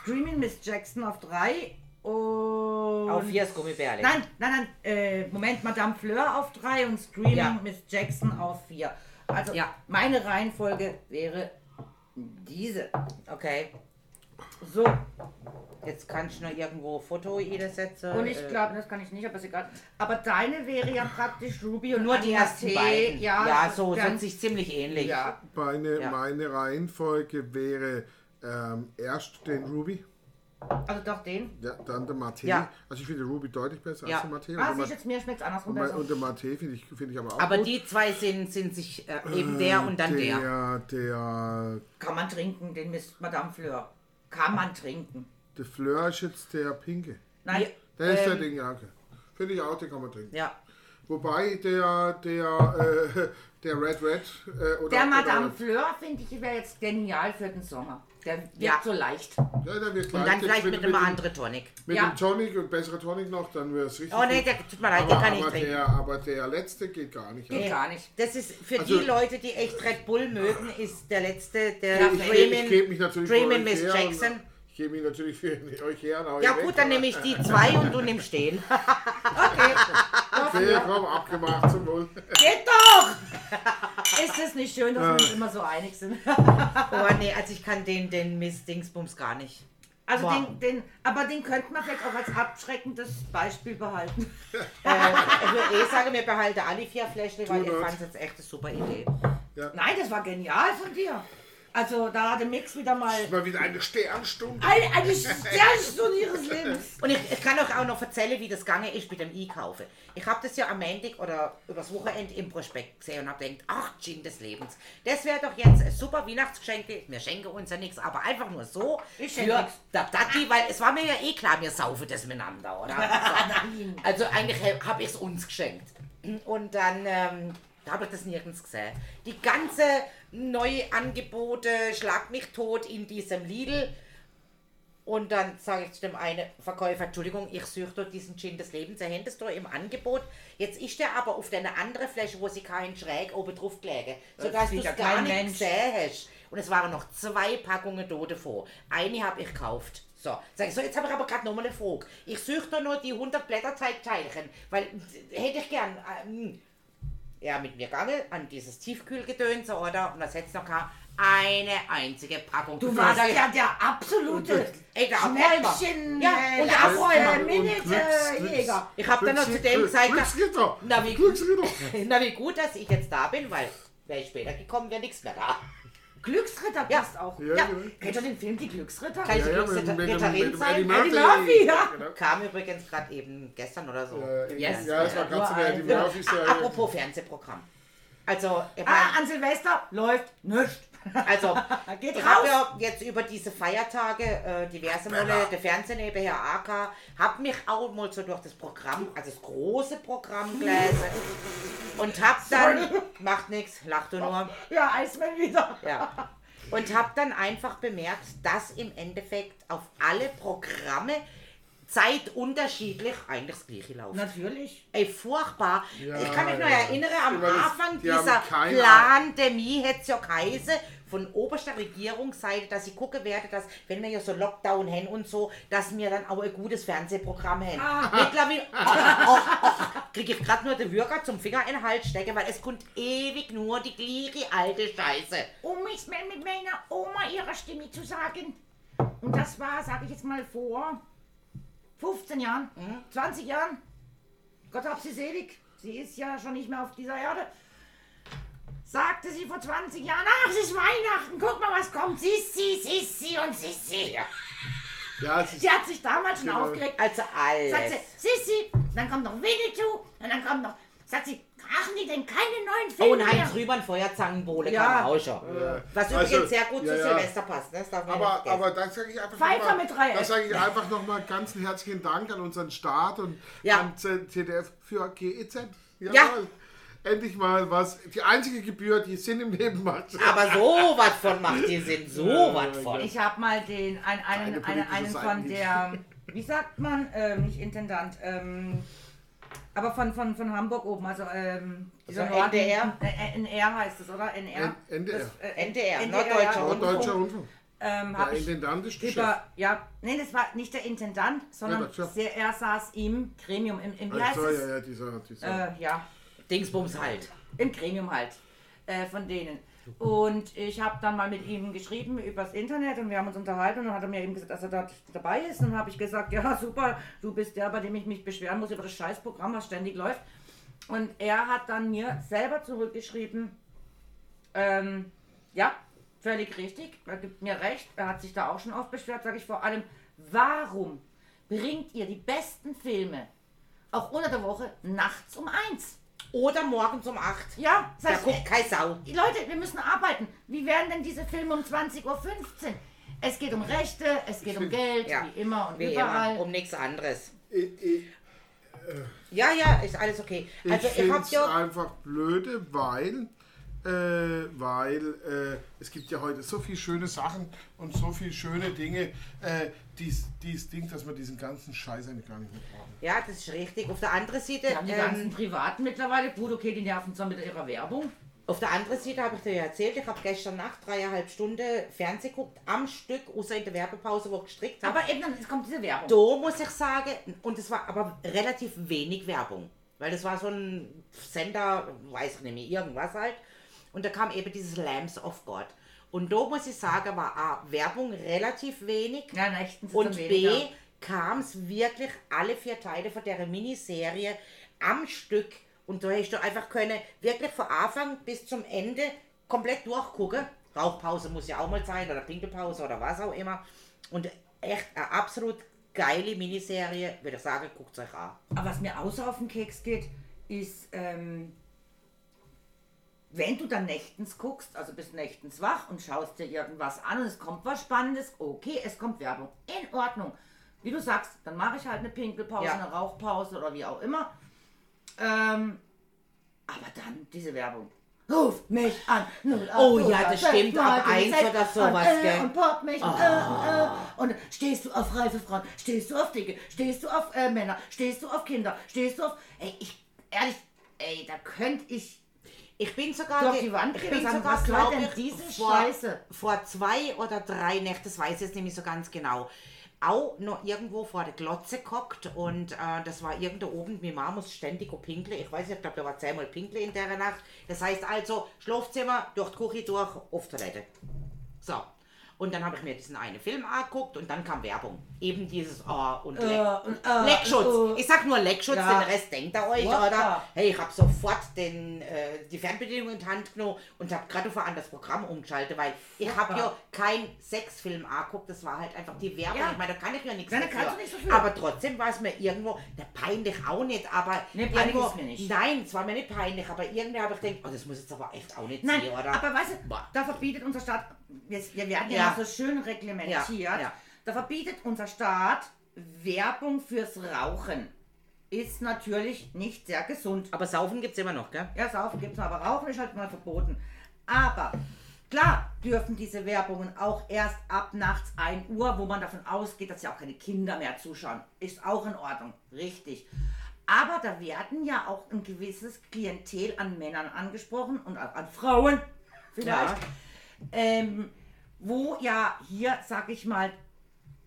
Speaker 1: Screaming Miss Jackson auf drei und.
Speaker 3: Auf vier ist Gummibärle.
Speaker 1: Nein, nein, nein, äh, Moment, Madame Fleur auf drei und Screaming
Speaker 3: Ja.
Speaker 1: Miss Jackson auf vier. Also
Speaker 3: Ja.
Speaker 1: meine Reihenfolge wäre diese.
Speaker 3: Okay. So, jetzt kannst du noch irgendwo Foto äh, jede setzen.
Speaker 1: Und ich glaube, das kann ich nicht, aber ist egal. Aber deine wäre ja praktisch Ruby und
Speaker 3: nur Ah, die
Speaker 1: Anja
Speaker 3: ersten
Speaker 1: T.
Speaker 3: beiden.
Speaker 1: Ja, also
Speaker 3: so
Speaker 1: dann-
Speaker 3: sind sich ziemlich ähnlich.
Speaker 1: Ja,
Speaker 2: Meine,
Speaker 3: Ja.
Speaker 2: meine Reihenfolge wäre ähm, erst den Ruby,
Speaker 1: also doch den.
Speaker 2: ja, dann der Mate.
Speaker 3: Ja.
Speaker 2: Also ich finde Ruby deutlich besser
Speaker 3: Ja.
Speaker 2: als der Mate. Und,
Speaker 1: Ah,
Speaker 2: der Ma-
Speaker 1: siehst jetzt mir schmeckt andersrum
Speaker 2: und, mein-
Speaker 1: besser.
Speaker 2: und der Mate finde ich, finde ich aber auch
Speaker 3: Aber
Speaker 2: gut.
Speaker 3: die zwei sind, sind sich äh, eben der und dann der.
Speaker 2: Der, der,
Speaker 1: Kann man trinken, den Mist Madame Fleur. Kann man trinken.
Speaker 2: der Fleur ist jetzt der Pinke.
Speaker 1: Nein,
Speaker 2: Der ist
Speaker 3: Ähm.
Speaker 2: der Ding, ja. okay. Finde ich auch, den kann man trinken.
Speaker 3: Ja.
Speaker 2: Wobei der, der, äh, der Red Red äh, oder.
Speaker 1: der Madame
Speaker 2: oder,
Speaker 1: Fleur, finde ich, wäre jetzt genial für den Sommer. Der wirkt
Speaker 3: Ja.
Speaker 1: so leicht.
Speaker 2: Ja, der
Speaker 3: Und
Speaker 2: wird leicht
Speaker 3: dann
Speaker 2: jetzt
Speaker 3: vielleicht mit
Speaker 2: mit,
Speaker 3: einem
Speaker 2: dem-
Speaker 3: anderen Tonic.
Speaker 2: Mit
Speaker 1: Ja.
Speaker 2: dem Tonic und bessere Tonic noch, dann wäre es richtig.
Speaker 3: Oh nee,
Speaker 2: gut.
Speaker 3: der, tut mir leid,
Speaker 2: aber,
Speaker 3: der kann ich
Speaker 2: aber,
Speaker 3: trinken.
Speaker 2: der, aber der letzte geht gar nicht.
Speaker 1: Geht
Speaker 2: Ja.
Speaker 1: gar nicht.
Speaker 3: Das ist für
Speaker 2: Also-
Speaker 3: die Leute, die echt Red Bull mögen, ist der letzte, der
Speaker 1: Ja,
Speaker 2: Ich,
Speaker 1: Dreamin-
Speaker 2: gebe- ich gebe mich natürlich für
Speaker 3: Dreamin'
Speaker 2: euch
Speaker 3: Miss
Speaker 2: her und-
Speaker 3: Jackson.
Speaker 2: Ich gebe mich natürlich für euch her. und hau
Speaker 3: Ja
Speaker 2: ihr weg,
Speaker 3: gut, dann
Speaker 2: aber-
Speaker 3: nehme ich die zwei und du nimmst den.
Speaker 2: Okay, komm, abgemacht zum Wohl.
Speaker 1: Geht doch! Ist es nicht schön, dass wir uns immer so einig sind?
Speaker 3: Oh nee, also ich kann den, den Miss Dingsbums gar nicht.
Speaker 1: Also
Speaker 3: Wow.
Speaker 1: den, den, aber den könnte man vielleicht auch als abschreckendes Beispiel behalten.
Speaker 3: Also ich sage, wir behalten alle vier Fläschchen, weil ich
Speaker 2: Gut.
Speaker 3: fand es jetzt echt eine super Idee.
Speaker 1: Nein, das war genial von dir. Also da hat der Mix wieder mal
Speaker 2: Mal wieder eine Sternstunde.
Speaker 1: eine, eine Sternstunde ihres Lebens.
Speaker 3: Und ich, ich kann euch auch noch erzählen, wie das gegangen ist mit dem Einkaufen. Ich habe das ja am Montag oder übers Wochenende im Prospekt gesehen und habe gedacht, ach, Gin des Lebens. Das wäre doch jetzt ein super Weihnachtsgeschenk. Wir schenken uns ja nichts, aber einfach nur so.
Speaker 1: Ich
Speaker 3: für
Speaker 1: schenk nix.
Speaker 3: der Dati, weil es war mir ja eh klar, wir saufen das miteinander, oder? So. also eigentlich habe ich es uns geschenkt. Und dann ähm, habe ich das nirgends gesehen. Die ganze neue Angebote, schlag mich tot in diesem Lidl. Und dann sage ich zu dem einen Verkäufer, Entschuldigung, ich suche dort diesen Gin des Lebens, er hätte es dort im Angebot. Jetzt ist der aber auf deine andere Fläche, wo sie keinen schräg oben drauf gelegen, sodass du
Speaker 1: sieht ja
Speaker 3: es gar
Speaker 1: kein
Speaker 3: nicht
Speaker 1: Mensch.
Speaker 3: gesehen hast. Und es waren noch zwei Packungen dort davor. Eine habe ich gekauft. So, sag ich so, jetzt habe ich aber gerade nochmal eine Frage. Ich suche da nur die 100 Blätterteigteilchen, weil äh, hätte ich gern. Ähm, ja, mit mir gegangen an dieses Tiefkühlgedönse, oder? Und das hätte noch gehabt, eine einzige Packung.
Speaker 1: Du
Speaker 3: Und
Speaker 1: warst
Speaker 3: dann sag ich,
Speaker 1: ja der absolute
Speaker 3: Ey, der Abräumer.
Speaker 1: Schnäppchen,
Speaker 3: Ja,
Speaker 1: äh,
Speaker 3: und
Speaker 1: der
Speaker 3: der Abräumer
Speaker 1: Abräumer, äh, Minute-Jäger.
Speaker 3: Ich hab dann noch zu dem gesagt,
Speaker 2: Glücksritter.
Speaker 3: Na, wie-
Speaker 2: Glücksritter.
Speaker 3: na wie gut, dass ich jetzt da bin, weil wäre ich später gekommen, wäre nichts mehr da.
Speaker 1: Glücksritter
Speaker 3: Ja.
Speaker 1: passt auch.
Speaker 2: Ja,
Speaker 3: Ja.
Speaker 2: genau.
Speaker 1: Kennt ihr den Film Die Glücksritter?
Speaker 3: Kann ich
Speaker 2: Ja, ja, mit- mit- mit-
Speaker 3: Glücksritterin
Speaker 2: mit
Speaker 3: sein?
Speaker 2: Eddie
Speaker 3: Eddie
Speaker 2: Murphy.
Speaker 1: Murphy, ja.
Speaker 2: Genau.
Speaker 3: Kam übrigens gerade eben gestern oder so.
Speaker 2: Äh,
Speaker 3: Yes.
Speaker 2: Ja, das war gerade so der Eddie
Speaker 1: Uralt.
Speaker 2: Murphy
Speaker 3: A-
Speaker 2: Serie.
Speaker 3: Apropos Fernsehprogramm. Also, ich
Speaker 1: Ah,
Speaker 3: mein,
Speaker 1: an Silvester läuft nichts.
Speaker 3: also
Speaker 1: Geht
Speaker 3: ich
Speaker 1: raus.
Speaker 3: habe ja jetzt über diese Feiertage äh, diverse
Speaker 2: Ah,
Speaker 3: Male der Fernsehen nebenher AK, habe mich auch mal so durch das Programm, also das große Programm gelesen und hab dann, macht nichts, lacht du nur.
Speaker 1: Ja, Eismann wieder.
Speaker 3: Ja. Und habe dann einfach bemerkt, dass im Endeffekt auf alle Programme zeitunterschiedlich eigentlich das gleiche laufen.
Speaker 1: Natürlich.
Speaker 3: Ey, furchtbar.
Speaker 2: Ja,
Speaker 3: ich kann mich noch
Speaker 2: ja.
Speaker 3: erinnern, am
Speaker 2: Immer das-
Speaker 3: Anfang
Speaker 2: die haben
Speaker 3: dieser
Speaker 2: keine
Speaker 3: Plandemie hätte es ja geheißen, von oberster Regierungsseite, dass ich gucken werde, dass, wenn wir ja so Lockdown haben und so, dass wir dann auch ein gutes Fernsehprogramm haben.
Speaker 2: Ah.
Speaker 3: Mittlerweile kriege ich gerade nur den Würger zum Finger in den Hals stecken, weil es kommt ewig nur die gleiche alte Scheiße.
Speaker 1: Um es mir mit meiner Oma ihrer Stimme zu sagen. Und das war, sage ich jetzt mal, vor 15 Jahren, 20 Jahren. Gott hab sie selig. Sie ist ja schon nicht mehr auf dieser Erde. Sagte sie vor 20 Jahren, ach, es ist Weihnachten, guck mal, was kommt. Sissi, Sissi und Sissi.
Speaker 2: Ja, es ist
Speaker 1: Sie hat sich damals schon
Speaker 2: Genau.
Speaker 1: aufgeregt.
Speaker 3: Also
Speaker 1: Sagt sie,
Speaker 3: alles.
Speaker 1: Sissi, dann kommt noch Winnetou und dann kommt noch, sagt sie, machen die denn keine neuen Filme
Speaker 3: Oh, und Heinz
Speaker 1: mehr?
Speaker 3: Rübern Feuerzangenbowle
Speaker 1: Ja.
Speaker 3: kann man auch schon. Was
Speaker 2: Also,
Speaker 3: übrigens sehr gut
Speaker 2: ja,
Speaker 3: zu
Speaker 2: ja.
Speaker 3: Silvester passt, ne? Das darf man nicht
Speaker 2: Aber,
Speaker 3: vergessen.
Speaker 2: aber dann sage ich einfach
Speaker 1: Pfeifer
Speaker 2: noch mal-
Speaker 1: mit drei
Speaker 2: Da
Speaker 1: F.
Speaker 2: sage ich einfach nochmal ganz herzlichen Dank an unseren Staat und
Speaker 3: Ja.
Speaker 2: an ZDF für GEZ.
Speaker 3: Ja.
Speaker 2: Jawohl. Endlich mal was. Die einzige Gebühr, die Sinn im Leben macht.
Speaker 3: Aber sowas von macht ihr Sinn, sowas von.
Speaker 1: Ich habe mal den, ein, einen,
Speaker 2: Eine
Speaker 1: einen,
Speaker 2: politische
Speaker 1: einen
Speaker 2: Seite
Speaker 1: von
Speaker 2: nicht.
Speaker 1: der, wie sagt man, ähm, nicht Intendant, ähm, aber von, von, von Hamburg oben, also ähm, dieser
Speaker 3: Also
Speaker 1: Norden-
Speaker 3: NDR?
Speaker 1: Äh, NR heißt es, oder? NR?
Speaker 2: N- NDR.
Speaker 1: Das, äh,
Speaker 3: NDR,
Speaker 1: ja.
Speaker 3: Norddeutscher
Speaker 2: Norddeutscher Rundfunk.
Speaker 1: Ähm,
Speaker 2: Der
Speaker 1: hab ich
Speaker 2: Intendant ist der Chef.
Speaker 1: über, ja, nee, das war nicht der Intendant, sondern
Speaker 2: der Chef.
Speaker 1: sehr, er saß im Gremium, im, im wie heißt
Speaker 2: Also, ja,
Speaker 1: es?
Speaker 2: ja, dieser, dieser.
Speaker 1: Äh, ja,
Speaker 3: Dingsbums halt.
Speaker 1: im Gremium halt, äh, von denen. Und ich habe dann mal mit ihm geschrieben übers Internet und wir haben uns unterhalten und dann hat er mir eben gesagt, dass er da dabei ist. Und dann habe ich gesagt, ja super, du bist der, bei dem ich mich beschweren muss über das Scheißprogramm, was ständig läuft. Und er hat dann mir selber zurückgeschrieben, ähm, ja, völlig richtig, er gibt mir recht, er hat sich da auch schon oft beschwert, sage ich vor allem, warum bringt ihr die besten Filme auch unter der Woche nachts um eins?
Speaker 3: Oder morgens um 8.
Speaker 1: Ja,
Speaker 3: Da
Speaker 1: sag ich,
Speaker 3: guckt keine Sau.
Speaker 1: die Leute, wir müssen arbeiten. Wie werden denn diese Filme um 20.15 Uhr? Es geht um Rechte, es geht um Geld,
Speaker 3: Ja,
Speaker 1: wie immer und
Speaker 3: Wie
Speaker 1: überall.
Speaker 3: immer, um nichts anderes.
Speaker 2: Ich, ich,
Speaker 3: Ja, ja, ist alles okay.
Speaker 2: ich
Speaker 3: Also ihr
Speaker 2: finde
Speaker 3: habt
Speaker 2: es
Speaker 3: ja...
Speaker 2: einfach blöde, weil, äh, weil äh, es gibt ja heute so viele schöne Sachen und so viele schöne Dinge, äh, dies, dies Ding, dass wir diesen ganzen Scheiß eigentlich gar nicht mehr brauchen.
Speaker 3: Ja, das ist richtig. Auf der anderen Seite,
Speaker 1: Wir haben die ganzen
Speaker 3: ähm,
Speaker 1: Privaten mittlerweile. Gut, okay, die nerven zwar mit ihrer Werbung.
Speaker 3: auf der anderen Seite habe ich dir ja erzählt, ich habe gestern Nacht dreieinhalb Stunden Fernsehen geguckt, am Stück, außer in der Werbepause, wo ich gestrickt habe.
Speaker 1: Aber eben dann kommt diese Werbung.
Speaker 3: Da muss ich sagen, und es war aber relativ wenig Werbung. Weil das war so ein Sender, weiß ich nicht mehr, irgendwas halt. Und da kam eben dieses Lambs of God. Und da muss ich sagen, war A, Werbung relativ wenig.
Speaker 1: Nein, rechtens
Speaker 3: Und B,
Speaker 1: weniger.
Speaker 3: kam es wirklich alle vier Teile von der Miniserie am Stück. Und da hast du einfach können, wirklich von Anfang bis zum Ende komplett durchgucken. Rauchpause muss ja auch mal sein oder Pinkelpause oder was auch immer. Und echt eine absolut geile Miniserie, würde ich sagen, guckt euch an.
Speaker 1: Aber was mir außer auf den Keks geht, ist, ähm, wenn du dann nächtens guckst, also bist nächtens wach und schaust dir irgendwas an und es kommt was Spannendes, okay, es kommt Werbung, in Ordnung. Wie du sagst, dann mache ich halt eine Pinkelpause,
Speaker 3: Ja.
Speaker 1: eine Rauchpause oder wie auch immer. Ähm, aber dann diese Werbung. Ruf mich an. 0800,
Speaker 3: Oh ja, das
Speaker 1: 12,
Speaker 3: stimmt, ab
Speaker 1: 96,
Speaker 3: eins oder sowas,
Speaker 1: und, äh,
Speaker 3: gell? Ah.
Speaker 1: Und pop mich und, äh, äh, und stehst du auf reife Frauen, stehst du auf Dicke, stehst du auf äh, Männer, stehst du auf Kinder, stehst du auf... Ey, ich, ehrlich, ey, da könnte ich...
Speaker 3: Ich bin sogar,
Speaker 1: Durch
Speaker 3: ge-
Speaker 1: die Wand
Speaker 3: ich
Speaker 1: gehen
Speaker 3: bin
Speaker 1: und sagen,
Speaker 3: sogar
Speaker 1: was soll
Speaker 3: glaube
Speaker 1: denn
Speaker 3: ich,
Speaker 1: diese
Speaker 3: vor,
Speaker 1: Scheiße?
Speaker 3: vor zwei oder drei Nächten, das weiß ich jetzt nämlich so ganz genau, auch noch irgendwo vor der Glotze gehockt und äh, das war irgendwo oben, meine Mama muss ständig auch pinkeln, ich weiß nicht, ich glaube, da war zehnmal pinkeln in der Nacht. Das heißt also, Schlafzimmer, durch die Küche durch, auf Toilette. So. Und dann habe ich mir diesen einen Film angeguckt und dann kam Werbung. Eben dieses Oh und Leck.
Speaker 1: und, äh,
Speaker 3: Leckschutz.
Speaker 1: und, äh.
Speaker 3: ich sag nur Leckschutz,
Speaker 1: Ja.
Speaker 3: den Rest denkt ihr euch,
Speaker 1: Ja,
Speaker 3: oder?
Speaker 1: klar.
Speaker 3: Hey, ich habe sofort den, äh, die Fernbedienung in die Hand genommen und habe gerade auf ein anderes Programm umgeschaltet, weil ich habe ja kein Sexfilm angeguckt, das war halt einfach die Werbung.
Speaker 1: Ja.
Speaker 3: Ich meine, da kann ich ja nichts
Speaker 1: Nein, da
Speaker 3: dafür.
Speaker 1: kannst du nichts dafür.
Speaker 3: Aber trotzdem war es mir irgendwo, ne, peinlich auch nicht, aber
Speaker 1: Nee, peinlich
Speaker 3: irgendwo,
Speaker 1: ist mir nicht.
Speaker 3: nein, es war mir nicht peinlich, aber irgendwie habe ich gedacht, oh, das muss jetzt aber echt auch nicht
Speaker 1: Nein,
Speaker 3: sein, oder?
Speaker 1: aber weißt du,
Speaker 3: Boah.
Speaker 1: da verbietet unser Staat, wir, wir werden ja,
Speaker 3: Ja.
Speaker 1: so schön reglementiert,
Speaker 3: Ja, ja.
Speaker 1: da verbietet unser Staat Werbung fürs Rauchen. Ist natürlich nicht sehr gesund.
Speaker 3: aber Saufen gibt's immer noch, gell?
Speaker 1: Ja, saufen gibt's noch, aber rauchen ist halt mal verboten. Aber klar dürfen diese Werbungen auch erst ab nachts 1 Uhr, wo man davon ausgeht, dass ja auch keine Kinder mehr zuschauen. Ist auch in Ordnung, richtig. Aber da werden ja auch ein gewisses Klientel an Männern angesprochen und auch an Frauen vielleicht.
Speaker 3: Ja.
Speaker 1: Ähm, wo ja hier, sag ich mal,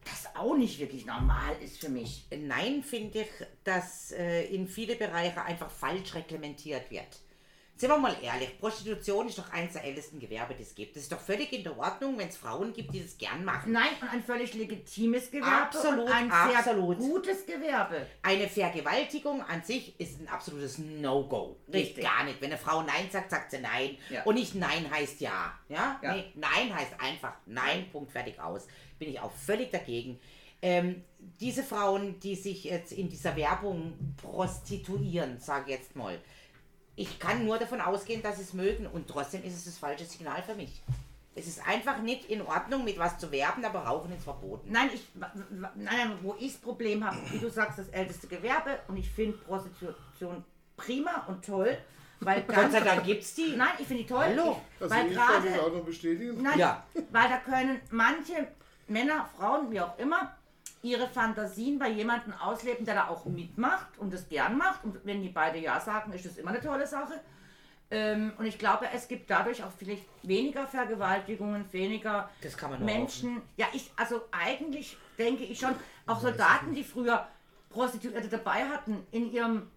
Speaker 1: das auch nicht wirklich normal ist für mich.
Speaker 3: Nein, finde ich, dass äh, in viele Bereiche einfach falsch reglementiert wird. Sind wir mal ehrlich, Prostitution ist doch eines der ältesten Gewerbe, die es gibt. Es ist doch völlig in der Ordnung, wenn es Frauen gibt, die das gern machen.
Speaker 1: Nein, und ein völlig legitimes Gewerbe
Speaker 3: Absolut,
Speaker 1: und ein
Speaker 3: absolut.
Speaker 1: sehr gutes Gewerbe.
Speaker 3: Eine Vergewaltigung an sich ist ein absolutes No-Go. Geht
Speaker 1: Richtig.
Speaker 3: gar nicht. Wenn eine Frau Nein sagt, sagt sie Nein.
Speaker 1: Ja.
Speaker 3: Und nicht Nein heißt Ja. ja?
Speaker 1: Ja.
Speaker 3: Nee, Nein heißt einfach Nein, Punkt, fertig, aus. Bin ich auch völlig dagegen. Ähm, diese Frauen, die sich jetzt in dieser Werbung prostituieren, sage ich jetzt mal, ich kann nur davon ausgehen, dass sie es mögen und trotzdem ist es das falsche Signal für mich. Es ist einfach nicht in Ordnung, mit was zu werben, aber Rauchen ist verboten.
Speaker 1: Nein, ich, w- w- nein, nein, wo ich das Problem habe, wie du sagst, das älteste Gewerbe und ich finde Prostitution prima und toll, weil
Speaker 3: Gott sei
Speaker 1: dann-
Speaker 3: Dank gibt's die.
Speaker 1: Nein, ich finde die toll.
Speaker 3: Hallo.
Speaker 1: Ich,
Speaker 2: Also
Speaker 1: weil
Speaker 2: ich kann das
Speaker 1: gerade
Speaker 2: auch noch bestätigen.
Speaker 1: Nein,
Speaker 3: Ja.
Speaker 1: weil da können manche Männer, Frauen, wie auch immer, ihre Fantasien bei jemandem ausleben, der da auch mitmacht und das gern macht. Und wenn die beide Ja sagen, ist das immer eine tolle Sache. Ähm, und ich glaube, es gibt dadurch auch vielleicht weniger Vergewaltigungen, weniger
Speaker 3: Das kann man nur
Speaker 1: Menschen. Ja, ich, also eigentlich denke ich schon, auch Soldaten, die früher Prostituierte dabei hatten in ihrem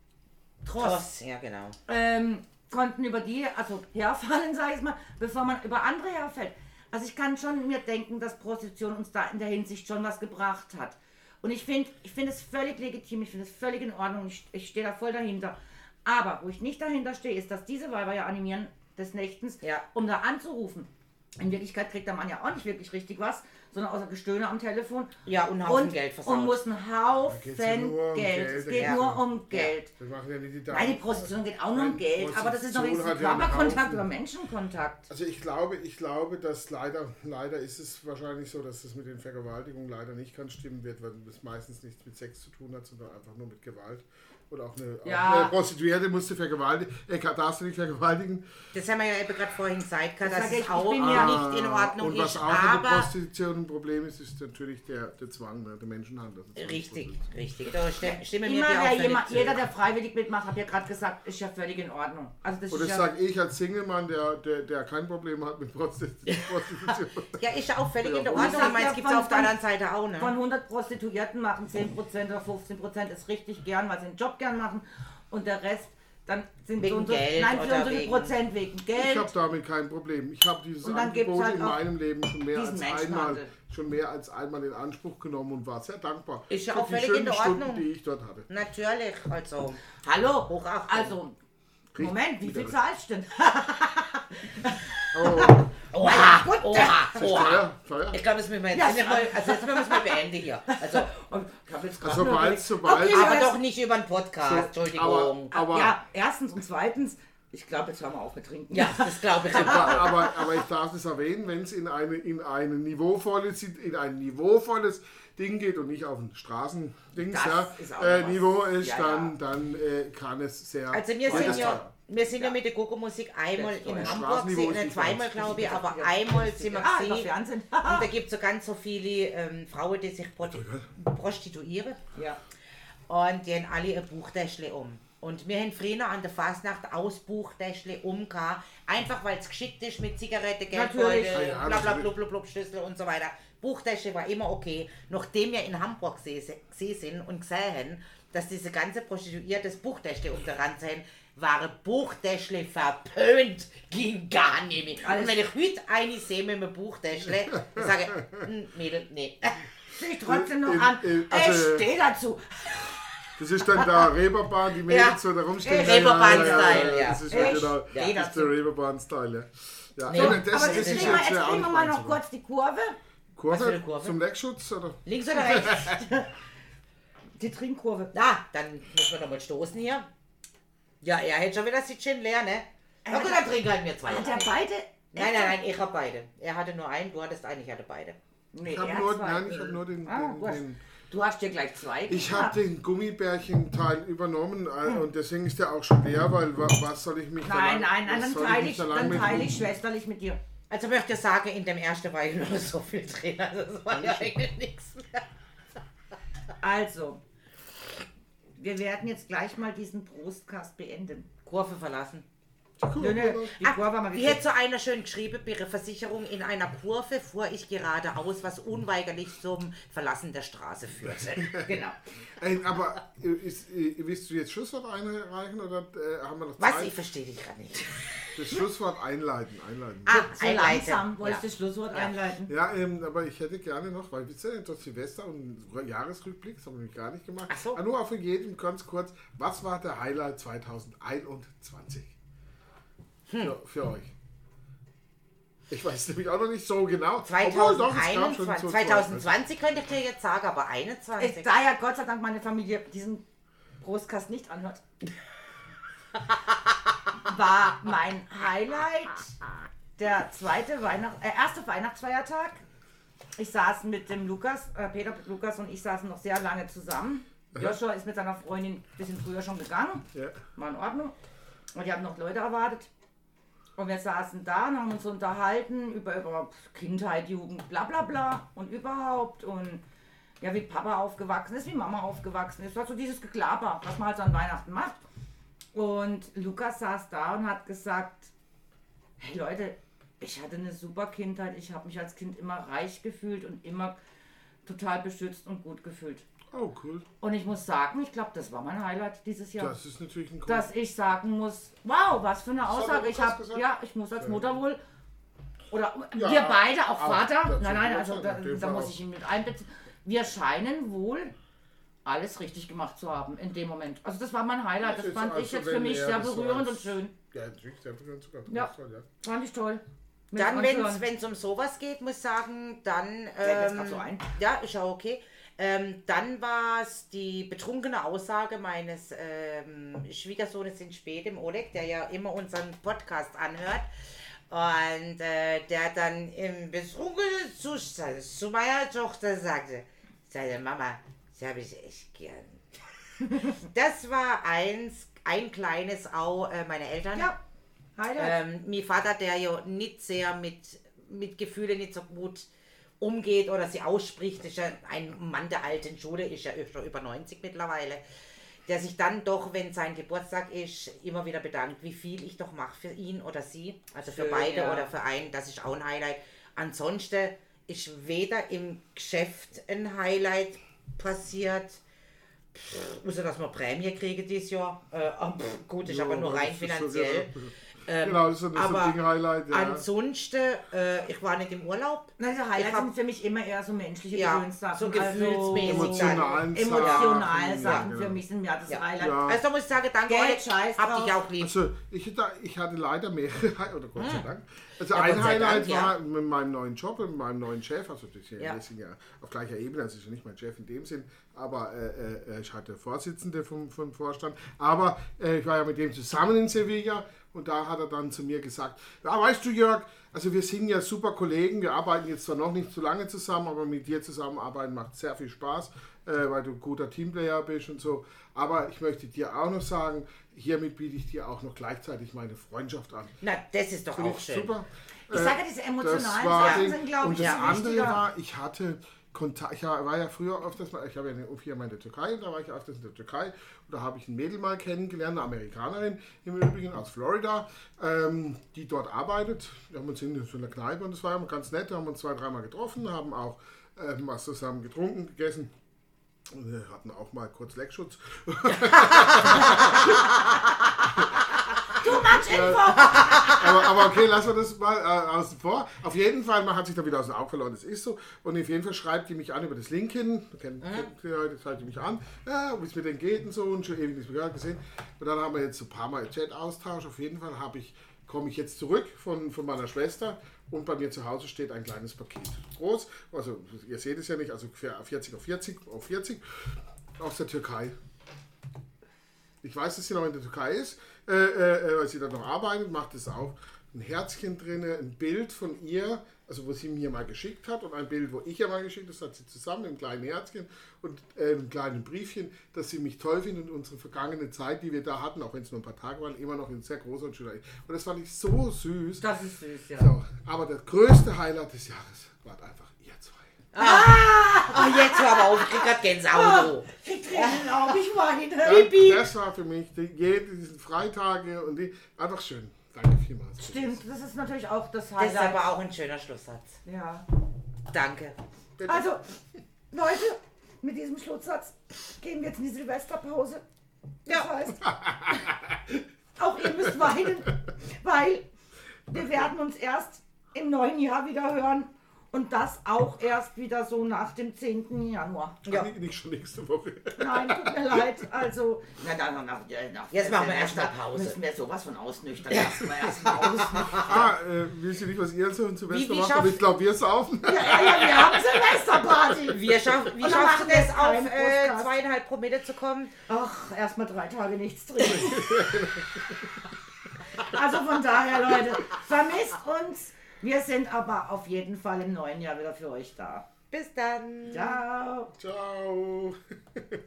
Speaker 1: Tross,
Speaker 3: Ja, genau.
Speaker 1: ähm, konnten über die, also herfallen, sage ich mal, bevor man über andere herfällt. Also ich kann schon mir denken, dass Prostitution uns da in der Hinsicht schon was gebracht hat. Und ich finde ich find es völlig legitim, ich finde es völlig in Ordnung, ich, ich stehe da voll dahinter. Aber wo ich nicht dahinter stehe, ist, dass diese Weiber ja animieren des Nächtens,
Speaker 3: Ja.
Speaker 1: um da anzurufen. In Wirklichkeit kriegt der Mann ja auch nicht wirklich richtig was, sondern außer Gestöhne am Telefon.
Speaker 3: Ja, und einen Haufen Geld versaut.
Speaker 1: Und muss einen
Speaker 2: Da
Speaker 1: Haufen
Speaker 2: geht's ja nur um
Speaker 1: Geld.
Speaker 2: Geld,
Speaker 1: Es
Speaker 2: da
Speaker 1: geht
Speaker 2: geht's
Speaker 1: nur
Speaker 2: ja-
Speaker 1: um Geld.
Speaker 2: Das machen ja nicht die Damen.
Speaker 1: Nein, die Prostitution geht auch nur um
Speaker 2: Nein,
Speaker 1: Geld, aber das ist noch
Speaker 2: Prostitution
Speaker 1: wenigstens
Speaker 2: hat ja einen
Speaker 1: Körperkontakt
Speaker 2: Haufen.
Speaker 1: oder Menschenkontakt.
Speaker 2: Also ich glaube, ich glaube, dass leider, leider ist es wahrscheinlich so, dass das mit den Vergewaltigungen leider nicht ganz stimmen wird, weil es meistens nichts mit Sex zu tun hat, sondern einfach nur mit Gewalt. Und auch eine,
Speaker 1: Ja.
Speaker 2: auch eine Prostituierte musste vergewaltigen. Äh, darfst du nicht vergewaltigen.
Speaker 3: Das haben wir ja eben gerade vorhin gesagt, dass
Speaker 1: Das
Speaker 3: das
Speaker 1: sag ich,
Speaker 3: es
Speaker 1: ich
Speaker 3: auch
Speaker 1: bin ja-
Speaker 3: nicht in Ordnung
Speaker 2: Äh, Ah, Und was
Speaker 3: ist,
Speaker 2: auch in der
Speaker 3: aber...
Speaker 2: Prostitution ein Problem ist, ist natürlich der, der Zwang, ne, der Menschenhandel. Also
Speaker 3: Richtig,
Speaker 2: 20%.
Speaker 3: richtig. Da stimme, stimme mir
Speaker 1: Immer
Speaker 3: dir auch
Speaker 1: der
Speaker 3: völlig
Speaker 1: jemand,
Speaker 3: zu.
Speaker 1: jeder, der freiwillig mitmacht, habt ihr gerade gesagt, ist ja völlig in Ordnung. Also das
Speaker 2: Und
Speaker 1: ist
Speaker 2: das
Speaker 1: ja,
Speaker 2: sage ich als Single-Mann, der, der, der kein Problem hat mit Prostit- Prostitution.
Speaker 3: Ja, ist ja auch völlig in der
Speaker 1: und ich
Speaker 3: Ordnung.
Speaker 1: sag
Speaker 3: Ich meine,
Speaker 1: ja,
Speaker 3: es gibt es
Speaker 1: von-
Speaker 3: auf der
Speaker 1: von-
Speaker 3: anderen Seite auch, ne?
Speaker 1: Von 100 Prostituierten machen 10% oder 15% ist richtig gern, weil sie den Job gern machen. Und der Rest, dann sind
Speaker 3: Wegen
Speaker 1: so und so,
Speaker 3: Geld
Speaker 1: nein, so
Speaker 3: oder
Speaker 1: und so viel
Speaker 3: wegen-
Speaker 1: Prozent wegen
Speaker 2: Ich habe
Speaker 1: Geld.
Speaker 2: damit kein Problem. Ich habe dieses
Speaker 1: Und dann gibt's
Speaker 2: Angebot
Speaker 1: halt
Speaker 2: in
Speaker 1: auch
Speaker 2: meinem Leben schon mehr,
Speaker 1: diesen
Speaker 2: als
Speaker 1: Menschenhandel.
Speaker 2: einmal, schon mehr als einmal in Anspruch genommen und war sehr dankbar
Speaker 3: Ist ja
Speaker 2: für
Speaker 3: auch
Speaker 2: die
Speaker 3: völlig
Speaker 2: schönen
Speaker 3: in der
Speaker 2: Stunden,
Speaker 3: Ordnung.
Speaker 2: die ich dort hatte.
Speaker 3: Natürlich, also.
Speaker 1: Hallo,
Speaker 3: Hochachtung.
Speaker 1: Also, Moment, wie viel
Speaker 2: widerlich.
Speaker 1: zahlst du denn?
Speaker 2: Oh,
Speaker 3: Oha, oha, oha.
Speaker 2: Steuer, Steuer.
Speaker 3: Ich glaube, das müssen wir jetzt
Speaker 1: Ja,
Speaker 3: nicht mal, also jetzt müssen wir es mal beenden hier. Also,
Speaker 1: Und ich hab jetzt grad
Speaker 2: Also
Speaker 1: nur
Speaker 2: bald,
Speaker 1: überlegt-
Speaker 2: sobald-
Speaker 1: Okay,
Speaker 3: aber
Speaker 1: jetzt-
Speaker 3: doch nicht über den Podcast, Entschuldigung.
Speaker 2: aber-
Speaker 1: ja, erstens und zweitens, ich glaube, jetzt hören wir auf mit Trinken.
Speaker 3: ja, das glaube ich auch.
Speaker 2: Aber, aber, aber ich darf es erwähnen, wenn es in, eine, in, ein niveauvolles, in ein niveauvolles Ding geht und nicht auf ein Straßendings,
Speaker 1: Das
Speaker 2: ja,
Speaker 1: ist auch
Speaker 2: äh,
Speaker 1: was.
Speaker 2: Niveau ist,
Speaker 1: Ja, ja.
Speaker 2: dann, dann äh, kann es sehr...
Speaker 3: Also wir
Speaker 2: wird es
Speaker 3: sind ja,
Speaker 2: teuer.
Speaker 3: wir sind ja mit der Gogo-Musik einmal
Speaker 1: Das ist
Speaker 3: in
Speaker 1: teuer.
Speaker 3: Hamburg,
Speaker 2: Straßenniveau
Speaker 3: sind,
Speaker 2: ist
Speaker 3: ne,
Speaker 2: nicht
Speaker 3: zweimal
Speaker 2: ganz
Speaker 3: glaube ich, aber
Speaker 1: Ja,
Speaker 3: einmal sind wir
Speaker 1: Ah, über
Speaker 3: gesehen.
Speaker 1: Fernsehen.
Speaker 3: Und da gibt es so ganz so viele ähm, Frauen, die sich proti- prostituieren.
Speaker 1: ja.
Speaker 3: Und die haben alle ein Buchdäschle um. Und wir haben früher an der Fasnacht aus Buchdäschle um gehabt, einfach weil es geschickt ist mit Zigarette, Geldbeutel,
Speaker 1: Natürlich.
Speaker 2: Ah
Speaker 3: bla
Speaker 2: ja,
Speaker 3: bla
Speaker 2: natürlich.
Speaker 3: blub, blub, blub, Schlüssel und so weiter. Buchdäschle war immer okay. Nachdem wir in Hamburg gese- gesehen sind und gesehen, dass diese ganze Prostituierte das Buchdäschle um der Rand sind, waren Buchdäschle verpönt, ging gar nicht mehr. Und wenn ich heute eine sehe mit einem Buchdäschle, dann sage ich, "Hm, Mädel, nee.
Speaker 1: Sehe ich trotzdem noch
Speaker 2: In-
Speaker 1: an.
Speaker 2: in-
Speaker 1: ich
Speaker 2: also-
Speaker 1: stehe dazu.
Speaker 2: Das ist dann der Reeperbahn, die Mädels so da rumstehen.
Speaker 3: Äh, Reeperbahn-Style, ja.
Speaker 2: Das ist ja
Speaker 1: Echt?
Speaker 2: genau,
Speaker 3: Ja.
Speaker 2: das ist der Reeperbahn-Style, ja. ja.
Speaker 3: Nee,
Speaker 2: aber das,
Speaker 1: Aber
Speaker 2: das
Speaker 1: jetzt
Speaker 2: ist
Speaker 1: kriegen wir,
Speaker 2: jetzt
Speaker 1: jetzt
Speaker 2: ja auch
Speaker 1: kriegen wir
Speaker 2: nicht
Speaker 1: mal
Speaker 2: mein
Speaker 1: noch
Speaker 2: Zimmer.
Speaker 1: kurz die Kurve.
Speaker 2: Kurve,
Speaker 3: Was für eine Kurve?
Speaker 2: zum Leckschutz oder?
Speaker 3: Links oder rechts?
Speaker 1: Die Trinkkurve.
Speaker 3: Na, dann müssen wir nochmal stoßen hier. Ja, er hätte schon wieder das Gin leer, ne? Na gut, dann trinken halt mir zwei.
Speaker 1: Hat er
Speaker 3: Nein,
Speaker 1: beide?
Speaker 3: nein, nein, ich hab beide. Er hatte nur einen, du hattest einen, ich hatte beide.
Speaker 1: Nee,
Speaker 2: Ich habe
Speaker 1: er
Speaker 2: nur,
Speaker 1: zwei.
Speaker 2: nein, ich hab nur den,
Speaker 1: Ah,
Speaker 2: den,
Speaker 1: du, hast,
Speaker 2: den
Speaker 1: du hast dir gleich zwei.
Speaker 2: Ich habe den Gummibärchen-Teil übernommen äh, und deswegen ist der auch schon leer, weil wa- was soll ich mich da
Speaker 1: Hm. Nein,
Speaker 2: lang-
Speaker 1: nein, nein,
Speaker 2: was
Speaker 1: dann
Speaker 2: soll
Speaker 1: teile
Speaker 2: mich
Speaker 1: ich,
Speaker 2: da lang
Speaker 1: dann
Speaker 2: mit
Speaker 1: teile
Speaker 2: rum-
Speaker 1: ich schwesterlich mit dir.
Speaker 3: Also möchte ich sagen, in dem ersten war ich nur so viel drin. Also das war ja eigentlich nichts mehr.
Speaker 1: Also, wir werden jetzt gleich mal diesen Prostcast beenden.
Speaker 3: Kurve verlassen.
Speaker 1: Nö, nö, die Kurve haben wir
Speaker 3: Wie
Speaker 1: gekriegt.
Speaker 3: hätte so einer schön geschrieben, bei der Versicherung in einer Kurve fuhr ich geradeaus, was unweigerlich zum Verlassen der Straße führte.
Speaker 1: Genau.
Speaker 2: Ey, aber äh, ist, äh, willst du jetzt Schlusswort einreichen oder äh, haben wir noch
Speaker 3: Was?
Speaker 2: Zeit?
Speaker 3: Ich verstehe dich gerade nicht.
Speaker 2: Das Schlusswort einleiten, einleiten.
Speaker 3: Ah,
Speaker 1: So
Speaker 3: einleiten.
Speaker 1: langsam wollte ich
Speaker 3: Ja.
Speaker 1: das Schlusswort einleiten.
Speaker 2: Ja, ähm, aber ich hätte gerne noch, weil wir sind ja doch Silvester und Jahresrückblick, das haben wir nämlich gar nicht gemacht.
Speaker 3: Ach so.
Speaker 2: Ah, Nur auf jedem ganz kurz, was war der Highlight 2021
Speaker 1: Hm.
Speaker 2: für, für euch? Ich weiß nämlich auch noch nicht so genau. Obwohl, doch, es gab schon
Speaker 3: 2021,
Speaker 2: so
Speaker 3: 2020 könnte ich dir jetzt sagen, aber 21.
Speaker 1: Ich, da ja Gott sei Dank meine Familie diesen Brustkast nicht anhört, war mein Highlight der zweite Weihnacht, äh, erste Weihnachtsfeiertag. Ich saß mit dem Lukas, äh, Peter Lukas und ich saßen noch sehr lange zusammen. Joshua ist mit seiner Freundin ein bisschen früher schon gegangen,
Speaker 2: Ja.
Speaker 1: war in Ordnung. Und die haben noch Leute erwartet. Und wir saßen da und haben uns unterhalten über, über Kindheit, Jugend, bla bla bla und überhaupt und ja, wie Papa aufgewachsen ist, wie Mama aufgewachsen ist. War so dieses Geklaper, was man halt so an Weihnachten macht. Und Lukas saß da und hat gesagt, hey Leute, ich hatte eine super Kindheit. Ich habe mich als Kind immer reich gefühlt und immer total beschützt und gut gefühlt.
Speaker 2: Oh, cool.
Speaker 1: Und ich muss sagen, ich glaube, das war mein Highlight dieses Jahr.
Speaker 2: Das ist natürlich ein cool.
Speaker 1: dass ich sagen muss, wow, was für eine
Speaker 2: hat
Speaker 1: Aussage.
Speaker 2: er
Speaker 1: Ich
Speaker 2: krass
Speaker 1: habe,
Speaker 2: gesagt.
Speaker 1: ja, ich muss als Mutter wohl, oder
Speaker 2: Ja,
Speaker 1: wir beide, auch
Speaker 2: auch
Speaker 1: Vater,
Speaker 2: dazu
Speaker 1: nein, nein,
Speaker 2: muss
Speaker 1: also
Speaker 2: man
Speaker 1: da,
Speaker 2: auf jeden
Speaker 1: da
Speaker 2: Fall
Speaker 1: muss
Speaker 2: auch.
Speaker 1: ich ihn mit einbeziehen. Wir scheinen wohl alles richtig gemacht zu haben in dem Moment. Also das war mein Highlight,
Speaker 2: Das
Speaker 1: das
Speaker 2: ist
Speaker 1: fand ich
Speaker 2: also,
Speaker 1: jetzt für
Speaker 2: wenn
Speaker 1: mich
Speaker 2: er
Speaker 1: sehr
Speaker 2: das so
Speaker 1: berührend und
Speaker 2: als-
Speaker 1: schön.
Speaker 2: ja, natürlich, der hat sogar
Speaker 1: Ja.
Speaker 2: Toll, ja.
Speaker 1: Fand ich toll. Mir
Speaker 3: Dann,
Speaker 1: das anzuhören.
Speaker 3: wenn es um sowas geht, muss ich sagen, dann.
Speaker 1: Fällt jetzt
Speaker 3: Ähm,
Speaker 1: grad so ein.
Speaker 3: Ja, ist auch okay. Ähm, dann war es die betrunkene Aussage meines ähm, Schwiegersohnes in Spätem, Oleg, der ja immer unseren Podcast anhört. Und äh, der dann im betrunkenen Zustand zu meiner Tochter sagte: Seine Mama, sie habe ich echt gern. das war eins, ein kleines Au äh, meiner Eltern.
Speaker 1: Ja, Highlight.
Speaker 3: Ähm, mein Vater, der ja nicht sehr mit, mit Gefühlen nicht so gut umgeht oder sie ausspricht, ist ja ein Mann der alten Schule, ist ja schon über 90 mittlerweile, der sich dann doch, wenn sein Geburtstag ist, immer wieder bedankt, wie viel ich doch mache für ihn oder sie, also für
Speaker 1: Schön,
Speaker 3: beide
Speaker 1: ja.
Speaker 3: oder für einen, das ist auch ein Highlight. Ansonsten ist weder im Geschäft ein Highlight passiert, Außer, dass wir Prämie kriegen dieses Jahr. Äh, ah, pff, gut, ist
Speaker 2: Ja,
Speaker 3: aber nur
Speaker 2: aber
Speaker 3: rein
Speaker 2: das ist so
Speaker 3: finanziell. Ähm,
Speaker 2: Genau, das ist so das ist so
Speaker 3: aber
Speaker 2: ein Ding Highlight. Ja.
Speaker 3: Ansonsten, äh, ich war nicht im Urlaub.
Speaker 1: Na, also
Speaker 3: ich
Speaker 1: Highlights
Speaker 3: hab-
Speaker 1: sind für mich immer eher so menschliche
Speaker 3: Ja,
Speaker 1: Gedönssachen.
Speaker 3: so gefühlsmäßig
Speaker 2: Emotionalen
Speaker 1: Also, emotional
Speaker 2: Sachen,
Speaker 1: Sachen
Speaker 2: ja,
Speaker 1: für
Speaker 2: genau.
Speaker 1: mich sind ja das
Speaker 3: Ja.
Speaker 1: Highlight.
Speaker 2: Ja.
Speaker 3: Also da muss ich sagen, danke
Speaker 1: Geld,
Speaker 3: euch.
Speaker 1: scheiß
Speaker 3: Hab dich
Speaker 1: drauf.
Speaker 3: auch lieb.
Speaker 2: Also, ich, hätte, ich hatte leider mehrere Highlights, oder Gott sei Dank. Also,
Speaker 3: Ah. Ja,
Speaker 2: ein
Speaker 3: Gott sei
Speaker 2: Highlight
Speaker 3: Dank, ja.
Speaker 2: war mit meinem neuen Job, und mit meinem neuen Chef, also das hier,
Speaker 3: Ja.
Speaker 2: wir sind ja auf gleicher Ebene, also ich bin nicht mein Chef in dem Sinn, aber äh, äh, ich hatte Vorsitzende vom, vom Vorstand, aber äh, ich war ja mit dem zusammen in Sevilla und da hat er dann zu mir gesagt, ja, weißt du Jörg, also wir sind ja super Kollegen, wir arbeiten jetzt zwar noch nicht so lange zusammen, aber mit dir zusammenarbeiten macht sehr viel Spaß, äh, weil du ein guter Teamplayer bist und so, aber ich möchte dir auch noch sagen, hiermit biete ich dir auch noch gleichzeitig meine Freundschaft an.
Speaker 3: Na, das ist doch
Speaker 2: Finde
Speaker 3: auch
Speaker 2: ich
Speaker 3: schön.
Speaker 2: super. Äh,
Speaker 1: Ich sage, diese emotionalen
Speaker 2: das war
Speaker 1: Sachen
Speaker 2: Ding.
Speaker 1: sind, glaube ich,
Speaker 2: Und das
Speaker 1: viel
Speaker 2: andere
Speaker 1: wichtiger.
Speaker 2: war, ich hatte Kontakt, ich war ja früher öfters mal, ich habe ja eine vier Mal in der Türkei und da war ich öfters in der Türkei und da habe ich ein Mädel mal kennengelernt, eine Amerikanerin im Übrigen aus Florida, ähm, die dort arbeitet. Wir haben uns in so einer Kneipe und das war immer ganz nett, da haben wir uns zwei, dreimal getroffen, haben auch ähm, was zusammen getrunken, gegessen. Wir hatten auch mal kurz Leckschutz.
Speaker 1: Too much info!
Speaker 2: aber, aber okay, lassen wir das mal äh, außen vor. Auf jeden Fall, man hat sich da wieder aus den Augen verloren, das ist so. Und auf jeden Fall schreibt die mich an über das LinkedIn. Kennt, kennt die Leute, schreibt die mich an, ja, wie es mir denn geht und so. Und schon ewig nichts mehr gehört, gesehen. Und dann haben wir jetzt so ein paar Mal Chat-Austausch. Auf jeden Fall habe ich komme ich jetzt zurück von, von meiner Schwester und bei mir zu Hause steht ein kleines Paket. Groß, also ihr seht es ja nicht, also ungefähr 40 auf 40 auf 40 aus der Türkei. Ich weiß, dass sie noch in der Türkei ist, äh, äh, äh, weil sie da noch arbeitet, macht es auch. Ein Herzchen drin, ein Bild von ihr, also wo sie mir mal geschickt hat und ein Bild, wo ich ihr mal geschickt habe, das hat sie zusammen im kleinen Herzchen und äh, im kleinen Briefchen, dass sie mich toll findet und unsere vergangene Zeit, die wir da hatten, auch wenn es nur ein paar Tage waren, immer noch in sehr großer und schöner Und das fand ich so süß.
Speaker 1: Das ist süß, ja.
Speaker 2: So, aber das größte Highlight des Jahres war einfach ihr zwei.
Speaker 3: Ah, jetzt hör aber auf, ich krieg grad Gänsehaut. du.
Speaker 1: Ich träne in den Augen, ich weine.
Speaker 2: Das war für mich die, jede, diesen Freitage und die, einfach schön. Danke vielmals.
Speaker 1: Stimmt, das ist natürlich auch das
Speaker 3: Das ist
Speaker 1: Highlight.
Speaker 3: aber auch ein schöner Schlusssatz.
Speaker 1: ja.
Speaker 3: Danke.
Speaker 2: Bitte.
Speaker 1: Also, Leute, mit diesem Schlusssatz gehen wir jetzt in die Silvesterpause. Das
Speaker 3: Ja.
Speaker 1: heißt, auch ihr müsst weinen, weil wir werden uns erst im neuen Jahr wieder hören. Und das auch erst wieder so nach dem 10. Januar.
Speaker 2: Ja. Nicht, nicht schon nächste Woche.
Speaker 1: Nein, tut mir leid. Also, na dann, nach, äh, nach
Speaker 3: Jetzt machen wir erst mal
Speaker 1: Silvester
Speaker 3: Pause.
Speaker 1: Müssen wir sowas von ausnüchtern. Lassen wir erst mal aus.
Speaker 2: Ah, äh, wisst ihr nicht, was ihr so in Silvester
Speaker 3: wie
Speaker 2: macht? Aber
Speaker 3: schafft-
Speaker 2: ich glaube, wir saufen.
Speaker 1: Ja, ja, wir haben Silvesterparty.
Speaker 3: Wir schaff, wie
Speaker 1: Und dann
Speaker 3: schaffst du
Speaker 1: machen wir
Speaker 3: das, auf
Speaker 1: einen
Speaker 3: äh,
Speaker 1: Podcast.
Speaker 3: zweieinhalb Promille zu kommen?
Speaker 1: Ach, erstmal drei Tage nichts trinken. also von daher, Leute, vermisst uns. Wir sind aber auf jeden Fall Mhm. im neuen Jahr wieder für euch da.
Speaker 3: Bis dann.
Speaker 1: Ciao.
Speaker 2: Ciao.